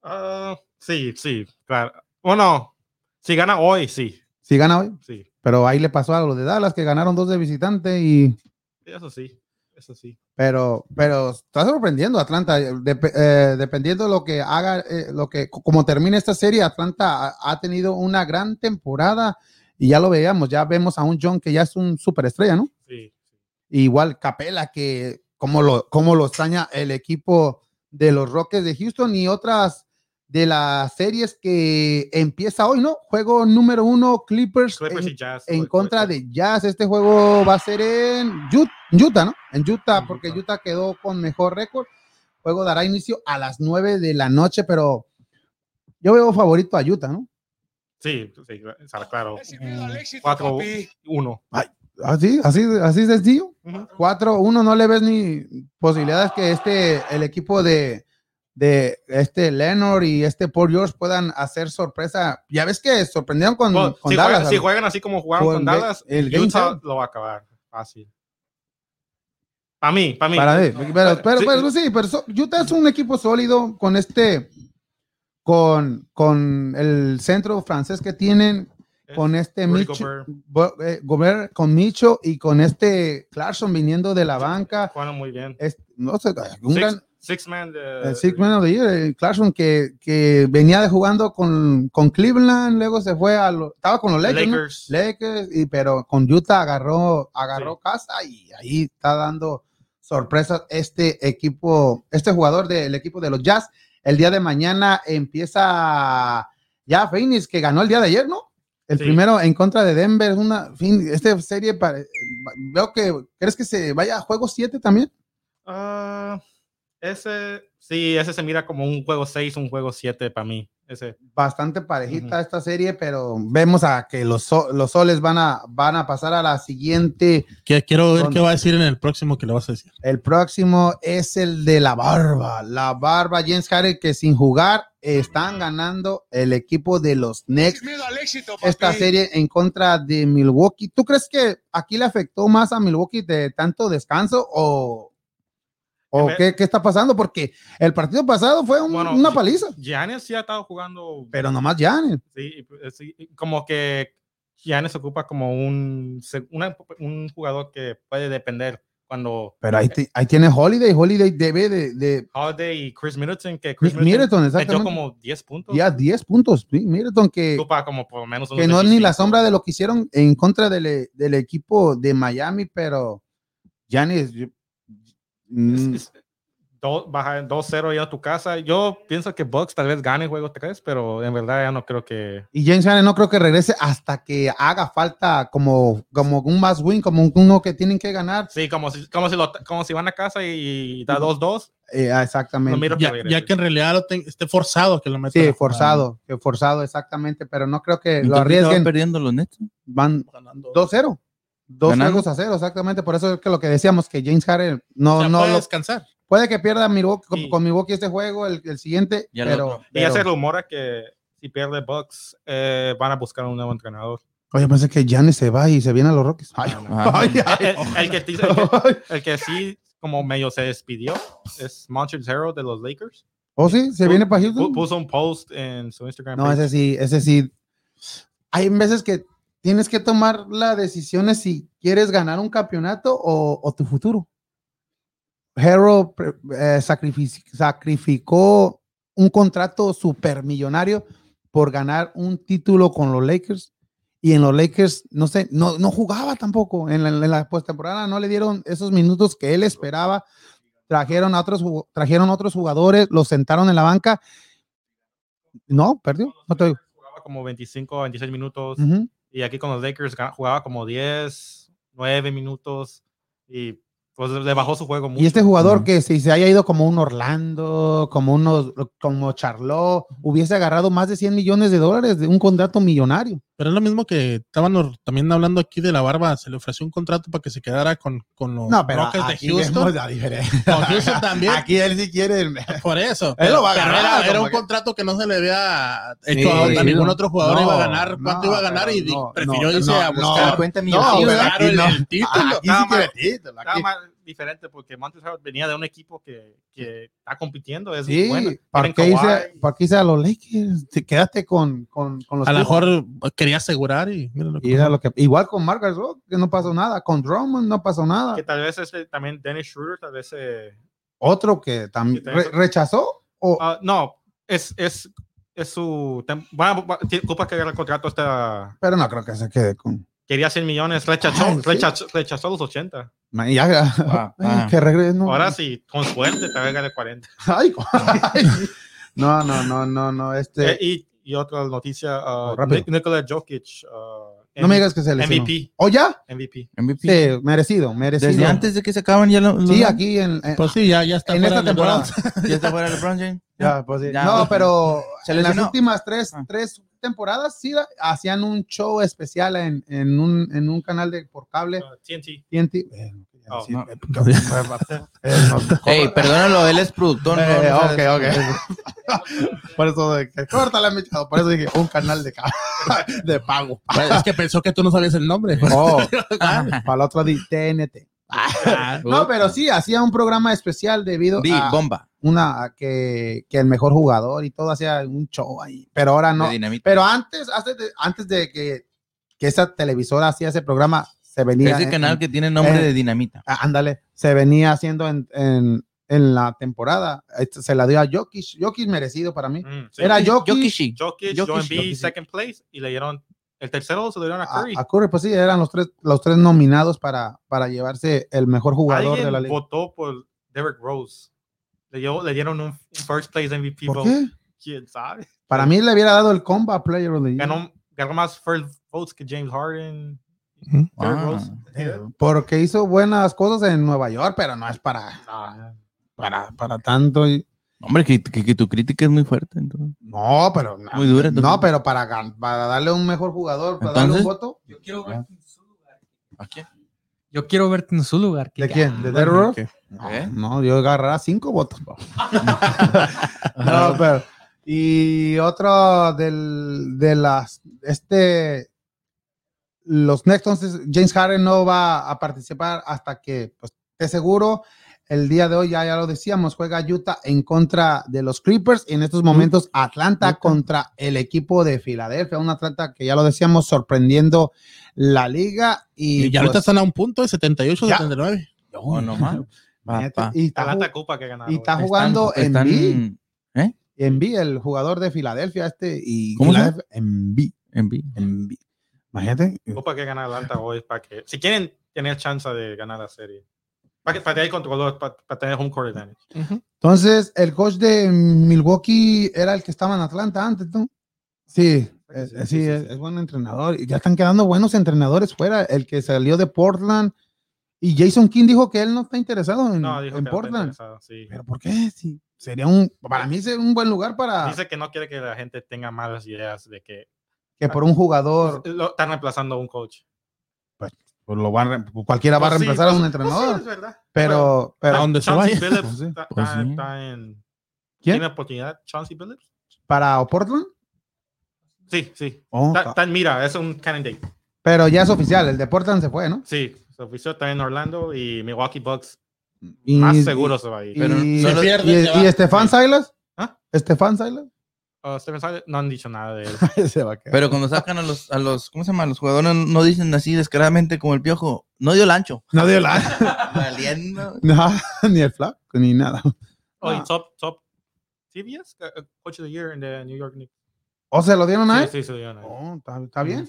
Speaker 9: Ah, sí, sí, claro. Bueno, si gana hoy, sí,
Speaker 1: Si gana hoy,
Speaker 9: sí.
Speaker 1: pero ahí le pasó a los de Dallas que ganaron dos de visitante y
Speaker 9: Eso sí, eso sí.
Speaker 1: pero pero está sorprendiendo Atlanta Dep- eh, dependiendo lo que haga eh, lo que como termine esta serie Atlanta ha, ha tenido una gran temporada y ya lo veíamos ya vemos a un John que ya es un superestrella no
Speaker 9: sí.
Speaker 1: igual Capela que como lo como lo extraña el equipo de los Rockets de Houston y otras de las series que empieza hoy no juego número uno Clippers,
Speaker 9: Clippers
Speaker 1: en-
Speaker 9: y Jazz.
Speaker 1: en contra de Jazz. Este juego va a ser en Ut- Utah, ¿no? En Utah,
Speaker 9: En
Speaker 1: porque
Speaker 9: Utah.
Speaker 1: Utah quedó con mejor récord. Juego dará inicio a las 9 de la noche, pero yo veo favorito a Utah, ¿no?
Speaker 9: Sí, sí, o sea, claro. 4-1.
Speaker 1: Así, así, así sencillo. 4-1, no le ves ni posibilidades que este, el equipo de, de este Leonard y este Paul George puedan hacer sorpresa. Ya ves que sorprendieron con,
Speaker 9: Bueno,
Speaker 1: con
Speaker 9: si, juegan-
Speaker 1: Dallas.
Speaker 9: si juegan así como jugaron
Speaker 1: Con
Speaker 9: con
Speaker 1: Ve-
Speaker 9: Dallas,
Speaker 1: el
Speaker 9: el
Speaker 1: Game
Speaker 9: Utah
Speaker 1: Seven.
Speaker 9: lo va a acabar. Fácil.
Speaker 1: Para mí, para mí.
Speaker 10: Para mí. Pero, pero, pero sí, pero so- Utah es un equipo sólido con este, con, con el centro francés que tienen, con este
Speaker 1: Rudy
Speaker 10: Micho,
Speaker 1: Gobert.
Speaker 10: Bo- eh, Gobert, con Micho y con este Clarkson viniendo de la banca.
Speaker 1: Jugaron muy bien.
Speaker 10: Es- no sé, un
Speaker 1: Six,
Speaker 10: gran-
Speaker 1: six man de.
Speaker 10: el Six Man of the Year, el Clarkson que, que venía de jugando con, con Cleveland, luego se fue a lo- estaba con los Lakers, ¿no?
Speaker 1: Lakers.
Speaker 10: Lakers, y, pero con Utah agarró, agarró casa y ahí está dando sorpresas este equipo, este jugador del equipo de los Jazz. El día de mañana empieza ya Phoenix que ganó el día de ayer, ¿no? El
Speaker 1: Sí.
Speaker 10: primero en contra de Denver, una fin, esta serie pare- veo que crees que se vaya a juego 7 también.
Speaker 1: Ah, ese, sí, ese se mira como un juego 6, un juego 7 para mí. Ese.
Speaker 10: bastante parejita
Speaker 1: Ujú.
Speaker 10: esta serie, pero vemos a que los, so- los soles van a, van a pasar a la siguiente.
Speaker 4: Que quiero ver
Speaker 10: ¿Dónde?
Speaker 4: qué va a decir en el próximo que le vas a decir.
Speaker 10: El próximo es el de la barba. La barba, James Harden, que sin jugar están ganando el equipo de los Knicks. Esta serie en contra de Milwaukee. ¿Tú crees que aquí le afectó más a Milwaukee de tanto descanso o, o
Speaker 1: En vez-
Speaker 10: qué, qué está pasando? Porque el partido pasado fue un-
Speaker 1: Bueno,
Speaker 10: una paliza,
Speaker 1: Giannis sí ha estado jugando.
Speaker 10: pero nomás Giannis.
Speaker 1: Sí, y- eh, sí, y como que Giannis ocupa como un, se- una- un jugador que puede depender cuando
Speaker 10: Pero ahí, ti- ahí tiene Holiday. Holiday debe de- de
Speaker 1: Eh. Holiday y Chris Middleton, que Chris
Speaker 10: Chris Middleton,
Speaker 1: metió
Speaker 10: exactamente.
Speaker 1: como 10 puntos,
Speaker 10: Ya 10 puntos. Sí, Middleton que,
Speaker 1: ocupa como por lo menos
Speaker 10: que
Speaker 1: unos
Speaker 10: no es ni la
Speaker 1: 25.
Speaker 10: sombra de lo que hicieron en contra del, del equipo de Miami, pero Giannis yo- mm,
Speaker 1: Es- es- do- bajar 2-0 ya a tu casa. Yo pienso que Bucks tal vez gane juego 3, pero en verdad ya no creo que.
Speaker 10: y James Harden no creo que regrese hasta que haga falta como, como un más win, como un- uno que tienen que ganar.
Speaker 1: Sí, como si, como si, lo- como si van a casa y da 2-2,
Speaker 10: Eh, ah, exactamente.
Speaker 1: no miro
Speaker 4: Ya,
Speaker 1: que regrese.
Speaker 4: ya que en realidad lo ten- esté forzado que lo meta.
Speaker 10: sí, forzado, que forzado exactamente, pero no creo que lo
Speaker 2: Ah. Entonces, ¿qué va
Speaker 10: arriesguen.
Speaker 2: perdiendo los Nets.
Speaker 10: Van
Speaker 4: Ah, Ganando.
Speaker 10: 2-0. Dos
Speaker 2: Ganando.
Speaker 10: juegos a cero, exactamente. Por eso es que lo que decíamos, que James Harden no,
Speaker 4: O sea,
Speaker 10: no
Speaker 4: puede
Speaker 10: lo
Speaker 4: descansar.
Speaker 10: Puede que pierda Milwaukee,
Speaker 1: Sí.
Speaker 10: con, con Milwaukee este juego, el, el siguiente,
Speaker 2: Y el
Speaker 10: pero,
Speaker 2: otro.
Speaker 1: Y ya
Speaker 10: pero-
Speaker 1: se rumora que si pierde Bucks, eh, van a buscar un nuevo entrenador.
Speaker 10: Oye, pensé que Giannis se va y se viene a los Rockies.
Speaker 1: Ah,
Speaker 10: Ay,
Speaker 2: Ajá.
Speaker 10: ay, ay.
Speaker 1: El, el que, dice- el que- el que sí, como medio se despidió, es Montezero de los Lakers.
Speaker 10: ¿O Oh, sí? ¿Se
Speaker 1: Pu-
Speaker 10: viene para
Speaker 1: pu-
Speaker 10: Houston?
Speaker 1: Puso un post en su Instagram.
Speaker 10: No,
Speaker 1: page.
Speaker 10: ese sí, ese sí. Hay veces que tienes que tomar las decisiones si quieres ganar un campeonato o, o tu futuro. Hero pre- eh, sacrifici- sacrificó un contrato supermillonario por ganar un título con los Lakers. Y en los Lakers, no sé, no, no jugaba tampoco. En la, en la postemporada no le dieron esos minutos que él esperaba. Trajeron a otros, ju- trajeron otros jugadores, los sentaron en la banca. No, perdió. No te oigo.
Speaker 1: Jugaba como 25, 26 minutos.
Speaker 10: Ujú.
Speaker 1: Y aquí con los Lakers ga- jugaba como 10, 9 minutos. Y pues le bajó su juego mucho.
Speaker 10: Y este jugador
Speaker 2: Ujú.
Speaker 10: que si se haya ido como un Orlando, como unos, como Charlot, hubiese agarrado más de 100 millones de dólares de un contrato millonario.
Speaker 4: Pero es lo mismo que estábamos también hablando aquí de la barba. Se le ofreció un contrato para que se quedara con, con los
Speaker 10: No, pero
Speaker 4: Rockets
Speaker 10: aquí
Speaker 4: de Houston.
Speaker 10: vemos la diferencia.
Speaker 4: Con Houston también.
Speaker 10: Aquí él sí quiere.
Speaker 4: Por eso.
Speaker 10: Él lo va a
Speaker 4: Pero
Speaker 10: ganar,
Speaker 4: era- era,
Speaker 10: como
Speaker 4: un
Speaker 10: que-
Speaker 4: contrato que no se le había
Speaker 10: Sí,
Speaker 4: hecho a- a,
Speaker 10: sí,
Speaker 4: ningún
Speaker 10: no.
Speaker 4: otro jugador. iba a ganar
Speaker 10: No,
Speaker 4: cuánto iba a ganar y
Speaker 10: pero no,
Speaker 4: prefirió
Speaker 10: no,
Speaker 4: irse a
Speaker 10: no,
Speaker 4: buscar.
Speaker 2: cuenta
Speaker 10: No,
Speaker 4: Sí,
Speaker 10: pero
Speaker 4: claro,
Speaker 10: aquí
Speaker 4: el,
Speaker 10: no.
Speaker 4: el título.
Speaker 10: Aquí
Speaker 1: Nada
Speaker 10: sí quiere
Speaker 1: más.
Speaker 10: título.
Speaker 1: Estaba
Speaker 10: Ah, aquí-
Speaker 1: más diferente porque Montezero venía de un equipo que, que está compitiendo. Es
Speaker 10: Sí,
Speaker 1: Pues, bueno.
Speaker 10: ¿para
Speaker 1: Tienen
Speaker 10: qué, irse,
Speaker 1: Kawhi.
Speaker 10: a- ¿para qué irse a los Lakers? Te quedaste con, con, con los
Speaker 4: A lo
Speaker 10: Clippers.
Speaker 4: mejor quería asegurar y mira lo que
Speaker 10: Ah, Y era
Speaker 4: pasó.
Speaker 10: lo que- igual con Marc Gasol, que no pasó nada. Con Drummond no pasó nada.
Speaker 1: Que tal vez este, también Dennis Schroeder, tal vez. eh,
Speaker 10: Otro que también
Speaker 1: Que te-
Speaker 10: re- rechazó. O,
Speaker 1: ah, no, es, es, es su. tem- Va, va- tiene- ocupa que el contrato hasta.
Speaker 10: pero no creo que se quede con.
Speaker 1: Quería 100 millones, rechazó,
Speaker 10: Ay, sí.
Speaker 1: rechazó, rechazó los 80.
Speaker 10: Ma- Ya,
Speaker 2: Ah,
Speaker 10: Ay,
Speaker 2: ah.
Speaker 10: que regrese, no.
Speaker 1: Ahora sí, con suerte, tal vez gane 40.
Speaker 10: Ay, cu- ay. No, no, no, no, no. Este,
Speaker 1: Eh, y, y otra noticia, uh,
Speaker 10: Oh, rápido.
Speaker 1: Nic- Nikola Jokic. uh,
Speaker 10: no me digas que se lesionó.
Speaker 1: MVP.
Speaker 10: ¿O ya?
Speaker 1: MVP.
Speaker 2: MVP.
Speaker 10: Sí, merecido, merecido.
Speaker 2: Desde antes de que se acaban ya los.
Speaker 10: Sí,
Speaker 2: los-
Speaker 10: aquí en, en-
Speaker 4: Pues sí, ya, ya está.
Speaker 10: en
Speaker 4: fuera
Speaker 10: esta
Speaker 4: de
Speaker 10: temporada.
Speaker 4: LeBron.
Speaker 2: Ya está fuera LeBron James.
Speaker 10: Ya, pues sí.
Speaker 2: Ya.
Speaker 10: No, pero
Speaker 2: Ah, Se
Speaker 10: en las
Speaker 2: lesionó.
Speaker 10: últimas tres,
Speaker 2: Ah.
Speaker 10: tres temporadas sí hacían un show especial en, en, un, en un canal de por cable.
Speaker 1: Uh, TNT.
Speaker 10: TNT. Eh, no quería
Speaker 1: Oh,
Speaker 10: decir,
Speaker 2: no.
Speaker 10: eh, eh, no,
Speaker 2: Ey, perdónalo, él es productor. no,
Speaker 10: Eh,
Speaker 2: no
Speaker 10: ok,
Speaker 2: sabes.
Speaker 10: ok. por eso de que córtala, mi chavo. Por eso dije un canal de, ca- de pago.
Speaker 4: Es que pensó que tú no sabías el nombre.
Speaker 2: Ah,
Speaker 10: Oh, para el otro di TNT. Ah, no, pero sí, hacía un programa especial debido
Speaker 2: Di,
Speaker 10: a
Speaker 2: bomba.
Speaker 10: una a que, que el mejor jugador y todo hacía un show ahí. Pero ahora no.
Speaker 2: de dinamita.
Speaker 10: Pero antes, antes de, antes de que, que esa televisora hacía ese programa, se venía.
Speaker 2: Ese
Speaker 10: en-
Speaker 2: canal que tiene nombre
Speaker 10: eh,
Speaker 2: de dinamita.
Speaker 10: Ah, ándale, se venía haciendo en, en, en la temporada. Esto se la dio a Jokic. Jokic merecido para mí.
Speaker 9: Mm, sí.
Speaker 10: Era Jokic.
Speaker 2: Yokishi.
Speaker 9: Jokic,
Speaker 2: Jokic,
Speaker 9: Joel Embiid,
Speaker 2: Jokic, sí.
Speaker 9: second place, y le dieron el tercero, se lo dieron a
Speaker 10: A,
Speaker 9: Curry.
Speaker 10: a Curry, pues sí, eran los tres, los tres nominados para, para llevarse el mejor jugador
Speaker 9: Alguien
Speaker 10: de la liga.
Speaker 9: votó por Derrick Rose. Le, llevó- le dieron un, un first place MVP
Speaker 10: ¿Por
Speaker 9: vote.
Speaker 10: qué?
Speaker 9: ¿Quién sabe?
Speaker 10: Para mí le hubiera dado el Combat Player of the Year.
Speaker 9: Ganó, ganó más first votes que James Harden.
Speaker 4: Ujú.
Speaker 9: Derrick
Speaker 2: Ah.
Speaker 9: Rose.
Speaker 10: Porque hizo buenas cosas en Nueva York, pero no es para,
Speaker 9: Ah.
Speaker 10: para, para tanto. y-
Speaker 2: Hombre, que, que- que tu crítica es muy fuerte. entonces.
Speaker 10: No, pero no,
Speaker 2: Muy dura.
Speaker 10: Ah, No, pero para, gan- para darle un mejor jugador, para darle un
Speaker 2: Entonces,
Speaker 10: voto.
Speaker 3: Yo quiero
Speaker 2: verte
Speaker 3: en su lugar.
Speaker 2: ¿A quién?
Speaker 3: Yo quiero verte en su lugar. que
Speaker 10: ¿De
Speaker 3: ya-
Speaker 10: quién? ¿De Derrick Rose?
Speaker 4: ¿Qué?
Speaker 10: No,
Speaker 2: ¿Eh?
Speaker 10: no, yo agarrará cinco votos. pa.
Speaker 1: Ah,
Speaker 10: no, Ah, pero. Y otro del, de las. Este. Los Nets, entonces, James Harden no va a participar hasta que, pues, de seguro, el día de hoy, ya, ya lo decíamos, juega Utah en contra de los Clippers. En estos momentos, Atlanta contra el equipo de Filadelfia. Un Atlanta que ya lo decíamos, sorprendiendo la liga. Y,
Speaker 4: Y ya
Speaker 10: pues,
Speaker 4: ahorita están a un punto de 78,
Speaker 10: Ya.
Speaker 4: 79.
Speaker 2: No, no más.
Speaker 10: fíjate,
Speaker 2: Papá.
Speaker 10: y está
Speaker 9: Atlanta
Speaker 10: ju-
Speaker 9: Copa que ganaron.
Speaker 10: y está
Speaker 2: Están-
Speaker 10: jugando
Speaker 2: están-
Speaker 10: Embiid.
Speaker 2: ¿Eh?
Speaker 10: Envy, el jugador de Filadelfia, este. Y
Speaker 2: ¿Cómo se llama?
Speaker 10: Filadelfia- Embiid,
Speaker 2: Embiid.
Speaker 10: Embiid. Imagínate.
Speaker 9: Copa que gana Atlanta hoy para que si quieren tener chance de ganar la serie. Para que para tener control, para, tener home court advantage.
Speaker 10: Entonces, el coach de Milwaukee era el que estaba en Atlanta antes, ¿no? Sí, eh, sí, es, es buen entrenador. Y ya están quedando buenos entrenadores fuera. El que salió de Portland. Y Jason King dijo que él no está interesado en,
Speaker 9: No, dijo
Speaker 10: en
Speaker 9: que no está
Speaker 10: Portland.
Speaker 9: interesado, sí.
Speaker 10: Pero ¿por qué? Sí, sería un, para mí sería un buen lugar para
Speaker 9: Dice que no quiere que la gente tenga malas ideas de que
Speaker 10: que por un jugador
Speaker 9: lo están reemplazando a un coach.
Speaker 10: pues, lo van a re- cualquiera va a
Speaker 9: Pues sí,
Speaker 10: reemplazar a
Speaker 9: pues-
Speaker 10: un
Speaker 9: pues sí,
Speaker 10: entrenador.
Speaker 9: es verdad.
Speaker 10: Pero,
Speaker 4: ¿A
Speaker 10: pero
Speaker 4: dónde se
Speaker 9: Chauncey
Speaker 4: vaya?
Speaker 9: Phillips está,
Speaker 2: Pues
Speaker 9: está-
Speaker 2: sí.
Speaker 9: Ah, está en.
Speaker 10: ¿Quién?
Speaker 9: ¿Tiene oportunidad? ¿Chauncey Phillips?
Speaker 10: para Portland,
Speaker 9: Sí, sí.
Speaker 10: Oh,
Speaker 9: Está,
Speaker 10: ta-
Speaker 9: está en mira, es un candidate.
Speaker 10: pero ya es oficial. El de Portland se fue, ¿no?
Speaker 9: Sí, se ofició está en Orlando y Milwaukee Bucks.
Speaker 10: Y-
Speaker 9: Más seguro se va a ir.
Speaker 10: Y,
Speaker 2: Pero
Speaker 10: y-
Speaker 2: solo-
Speaker 10: y-
Speaker 4: pierde, se va.
Speaker 10: y Estefan Silas.
Speaker 9: ¿Ah?
Speaker 10: Estefan Silas.
Speaker 9: Uh, Stephen Silas, no han dicho nada de él.
Speaker 10: se va a quedar.
Speaker 2: Pero cuando sacan a los, a los, ¿cómo se llama? Los jugadores no dicen así descaradamente como el piojo. No dio el ancho.
Speaker 10: No dio la.
Speaker 2: Valiendo.
Speaker 10: No, ni el flaco, ni nada.
Speaker 9: Oh, y
Speaker 10: Ah.
Speaker 9: top, top. CBS, uh, uh, Coach of the Year en the New York Knicks.
Speaker 10: ¿O se lo dieron a él?
Speaker 9: Sí, sí, se lo dieron a él.
Speaker 10: Oh, está, está bien.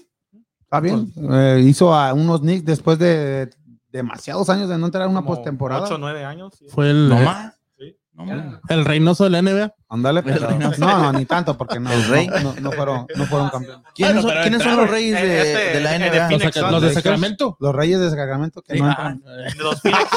Speaker 10: Está bien. Eh, hizo a unos Knicks después de demasiados años de no entrar a una
Speaker 9: Como
Speaker 10: postemporada.
Speaker 9: ocho, nueve años. sí.
Speaker 4: Fue el,
Speaker 2: No más.
Speaker 9: Sí.
Speaker 2: No más.
Speaker 4: el reinoso de la NBA.
Speaker 10: Ándale, pero-
Speaker 2: rey no.
Speaker 10: no, no, ni tanto, porque no,
Speaker 2: El rey.
Speaker 10: no, no- no fueron, no
Speaker 3: Ah,
Speaker 10: fueron campeones.
Speaker 2: ¿Quiénes,
Speaker 4: Bueno,
Speaker 2: son,
Speaker 4: pero
Speaker 2: quiénes son
Speaker 4: entraron.
Speaker 2: los reyes
Speaker 9: Eh,
Speaker 2: de,
Speaker 9: este,
Speaker 2: de la
Speaker 9: eh,
Speaker 2: NBA?
Speaker 4: Los,
Speaker 9: Phoenix
Speaker 4: saca- los de
Speaker 2: este,
Speaker 9: Suns.
Speaker 4: Sacramento.
Speaker 10: Los Reyes de Sacramento que
Speaker 2: Sí,
Speaker 10: no
Speaker 2: ah,
Speaker 10: entran.
Speaker 9: De los Phoenix.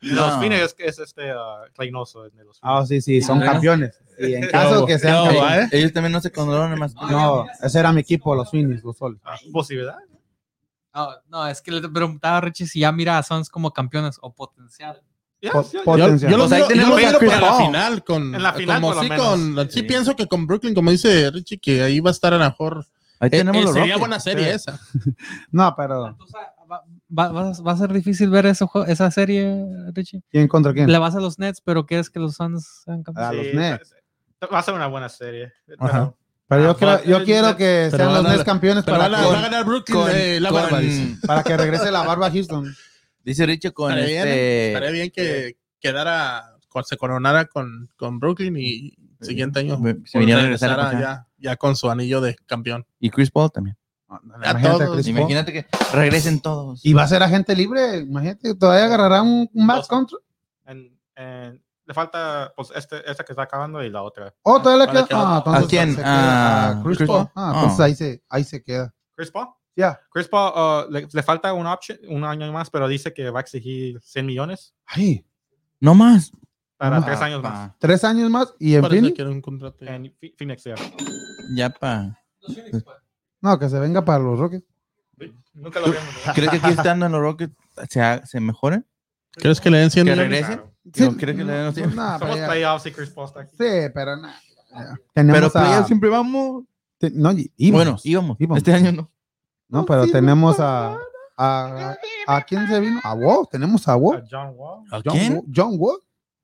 Speaker 9: de los
Speaker 2: No.
Speaker 9: Phoenix es este uh, Reynoso. de los
Speaker 10: Ah, sí, sí, son
Speaker 3: Ah.
Speaker 10: campeones. Y en caso que sean
Speaker 4: No,
Speaker 10: campeones.
Speaker 4: va, ¿eh?
Speaker 2: Ellos también no se controlaron más.
Speaker 10: No, ese era mi equipo, los Phoenix, los Sol.
Speaker 9: Phoenix. Posibilidad.
Speaker 3: No, no, es que le preguntaba a Richie si ya mira a Suns como campeones o potencial.
Speaker 9: Yeah,
Speaker 10: Po-
Speaker 9: yeah,
Speaker 10: po-
Speaker 4: Yo,
Speaker 10: Potencial.
Speaker 4: yo los
Speaker 2: Pues ahí
Speaker 4: miro, yo
Speaker 2: tenemos
Speaker 4: los
Speaker 9: a
Speaker 4: miro
Speaker 9: Chris
Speaker 4: para la
Speaker 9: Paul.
Speaker 4: final. Con,
Speaker 9: En la final,
Speaker 4: como
Speaker 9: por lo
Speaker 4: sí,
Speaker 9: menos.
Speaker 4: con- sí
Speaker 2: Sí.
Speaker 4: pienso que con Brooklyn, como dice Richie, que ahí va a estar a lo mejor.
Speaker 2: Ahí tenemos
Speaker 4: Eh,
Speaker 2: los
Speaker 4: sería
Speaker 2: Rockets.
Speaker 4: buena serie esa.
Speaker 10: No, pero
Speaker 3: Entonces, ah, va, va- va a- va a ser difícil ver ese jue- esa serie, Richie.
Speaker 10: ¿quién contra quién?
Speaker 3: Le vas a los Nets, pero quieres que los Suns sean campeones.
Speaker 10: a los
Speaker 9: sí,
Speaker 10: Nets.
Speaker 9: Va a ser una buena serie.
Speaker 4: Ajá.
Speaker 10: Pero
Speaker 9: Ah,
Speaker 10: yo quiero,
Speaker 9: pues,
Speaker 10: yo
Speaker 9: eh,
Speaker 10: quiero
Speaker 9: eh,
Speaker 10: que
Speaker 4: pero
Speaker 10: sean
Speaker 4: van
Speaker 10: los
Speaker 4: a
Speaker 10: Nets
Speaker 4: la-
Speaker 10: campeones
Speaker 4: Pero
Speaker 10: para,
Speaker 4: va, la-
Speaker 10: que-
Speaker 4: va a ganar Brooklyn
Speaker 2: Con-
Speaker 4: eh, la
Speaker 2: con-
Speaker 4: barba. dice.
Speaker 10: para que regrese la barba a Houston.
Speaker 2: Dice Richo con
Speaker 4: Estaría bien,
Speaker 2: este.
Speaker 4: Estaría bien que quedara, con- se coronara con, con Brooklyn y el siguiente año
Speaker 2: Se vinieron a regresar
Speaker 4: regresara
Speaker 2: acá.
Speaker 4: ya, ya con su anillo de campeón.
Speaker 2: Y Chris Paul también.
Speaker 10: Imagínate,
Speaker 4: todos.
Speaker 10: Chris Paul.
Speaker 2: Imagínate que regresen todos.
Speaker 10: Y va a ser agente libre, imagínate, todavía agarrará un, un match contra.
Speaker 9: En- en- le falta pues, este, esta que está acabando y la otra.
Speaker 10: Oh, todavía le
Speaker 4: Ahora
Speaker 10: queda.
Speaker 4: queda otro.
Speaker 10: Ah, entonces
Speaker 2: ¿A quién?
Speaker 10: se queda
Speaker 2: Ah,
Speaker 10: a Chris
Speaker 2: Chris
Speaker 10: Paul.
Speaker 2: Paul.
Speaker 10: Ah,
Speaker 2: Ah.
Speaker 10: entonces ahí se, ahí se queda.
Speaker 9: Chris Paul.
Speaker 10: Ya.
Speaker 9: Chris Paul uh, le, le falta un, option, un año más, pero dice que va a exigir 100 millones
Speaker 10: Ay,
Speaker 2: No más.
Speaker 9: para
Speaker 10: Ah,
Speaker 9: tres años
Speaker 2: Pa-
Speaker 9: más.
Speaker 10: tres años más y en
Speaker 4: Parece
Speaker 10: fin.
Speaker 4: que era un contrato. ya.
Speaker 9: En Phi- Phoenix, ya.
Speaker 2: Ya pa.
Speaker 10: No, que se venga para los Rockets.
Speaker 9: Nunca lo habíamos visto.
Speaker 2: ¿Crees que aquí estando en los Rockets se, ha- se mejoren?
Speaker 4: ¿Crees que le den 100
Speaker 2: ¿Que
Speaker 4: millones?
Speaker 2: regresen?
Speaker 10: Sí,
Speaker 2: Yo creo que le den los
Speaker 10: no,
Speaker 2: tiempos.
Speaker 10: no,
Speaker 9: Somos
Speaker 10: pero ya-
Speaker 9: playoffs y Chris Paul está aquí.
Speaker 10: Sí, pero nada.
Speaker 2: Pero
Speaker 10: Tenemos a.
Speaker 2: playoffs siempre vamos.
Speaker 10: te- no, y-
Speaker 2: Y
Speaker 10: íbamos.
Speaker 2: bueno, íbamos.
Speaker 10: Íbamos.
Speaker 2: Este año no.
Speaker 10: No, pero
Speaker 4: sí,
Speaker 10: tenemos
Speaker 4: no,
Speaker 10: a, ¿A, a quién se vino? A Wall. Tenemos a Wall.
Speaker 1: a John Wall.
Speaker 2: ¿A
Speaker 10: John
Speaker 2: quién?
Speaker 10: Wall. John Wall.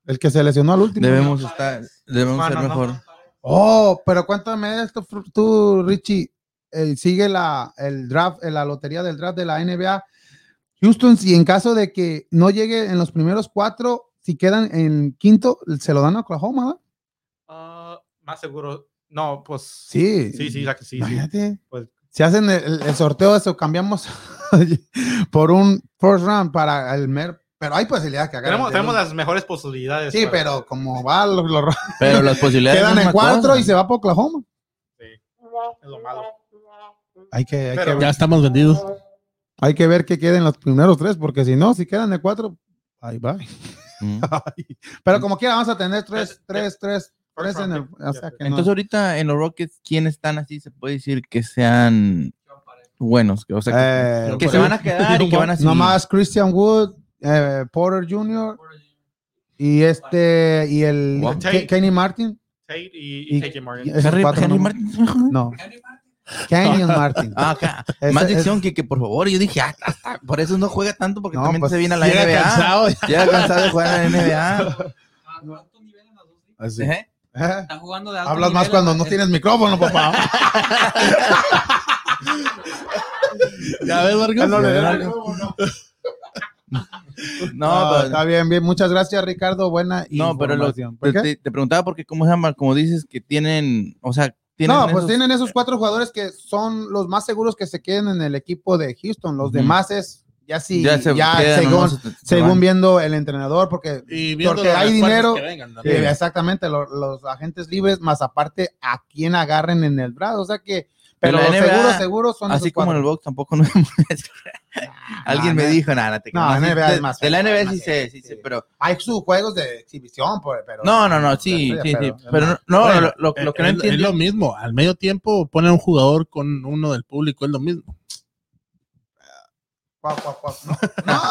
Speaker 10: El que se lesionó al último.
Speaker 2: Debemos estar, debemos
Speaker 1: Ah,
Speaker 2: ser
Speaker 1: no, no.
Speaker 2: mejor.
Speaker 10: Oh, pero cuéntame esto, fr- tú, Richie. eh, sigue la, el draft, eh, la lotería del draft de la NBA. Houston, si en caso de que no llegue en los primeros cuatro, si quedan en quinto, se lo dan a Oklahoma. ¿verdad?
Speaker 1: Ah, más seguro. No, pues.
Speaker 10: Sí.
Speaker 1: Sí, sí, la que sí. sí.
Speaker 10: Imagínate.
Speaker 1: Pues-
Speaker 10: Si hacen el, el sorteo, eso cambiamos por un first round para el mer. Pero hay posibilidad que hagan.
Speaker 1: Tenemos, tenemos las mejores posibilidades.
Speaker 10: Sí,
Speaker 1: para-
Speaker 10: pero como va, los, los-
Speaker 2: Pero las posibilidades.
Speaker 10: quedan
Speaker 2: son
Speaker 10: en
Speaker 2: una
Speaker 10: cuatro
Speaker 2: cosa.
Speaker 10: y se va por Oklahoma.
Speaker 1: Es lo malo.
Speaker 10: Hay que, hay,
Speaker 1: Pero-
Speaker 10: que,
Speaker 4: Ya estamos vendidos.
Speaker 10: hay que ver que queden los primeros tres, porque si no, si quedan de cuatro, ahí va.
Speaker 2: Mm.
Speaker 10: Pero como quiera, vamos a tener tres,
Speaker 1: Es-
Speaker 10: tres, tres, tres en el.
Speaker 1: Eh, round,
Speaker 10: O
Speaker 1: ya.
Speaker 10: sea que no.
Speaker 2: Entonces, ahorita en los Rockets, ¿quiénes están así? Se puede decir que sean buenos. que- O sea, que-
Speaker 10: Eh,
Speaker 2: que se van a quedar y que van a seguir.
Speaker 10: Nomás Christian Wood, eh, Porter Jr. y este, y el
Speaker 2: Wow.
Speaker 10: Ke- Kenny Martin.
Speaker 1: Tate y, y
Speaker 10: Y-
Speaker 1: T.J. Morgan.
Speaker 10: y esos
Speaker 2: Henry,
Speaker 10: cuatro
Speaker 2: Henry
Speaker 10: no-
Speaker 2: Martin es mejor.
Speaker 10: No. Kenny Martin.
Speaker 2: Ah, acá.
Speaker 10: Ese-
Speaker 2: Más
Speaker 10: ese-
Speaker 2: dicción que, que por favor. Yo dije, ah, ah, ah, por eso no juega tanto porque
Speaker 10: No,
Speaker 2: también
Speaker 10: pues,
Speaker 2: se viene a la
Speaker 10: llega
Speaker 2: NBA.
Speaker 10: cansado.
Speaker 2: Llega cansado de jugar en la NBA.
Speaker 10: Ah. Así.
Speaker 2: Ejé.
Speaker 10: Eh,
Speaker 3: Está jugando de alto
Speaker 10: Hablas más
Speaker 3: nivel,
Speaker 10: cuando
Speaker 3: el-
Speaker 10: no tienes micrófono, papá.
Speaker 4: Ya ves, Vargas.
Speaker 10: no le-
Speaker 4: Ya ves,
Speaker 2: No, pues,
Speaker 10: No,
Speaker 2: pero-
Speaker 10: está bien, bien. Muchas gracias, Ricardo. Buena
Speaker 2: No, pero lo-
Speaker 10: información. ¿Por
Speaker 2: te,
Speaker 10: qué?
Speaker 2: te- te preguntaba porque, ¿cómo se llama? Como dices que tienen, o sea, tienen.
Speaker 10: no, pues
Speaker 2: esos-
Speaker 10: tienen esos cuatro jugadores que son los más seguros que se queden en el equipo de Houston. Los
Speaker 2: Ujú.
Speaker 10: demás es ya sí, ya,
Speaker 2: ya se quedan,
Speaker 10: según,
Speaker 2: nomás se- se
Speaker 10: según
Speaker 2: van.
Speaker 10: viendo el entrenador, porque
Speaker 4: Y viendo
Speaker 10: Porque
Speaker 4: los
Speaker 10: hay
Speaker 4: refuerzos
Speaker 10: dinero.
Speaker 4: que vengan, ¿no?
Speaker 10: eh, exactamente lo- los agentes libres, más aparte a quién agarren en el brazo. O sea que, pero
Speaker 2: la
Speaker 10: los
Speaker 2: NBA,
Speaker 10: seguros, seguros son
Speaker 2: Así
Speaker 10: esos
Speaker 2: como en
Speaker 10: cuatro.
Speaker 2: el box tampoco nos molesta. Alguien
Speaker 10: no,
Speaker 2: me
Speaker 10: no.
Speaker 2: dijo, nada, no te
Speaker 10: No,
Speaker 2: creas.
Speaker 10: NBA
Speaker 2: de,
Speaker 10: es más
Speaker 2: de la
Speaker 10: feo,
Speaker 2: NBA
Speaker 10: es
Speaker 2: sí
Speaker 10: más
Speaker 2: sé,
Speaker 10: feo,
Speaker 2: sí
Speaker 10: sí.
Speaker 2: sé, pero.
Speaker 10: Hay sus juegos de exhibición, pues, pero.
Speaker 2: No, no, no, sí, sí, sí. Pero no, no, lo, lo- lo que no
Speaker 10: Eh,
Speaker 4: es, es lo
Speaker 2: entiendo.
Speaker 4: mismo. Al medio tiempo ponen un jugador con uno del público, es lo mismo.
Speaker 10: Cuac, cuac, cuac, no. No,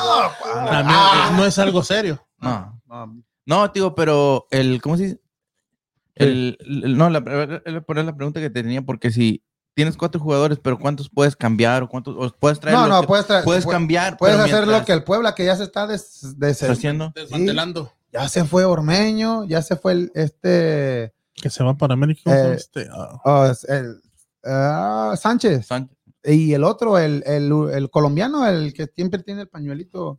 Speaker 10: cuac.
Speaker 4: También, eh, no es algo serio.
Speaker 2: No,
Speaker 10: No,
Speaker 2: no, digo, pero el, ¿cómo se dice? El, el- no, la, la- la- la pregunta que tenía, porque si tienes cuatro jugadores, pero ¿cuántos puedes cambiar o cuántos o puedes traer?
Speaker 10: No,
Speaker 2: lo
Speaker 10: no,
Speaker 2: que-
Speaker 10: puedes, tra-
Speaker 2: puedes
Speaker 10: pu-
Speaker 2: cambiar.
Speaker 10: puedes
Speaker 2: pero
Speaker 10: hacer lo
Speaker 2: mientras
Speaker 10: que el Puebla que ya se está des, des-
Speaker 2: estás haciendo.
Speaker 4: Desmantelando.
Speaker 10: ya se fue Ormeño, ya se fue el, este
Speaker 4: Que se va para América. ¿cómo se llama
Speaker 10: Eh,
Speaker 4: este? Ah,
Speaker 10: ah, es el, ah, Sánchez
Speaker 2: Sánchez.
Speaker 10: y el otro, el, el, el colombiano, el que siempre tiene el pañuelito,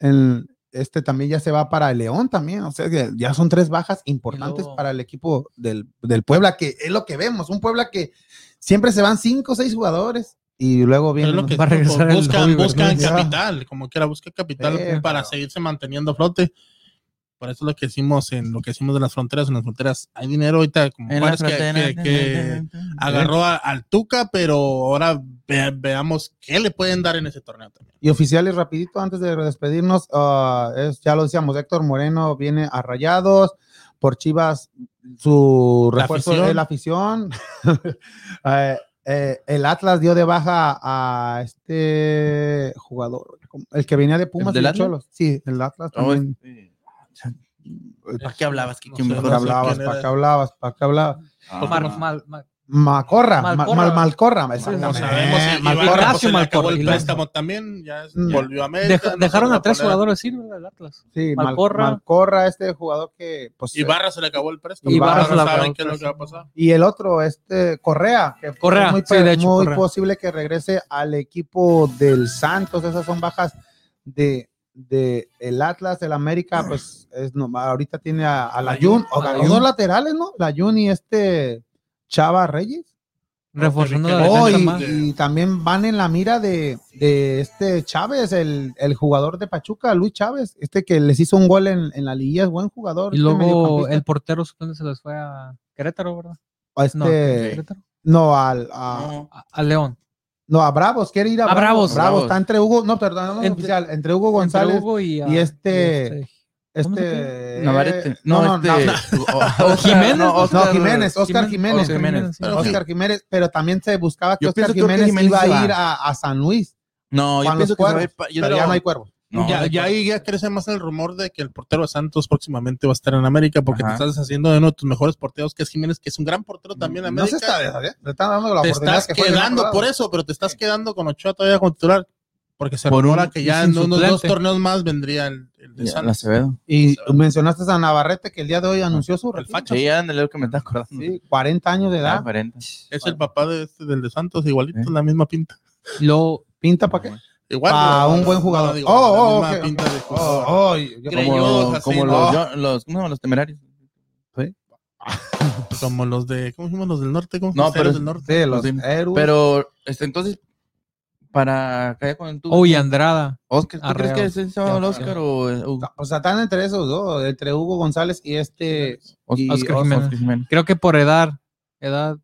Speaker 10: el, este también ya se va para el León también, o sea que ya son tres bajas importantes
Speaker 3: luego-
Speaker 10: para el equipo del, del Puebla, que es lo que vemos, un Puebla que siempre se van cinco o seis jugadores y luego
Speaker 4: es
Speaker 10: vienen
Speaker 4: lo
Speaker 10: los-
Speaker 4: que
Speaker 3: Va a regresar el Bobby
Speaker 4: buscan,
Speaker 3: Bermúdez,
Speaker 4: buscan
Speaker 10: ya.
Speaker 4: capital, como quiera, buscan capital
Speaker 10: Sí,
Speaker 4: para
Speaker 10: pero-
Speaker 4: seguirse manteniendo a flote. Por eso lo que hicimos en lo que hicimos de las fronteras, en las fronteras hay dinero ahorita, como
Speaker 2: En la
Speaker 4: Juárez, que-
Speaker 2: frontera.
Speaker 4: que- que agarró a- al Tuca, pero ahora ve- veamos qué le pueden dar en ese torneo también.
Speaker 10: Y oficiales, rapidito, antes de despedirnos, ah, es- ya lo decíamos, Héctor Moreno viene a Rayados, por Chivas su
Speaker 4: La
Speaker 10: refuerzo
Speaker 4: afición.
Speaker 10: es la afición. Eh, eh, el Atlas dio de baja a este jugador, el que venía de Pumas.
Speaker 2: ¿El del
Speaker 10: y de
Speaker 2: Atlas?
Speaker 10: Cholos. Sí, el Atlas
Speaker 2: Oh,
Speaker 10: también.
Speaker 2: este, ¿Para qué hablabas? ¿Qué,
Speaker 4: No
Speaker 2: qué
Speaker 4: sé,
Speaker 2: me-
Speaker 4: no
Speaker 10: ¿Para qué hablabas?
Speaker 4: quién era.
Speaker 10: ¿Para qué hablabas? ¿Para qué hablabas?
Speaker 2: Ah.
Speaker 3: Mar- mal- mal-
Speaker 10: Macorra, Ma-
Speaker 3: Malcorra.
Speaker 10: Mal- Malcorra,
Speaker 4: No
Speaker 10: exactamente.
Speaker 4: sabemos si Iván Campos
Speaker 10: Malcorra.
Speaker 4: Eh, se le
Speaker 3: Malcorra,
Speaker 4: acabó el
Speaker 3: Malcorra.
Speaker 4: préstamo también, ya es-
Speaker 10: Mm.
Speaker 4: volvió a América.
Speaker 3: Deja-
Speaker 4: no se
Speaker 3: dejaron
Speaker 4: le va
Speaker 3: a tres
Speaker 4: poner.
Speaker 3: jugadores, sí, del Atlas.
Speaker 10: Sí, Mal-
Speaker 3: Malcorra.
Speaker 10: Malcorra, este jugador que pues,
Speaker 4: Y Barra se le acabó el préstamo.
Speaker 10: Y Barra
Speaker 4: Barra
Speaker 10: se
Speaker 4: no
Speaker 10: le
Speaker 3: acabó
Speaker 4: saben
Speaker 3: el
Speaker 4: qué es lo que va a pasar.
Speaker 10: Y el otro, este Correa, que
Speaker 3: Correa,
Speaker 10: es muy,
Speaker 3: sí, de hecho,
Speaker 10: muy
Speaker 3: Correa.
Speaker 10: posible que regrese al equipo del Santos. Esas son bajas de, de el Atlas, el América, pues es no- ahorita tiene a, a la Jun, o
Speaker 3: A la
Speaker 10: unos
Speaker 3: Jun.
Speaker 10: laterales, ¿no? La Jun y este Chava Reyes.
Speaker 3: Reforzando la
Speaker 10: Oh,
Speaker 3: defensa
Speaker 10: y,
Speaker 3: más.
Speaker 10: y también van en la mira de, de este Chávez, el, el jugador de Pachuca, Luis Chávez, este que les hizo un gol en, en la liguilla, es buen jugador.
Speaker 3: Y
Speaker 10: este
Speaker 3: luego
Speaker 10: mediocampista.
Speaker 3: el portero suplente se les fue a Querétaro, ¿verdad?
Speaker 10: A
Speaker 3: No,
Speaker 10: este,
Speaker 3: Querétaro.
Speaker 10: no, al, a,
Speaker 2: No.
Speaker 3: A, a León.
Speaker 10: No, a Bravos, quiere ir a,
Speaker 3: A Bravos.
Speaker 10: Bravos. Bravos, está entre Hugo, no, perdón, no es
Speaker 3: Entre-
Speaker 10: oficial, entre Hugo
Speaker 3: Entre
Speaker 10: González,
Speaker 3: Hugo y, a-
Speaker 10: y este-
Speaker 3: ¿cómo se
Speaker 10: este.
Speaker 2: Navarrete. No,
Speaker 10: no,
Speaker 2: este.
Speaker 10: no,
Speaker 2: o- o-
Speaker 3: Jiménez,
Speaker 2: no,
Speaker 10: no,
Speaker 2: Oscar-
Speaker 10: Jiménez, Oscar
Speaker 2: Jiménez.
Speaker 10: Jiménez.
Speaker 2: Oscar Jiménez.
Speaker 3: sí.
Speaker 10: Pero Oscar Jiménez, pero también se buscaba que
Speaker 2: Yo
Speaker 10: Oscar
Speaker 2: pienso que Oscar
Speaker 10: Jiménez,
Speaker 2: Jiménez
Speaker 10: iba
Speaker 2: se
Speaker 10: a
Speaker 2: va.
Speaker 10: ir a, a San Luis,
Speaker 2: No, yo
Speaker 10: Juan
Speaker 2: pienso
Speaker 10: los
Speaker 2: que se va a
Speaker 10: Cuervos,
Speaker 2: ir pa- yo
Speaker 10: pero
Speaker 2: no-
Speaker 10: ya no hay cuervo.
Speaker 2: No,
Speaker 4: ya,
Speaker 2: no hay
Speaker 4: ya ahí ya crece más el rumor de que el portero de Santos próximamente va a estar en América porque
Speaker 2: Ajá.
Speaker 4: te estás haciendo de uno de tus mejores porteros, que es Jiménez, que es un gran portero también en
Speaker 10: No se
Speaker 4: América.
Speaker 10: está, ¿eh? le están dando la
Speaker 4: te
Speaker 10: oportunidad
Speaker 4: estás
Speaker 10: que juegue en otro
Speaker 4: quedando
Speaker 10: lado.
Speaker 4: por eso, pero te estás quedando con Ochoa todavía con titular. Porque se
Speaker 2: Por un-
Speaker 4: rumora que ya
Speaker 3: y sin
Speaker 4: en unos dos
Speaker 3: suplente.
Speaker 4: torneos más vendría el, el de
Speaker 2: Ya,
Speaker 4: Santos.
Speaker 2: la Acevedo.
Speaker 10: Y mencionaste a Navarrete que el día de hoy anunció su retiro.
Speaker 2: Sí, ándale, lo que me estás acordando.
Speaker 10: Sí, 40 años de
Speaker 2: Ah,
Speaker 10: edad.
Speaker 2: aparenta.
Speaker 4: Es el papá de este, del de Santos, igualito, la misma pinta.
Speaker 3: Lo,
Speaker 10: ¿Pinta para qué?
Speaker 4: Igual.
Speaker 10: Pa' un buen jugador.
Speaker 4: digo,
Speaker 10: Oh, oh,
Speaker 4: la misma
Speaker 10: ok.
Speaker 4: pinta de
Speaker 10: Oh,
Speaker 4: jugador.
Speaker 10: oh, yo-
Speaker 4: Creyó,
Speaker 2: Como,
Speaker 4: así,
Speaker 2: como
Speaker 4: ¿no?
Speaker 2: los, yo- los, ¿cómo se llaman? los temerarios.
Speaker 4: Como los de. ¿Cómo dijimos los del norte? ¿Cómo
Speaker 2: No,
Speaker 4: los
Speaker 2: pero-
Speaker 4: del norte.
Speaker 10: sí, los
Speaker 2: Sí.
Speaker 10: héroes.
Speaker 2: Pero este, entonces, para caer con tu
Speaker 3: oh, y Andrada.
Speaker 2: Oscar, ¿tú crees
Speaker 3: Arreo.
Speaker 2: que ese se llama el
Speaker 3: Ya,
Speaker 2: Oscar o, o-
Speaker 10: o sea, están entre esos dos, entre Hugo González y este. y-
Speaker 3: Oscar
Speaker 10: o-
Speaker 3: Jiménez.
Speaker 2: Oscar Jiménez?
Speaker 3: Creo que por edad, edad,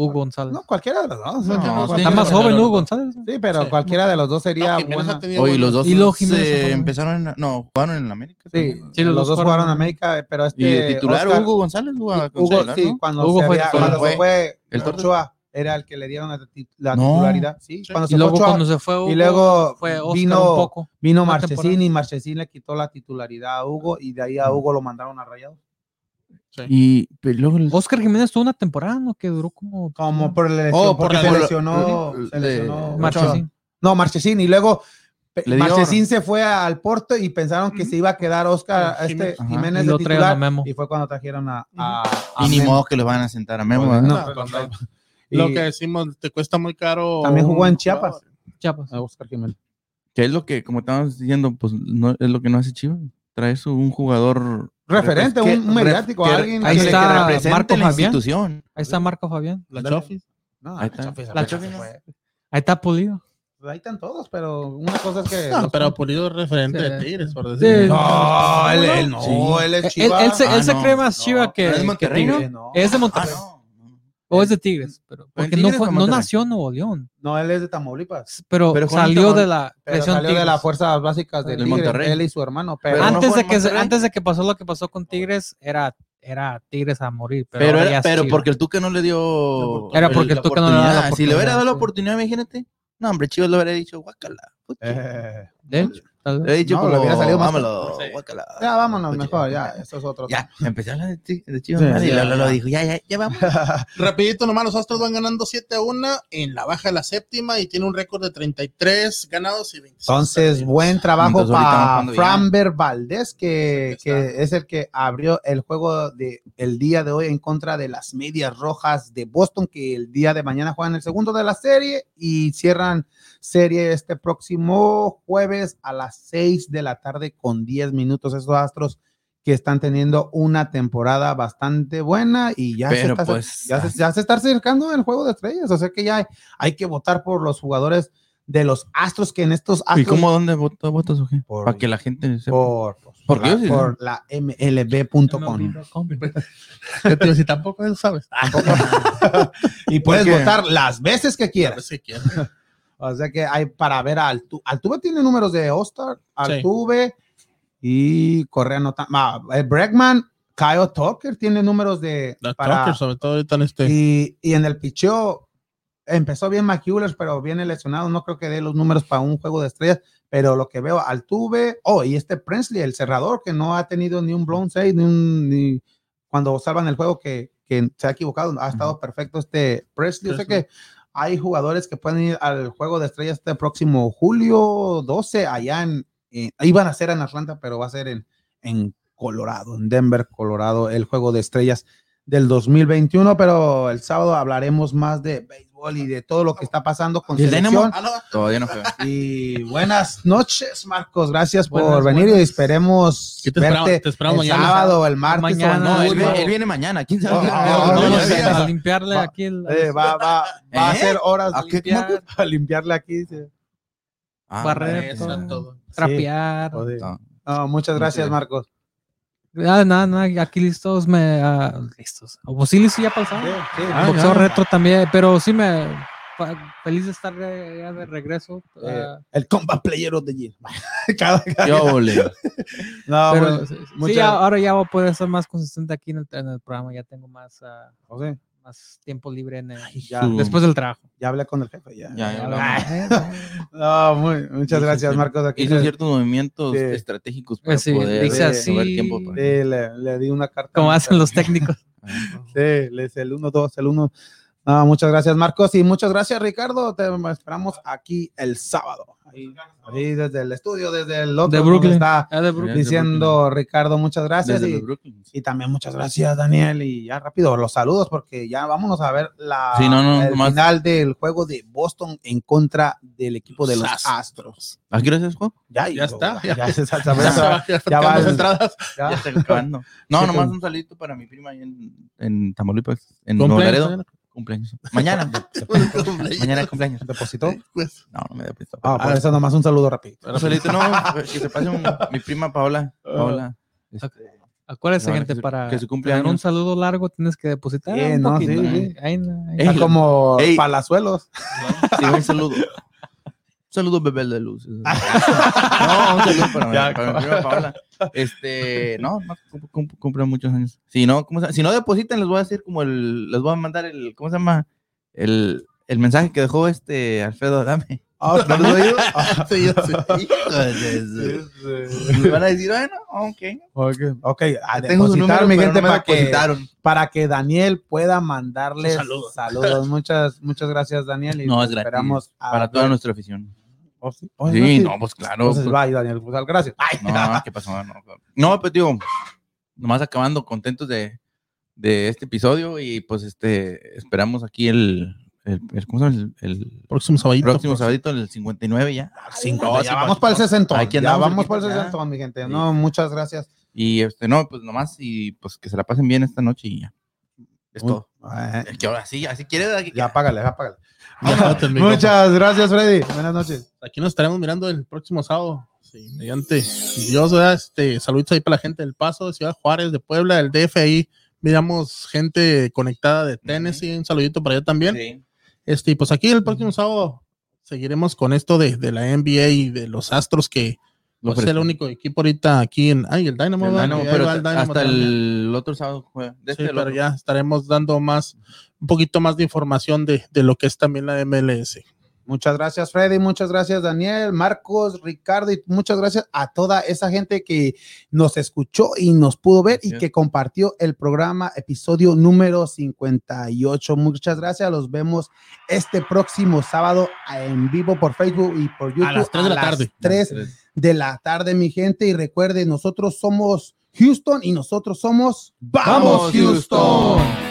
Speaker 3: Hugo González.
Speaker 10: No, cualquiera de los dos.
Speaker 2: No,
Speaker 10: Cualquiera de los
Speaker 2: sí,
Speaker 3: Pues- Está
Speaker 10: dos.
Speaker 3: más
Speaker 2: pero-
Speaker 3: joven Hugo González.
Speaker 10: Sí, pero
Speaker 4: Sí.
Speaker 10: cualquiera de los dos sería
Speaker 4: No, Jiménez
Speaker 10: buena.
Speaker 4: ha tenido
Speaker 2: Oye,
Speaker 4: buenos-
Speaker 2: los dos
Speaker 3: Y luego
Speaker 2: se
Speaker 3: Jiménez, ¿no?
Speaker 2: empezaron en, no, jugaron en América.
Speaker 10: Sí,
Speaker 3: Sí,
Speaker 10: los, dos jugaron en América, eh, pero este.
Speaker 2: Y de titular
Speaker 10: Oscar-
Speaker 2: Hugo Ah, González, Hugo,
Speaker 10: Hugo,
Speaker 2: González,
Speaker 10: sí,
Speaker 2: ¿no?
Speaker 10: cuando,
Speaker 3: Hugo
Speaker 10: se
Speaker 3: fue
Speaker 10: había-
Speaker 3: titular.
Speaker 10: cuando se fue
Speaker 2: El Torres.
Speaker 10: Ochoa, era el que le dieron la, tit- la
Speaker 2: No.
Speaker 10: titularidad. Sí,
Speaker 4: Sí.
Speaker 10: cuando
Speaker 3: Y
Speaker 10: se fue
Speaker 3: luego
Speaker 10: Ochoa,
Speaker 3: cuando se fue Hugo,
Speaker 10: y luego
Speaker 3: fue Oscar un
Speaker 10: vino,
Speaker 3: poco.
Speaker 10: vino
Speaker 3: una
Speaker 10: Marchesín
Speaker 3: temporada.
Speaker 10: y Marchesín le quitó la titularidad a Hugo y de ahí a Hugo lo mandaron a Rayados.
Speaker 2: Y pero luego el-
Speaker 3: Oscar Jiménez tuvo una temporada, ¿no? Que duró como...
Speaker 10: Como por la lesión,
Speaker 2: Oh, por
Speaker 10: porque
Speaker 2: la-
Speaker 10: se
Speaker 2: por la-
Speaker 10: lesionó.
Speaker 2: de-
Speaker 10: se lesionó Ochoa.
Speaker 3: Marchesín.
Speaker 10: No, Marchesín. Y luego pe-
Speaker 2: Le dio-
Speaker 10: Marchesín se fue al Porto y pensaron que se iba a quedar Oscar
Speaker 4: Ujú.
Speaker 10: este,
Speaker 2: Ajá.
Speaker 10: Jiménez
Speaker 3: Y
Speaker 10: de
Speaker 3: lo trajeron a
Speaker 10: titular.
Speaker 3: Memo.
Speaker 10: Y fue cuando trajeron a. a, a
Speaker 2: y ni
Speaker 10: Memo.
Speaker 2: modo que los van a sentar a Memo.
Speaker 4: Pues,
Speaker 2: ¿verdad?
Speaker 4: no,
Speaker 10: No,
Speaker 4: pues,
Speaker 10: no.
Speaker 4: Lo
Speaker 10: Y
Speaker 4: que decimos, te cuesta muy caro.
Speaker 10: También jugó en
Speaker 4: un
Speaker 10: Chiapas.
Speaker 4: jugador.
Speaker 3: Chiapas.
Speaker 10: a Oscar Jiménez.
Speaker 2: Que es lo que, como estábamos diciendo, pues no, es lo que no hace Chivas. Trae su- un jugador pues,
Speaker 10: Referente,
Speaker 2: que-
Speaker 10: un, un
Speaker 2: ref-
Speaker 10: mediático,
Speaker 2: que-
Speaker 10: alguien.
Speaker 3: ahí
Speaker 10: que-
Speaker 2: que
Speaker 3: está
Speaker 2: represente
Speaker 3: Marco
Speaker 2: la
Speaker 3: Fabián.
Speaker 2: institución.
Speaker 3: Ahí está Marco Fabián.
Speaker 4: La Chofis.
Speaker 10: No,
Speaker 2: Ahí está.
Speaker 10: la Chofis,
Speaker 3: La
Speaker 10: la Chofis
Speaker 3: Chofis.
Speaker 10: fue.
Speaker 3: Ahí está Pulido.
Speaker 10: Ahí están todos, pero una cosa es que.
Speaker 4: No,
Speaker 10: los-
Speaker 4: Ah, pero Pulido es referente
Speaker 3: Sí.
Speaker 4: de Tigres, por
Speaker 3: Sí.
Speaker 4: decir.
Speaker 10: No, él, él no,
Speaker 2: Sí.
Speaker 3: Él,
Speaker 10: él es
Speaker 3: él-
Speaker 10: chiva.
Speaker 3: él se,
Speaker 2: Ah,
Speaker 3: él se
Speaker 2: no.
Speaker 3: cree más chiva
Speaker 10: No,
Speaker 3: que...
Speaker 2: ¿Es de
Speaker 3: que
Speaker 2: Monterrey,
Speaker 3: Tigres.
Speaker 10: no? eh, no.
Speaker 3: Es de
Speaker 2: Ah,
Speaker 3: Monterrey.
Speaker 2: no.
Speaker 3: O es de Tigres. Pero,
Speaker 2: ¿Fue en
Speaker 3: porque no,
Speaker 2: Tigres
Speaker 3: fue-
Speaker 2: o en
Speaker 3: no
Speaker 2: Monterrey?
Speaker 3: nació en Nuevo León.
Speaker 10: No, él es de Tamaulipas.
Speaker 3: Pero,
Speaker 2: Pero fue en
Speaker 3: salió
Speaker 2: Tigres.
Speaker 3: de la
Speaker 10: Pero
Speaker 3: presión
Speaker 10: salió de las
Speaker 3: Tigres.
Speaker 10: fuerzas básicas de
Speaker 2: Del
Speaker 10: Tigres,
Speaker 2: Monterrey.
Speaker 10: Él y su hermano. Pero,
Speaker 2: Pero no
Speaker 3: antes,
Speaker 2: fue
Speaker 3: de
Speaker 2: en
Speaker 3: que, se-
Speaker 2: Monterrey.
Speaker 3: antes de que pasó lo que pasó con Tigres, era, era Tigres a morir. Pero,
Speaker 2: Pero,
Speaker 3: ahora
Speaker 2: era-
Speaker 3: ya es
Speaker 2: pero
Speaker 3: Chivas.
Speaker 2: porque el Tuca no le dio.
Speaker 3: Era porque el
Speaker 2: la
Speaker 3: Tuca no le daba la
Speaker 2: oportunidad. Si le hubiera dado la
Speaker 3: oportunidad.
Speaker 2: oportunidad, imagínate. No, hombre, Chivas le hubiera dicho, guácala. puto".
Speaker 10: eh,
Speaker 3: De hecho, tal
Speaker 2: Le
Speaker 3: vez.
Speaker 2: he dicho,
Speaker 10: No,
Speaker 2: como,
Speaker 10: le hubiera salido más-
Speaker 2: "Vámonos, guácala".
Speaker 10: ya vámonos
Speaker 2: Oye,
Speaker 10: mejor, ya. Eso es otro.
Speaker 2: Ya, empecé a hablar de, ti- de Chivas.
Speaker 10: Sí,
Speaker 2: madre, y
Speaker 10: ya,
Speaker 2: Lolo lo,
Speaker 10: ya.
Speaker 2: dijo, ya, ya, ya vamos.
Speaker 4: Rapidito nomás, los Astros van ganando 7 a 1 en la baja de la séptima y tiene un récord de 33 ganados y 26.
Speaker 10: Entonces,
Speaker 4: perdidos.
Speaker 10: buen trabajo
Speaker 2: Entonces, ahorita vamos
Speaker 10: para
Speaker 2: jugando bien.
Speaker 10: Framber Valdés, que,
Speaker 4: Sí, está.
Speaker 10: que es el que abrió el juego de el día de hoy en contra de las medias rojas de Boston, que el día de mañana juegan el segundo de la serie y cierran serie este próximo jueves a las 6 de la tarde con 10 minutos. Esos astros que están teniendo una temporada bastante buena y ya, se
Speaker 2: Pero,
Speaker 10: está,
Speaker 2: pues,
Speaker 10: ya, se, ya se está acercando el juego de estrellas. O sea que ya hay, hay que votar por los jugadores de los astros que en estos astros
Speaker 2: ¿Y cómo dónde votó, votas o qué?
Speaker 10: Por-
Speaker 2: Para que la gente sepa.
Speaker 10: por,
Speaker 2: ¿Por qué?
Speaker 10: la, por la MLB.com.
Speaker 4: Yo te digo, si tampoco eso sabes.
Speaker 10: Y puedes
Speaker 2: Porque-
Speaker 10: votar las veces que
Speaker 4: A ver
Speaker 10: quieras.
Speaker 4: si quieres.
Speaker 10: O sea que hay para ver a Altu- Altuve tiene números de All-Star, Altuve y Correa no tan. ah, eh, Bregman, Kyle Tucker tiene números de.
Speaker 4: La
Speaker 10: para-
Speaker 4: Tucker, sobre todo ahorita en este.
Speaker 10: y, y en el picheo empezó bien McEwlers, pero viene lesionado. No creo que dé los números para un juego de estrellas. Pero lo que veo, Altuve, oh, y este Presley, el cerrador, que no ha tenido ni un blown save, ni un. ni- cuando salvan el juego, que, que se ha equivocado, ha estado perfecto este Presley. Yo sé
Speaker 4: Presley.
Speaker 10: que hay jugadores que pueden ir al juego de estrellas este próximo julio 12, allá en. en- iban a ser en Atlanta, pero va a ser en, en Colorado, en Denver, Colorado, el juego de estrellas del 2021, pero el sábado hablaremos más de béisbol y de todo lo que está pasando con
Speaker 2: ¿Y el Dynamo?
Speaker 4: Ah,
Speaker 10: selección.
Speaker 2: Todavía no fue.
Speaker 10: Y buenas noches, Marcos. Gracias por
Speaker 3: Buenas,
Speaker 10: venir
Speaker 3: buenas.
Speaker 10: y esperemos
Speaker 4: Sí, te esperamos-
Speaker 10: verte
Speaker 4: te esperamos
Speaker 10: el
Speaker 4: mañana.
Speaker 10: sábado, el martes.
Speaker 3: Mañana,
Speaker 10: o el
Speaker 2: No, él,
Speaker 10: lunes.
Speaker 2: viene- él viene mañana. ¿Quién sabe?
Speaker 10: Oh,
Speaker 3: No,
Speaker 10: no,
Speaker 3: no,
Speaker 10: no,
Speaker 3: sí,
Speaker 10: no,
Speaker 3: para
Speaker 10: no.
Speaker 3: limpiarle
Speaker 10: Va-
Speaker 3: aquí el-
Speaker 10: Eh, va, va, va a
Speaker 2: ¿Eh?
Speaker 10: ser horas
Speaker 2: ¿A
Speaker 10: de
Speaker 2: qué?
Speaker 10: limpiar, para limpiarle aquí. sí.
Speaker 2: Ah,
Speaker 3: Barrer
Speaker 2: madre,
Speaker 3: todo.
Speaker 2: santo.
Speaker 3: trapear.
Speaker 10: Sí, joder.
Speaker 2: No.
Speaker 10: No, muchas gracias,
Speaker 2: Sí.
Speaker 10: Marcos.
Speaker 3: Ah, nada, nada, aquí listos, me, ah, listos. O sí, Ah, listo, ya
Speaker 10: Sí, Ah,
Speaker 3: pasamos.
Speaker 10: sí.
Speaker 3: Boxeo retro también, pero sí me fa- feliz de estar de, ya de regreso.
Speaker 10: Eh,
Speaker 3: ah,
Speaker 10: el combat player of the year. Cada- cada-
Speaker 2: Yo, boludo.
Speaker 10: No,
Speaker 3: pero
Speaker 10: ah, bueno,
Speaker 3: sí, sí,
Speaker 10: muchas-
Speaker 3: ya- ahora ya voy a poder ser más consistente aquí en el, en el programa. Ya tengo más, ah,
Speaker 10: José,
Speaker 3: más tiempo libre en el-
Speaker 10: ya,
Speaker 2: Su-
Speaker 3: después del trabajo.
Speaker 10: ya hablé con el jefe. Ya.
Speaker 2: Ya, ya hablamos.
Speaker 10: No, muy- muchas
Speaker 2: Hizo
Speaker 10: gracias,
Speaker 2: cier-
Speaker 10: Marcos. Aquí
Speaker 2: Hizo
Speaker 10: le,
Speaker 2: ciertos movimientos
Speaker 10: Sí.
Speaker 2: estratégicos para
Speaker 3: Sí,
Speaker 2: poder
Speaker 10: dice
Speaker 2: eh,
Speaker 10: así.
Speaker 2: mover tiempo. para-
Speaker 10: sí, le- le di una carta.
Speaker 3: Como hacen los técnicos.
Speaker 10: Sí, le es el 1-2, el 1. No, muchas gracias, Marcos, y muchas gracias, Ricardo. Te esperamos aquí el sábado. Ahí, ahí desde el estudio, desde el otro
Speaker 3: De
Speaker 10: donde
Speaker 3: Brooklyn.
Speaker 10: está
Speaker 3: Ah, de Brooklyn.
Speaker 10: diciendo Ricardo, muchas gracias.
Speaker 2: Desde
Speaker 10: Y,
Speaker 2: los Brooklyn.
Speaker 10: y también muchas gracias, Daniel. Y ya rápido, los saludos, porque ya vámonos a ver la
Speaker 2: Sí, no, no,
Speaker 10: el
Speaker 2: nomás-
Speaker 10: final del juego de Boston en contra del equipo de los
Speaker 2: Sas.
Speaker 10: Astros.
Speaker 2: ¿A qué hora es el juego?
Speaker 10: Ya,
Speaker 4: Ya está,
Speaker 10: Ya,
Speaker 4: ya.
Speaker 10: se- se- se- se-
Speaker 4: ya
Speaker 10: va
Speaker 4: van las
Speaker 10: el-
Speaker 4: entradas.
Speaker 10: ya.
Speaker 2: Ya está acabando. No,
Speaker 10: Sí,
Speaker 2: nomás
Speaker 10: con-
Speaker 2: un salito para mi prima ahí en, en Tamaulipas, en Nuevo Laredo.
Speaker 4: Cumpleaños.
Speaker 2: Cumpleaños. Mañana. Mañana es cumpleaños.
Speaker 10: ¿Depositó?
Speaker 2: No, no me da prisa.
Speaker 10: Ah, por eso nomás un saludo rápido.
Speaker 2: Un salito, no, que se pase un- mi prima Paola.
Speaker 10: Ah.
Speaker 2: Paola. este,
Speaker 3: Acuérdense,
Speaker 2: Ahora
Speaker 3: gente,
Speaker 2: que su-
Speaker 3: para
Speaker 2: que su cumpleaños.
Speaker 3: tener un saludo largo tienes que depositar
Speaker 10: Sí,
Speaker 3: un
Speaker 10: no,
Speaker 3: poquito.
Speaker 10: sí,
Speaker 3: ahí,
Speaker 10: sí.
Speaker 3: ahí en- ahí en-
Speaker 10: Está
Speaker 2: Ey.
Speaker 10: como
Speaker 2: Ey.
Speaker 10: palazuelos.
Speaker 2: Sí, un saludo. Un saludo, bebé de luz. No, un saludo para mi,
Speaker 11: Ya,
Speaker 2: para mi prima Paola. Este, no, no cum- cum- cumple muchos años. Si no, ¿cómo se llama? si no depositan, les voy a decir como el, les voy a mandar el, ¿cómo se llama? El, el mensaje que dejó este Alfredo Adame.
Speaker 10: Ah, ¿no les doy? Ah,
Speaker 4: Sí, yo sí.
Speaker 2: Hijo de su- Les van a decir, bueno, ok.
Speaker 10: ok, ok, a
Speaker 2: Tengo su
Speaker 10: depositar,
Speaker 2: número,
Speaker 10: mi
Speaker 2: pero
Speaker 10: gente,
Speaker 2: no me
Speaker 10: para que
Speaker 2: depositaron.
Speaker 10: para que Daniel pueda mandarles saludos.
Speaker 4: Saludos.
Speaker 10: Muchas, muchas gracias, Daniel. Y
Speaker 2: No, es
Speaker 10: te
Speaker 2: gratis.
Speaker 10: esperamos a
Speaker 2: Para toda
Speaker 10: ver-
Speaker 2: nuestra afición.
Speaker 10: Oh, sí, Oh,
Speaker 2: sí,
Speaker 10: no, sí.
Speaker 2: no, pues claro.
Speaker 10: Ah. Entonces,
Speaker 2: pues,
Speaker 10: bye, Daniel. Pues, gracias. Ay,
Speaker 2: No, ¿qué pasó? No, no, pero digo, nomás acabando contentos de, de este episodio y pues este, esperamos aquí el, el, el- ¿cómo se llama? El, el
Speaker 4: Próximo sabadito. pues. Ah,
Speaker 2: próximo sabadito, el 59 ya.
Speaker 10: cinco,
Speaker 2: No,
Speaker 10: ya
Speaker 2: sí,
Speaker 10: vamos
Speaker 2: vamos.
Speaker 10: para el sesentón.
Speaker 2: Aquí
Speaker 10: Ya
Speaker 2: andamos,
Speaker 10: vamos
Speaker 2: aquí,
Speaker 10: para el
Speaker 2: ya.
Speaker 10: sesentón, mi gente.
Speaker 2: Sí.
Speaker 10: No, muchas gracias.
Speaker 2: Y este, no, pues nomás y pues que se la pasen bien esta noche y ya. Es
Speaker 10: Muy-
Speaker 2: todo.
Speaker 10: Eh,
Speaker 2: Es que ahora sí, así quieres. aquí-
Speaker 10: ya apágale, ya apágale.
Speaker 4: Ya falta el micrófono.
Speaker 10: Muchas
Speaker 2: pues.
Speaker 10: gracias, Freddy. Buenas noches.
Speaker 4: Aquí nos estaremos mirando el próximo sábado. Sí, mediante Dios, ¿verdad? Este, saludos ahí para la gente del Paso, de Ciudad Juárez, de Puebla, del DF ahí. Miramos gente conectada de Tennessee. Un saludito para allá también.
Speaker 2: Sí.
Speaker 4: Este, y pues aquí el próximo sábado seguiremos con esto de, de la NBA y de los Astros, que
Speaker 2: Lo
Speaker 4: pues, es el
Speaker 2: ofrezco.
Speaker 4: único equipo ahorita aquí en. Ay, el Dynamo,
Speaker 2: El
Speaker 4: ¿verdad?
Speaker 2: Dynamo,
Speaker 4: Que ahí
Speaker 2: pero
Speaker 4: va el Dynamo
Speaker 2: hasta
Speaker 4: también.
Speaker 2: el otro sábado juega. De este
Speaker 4: Sí,
Speaker 2: al
Speaker 4: pero
Speaker 2: otro.
Speaker 4: ya estaremos dando más, un poquito más de información de, de lo que es también la MLS.
Speaker 10: Muchas gracias, Freddy. Muchas gracias, Daniel, Marcos, Ricardo. Y muchas gracias a toda esa gente que nos escuchó y nos pudo ver y
Speaker 2: Así es.
Speaker 10: que compartió el programa, episodio número 58. Muchas gracias. Los vemos este próximo sábado en vivo por Facebook y por YouTube.
Speaker 4: las tres de la tarde.
Speaker 10: tres de la tarde, mi gente. Y recuerde, nosotros somos Houston y nosotros somos
Speaker 2: ¡Vamos, Houston!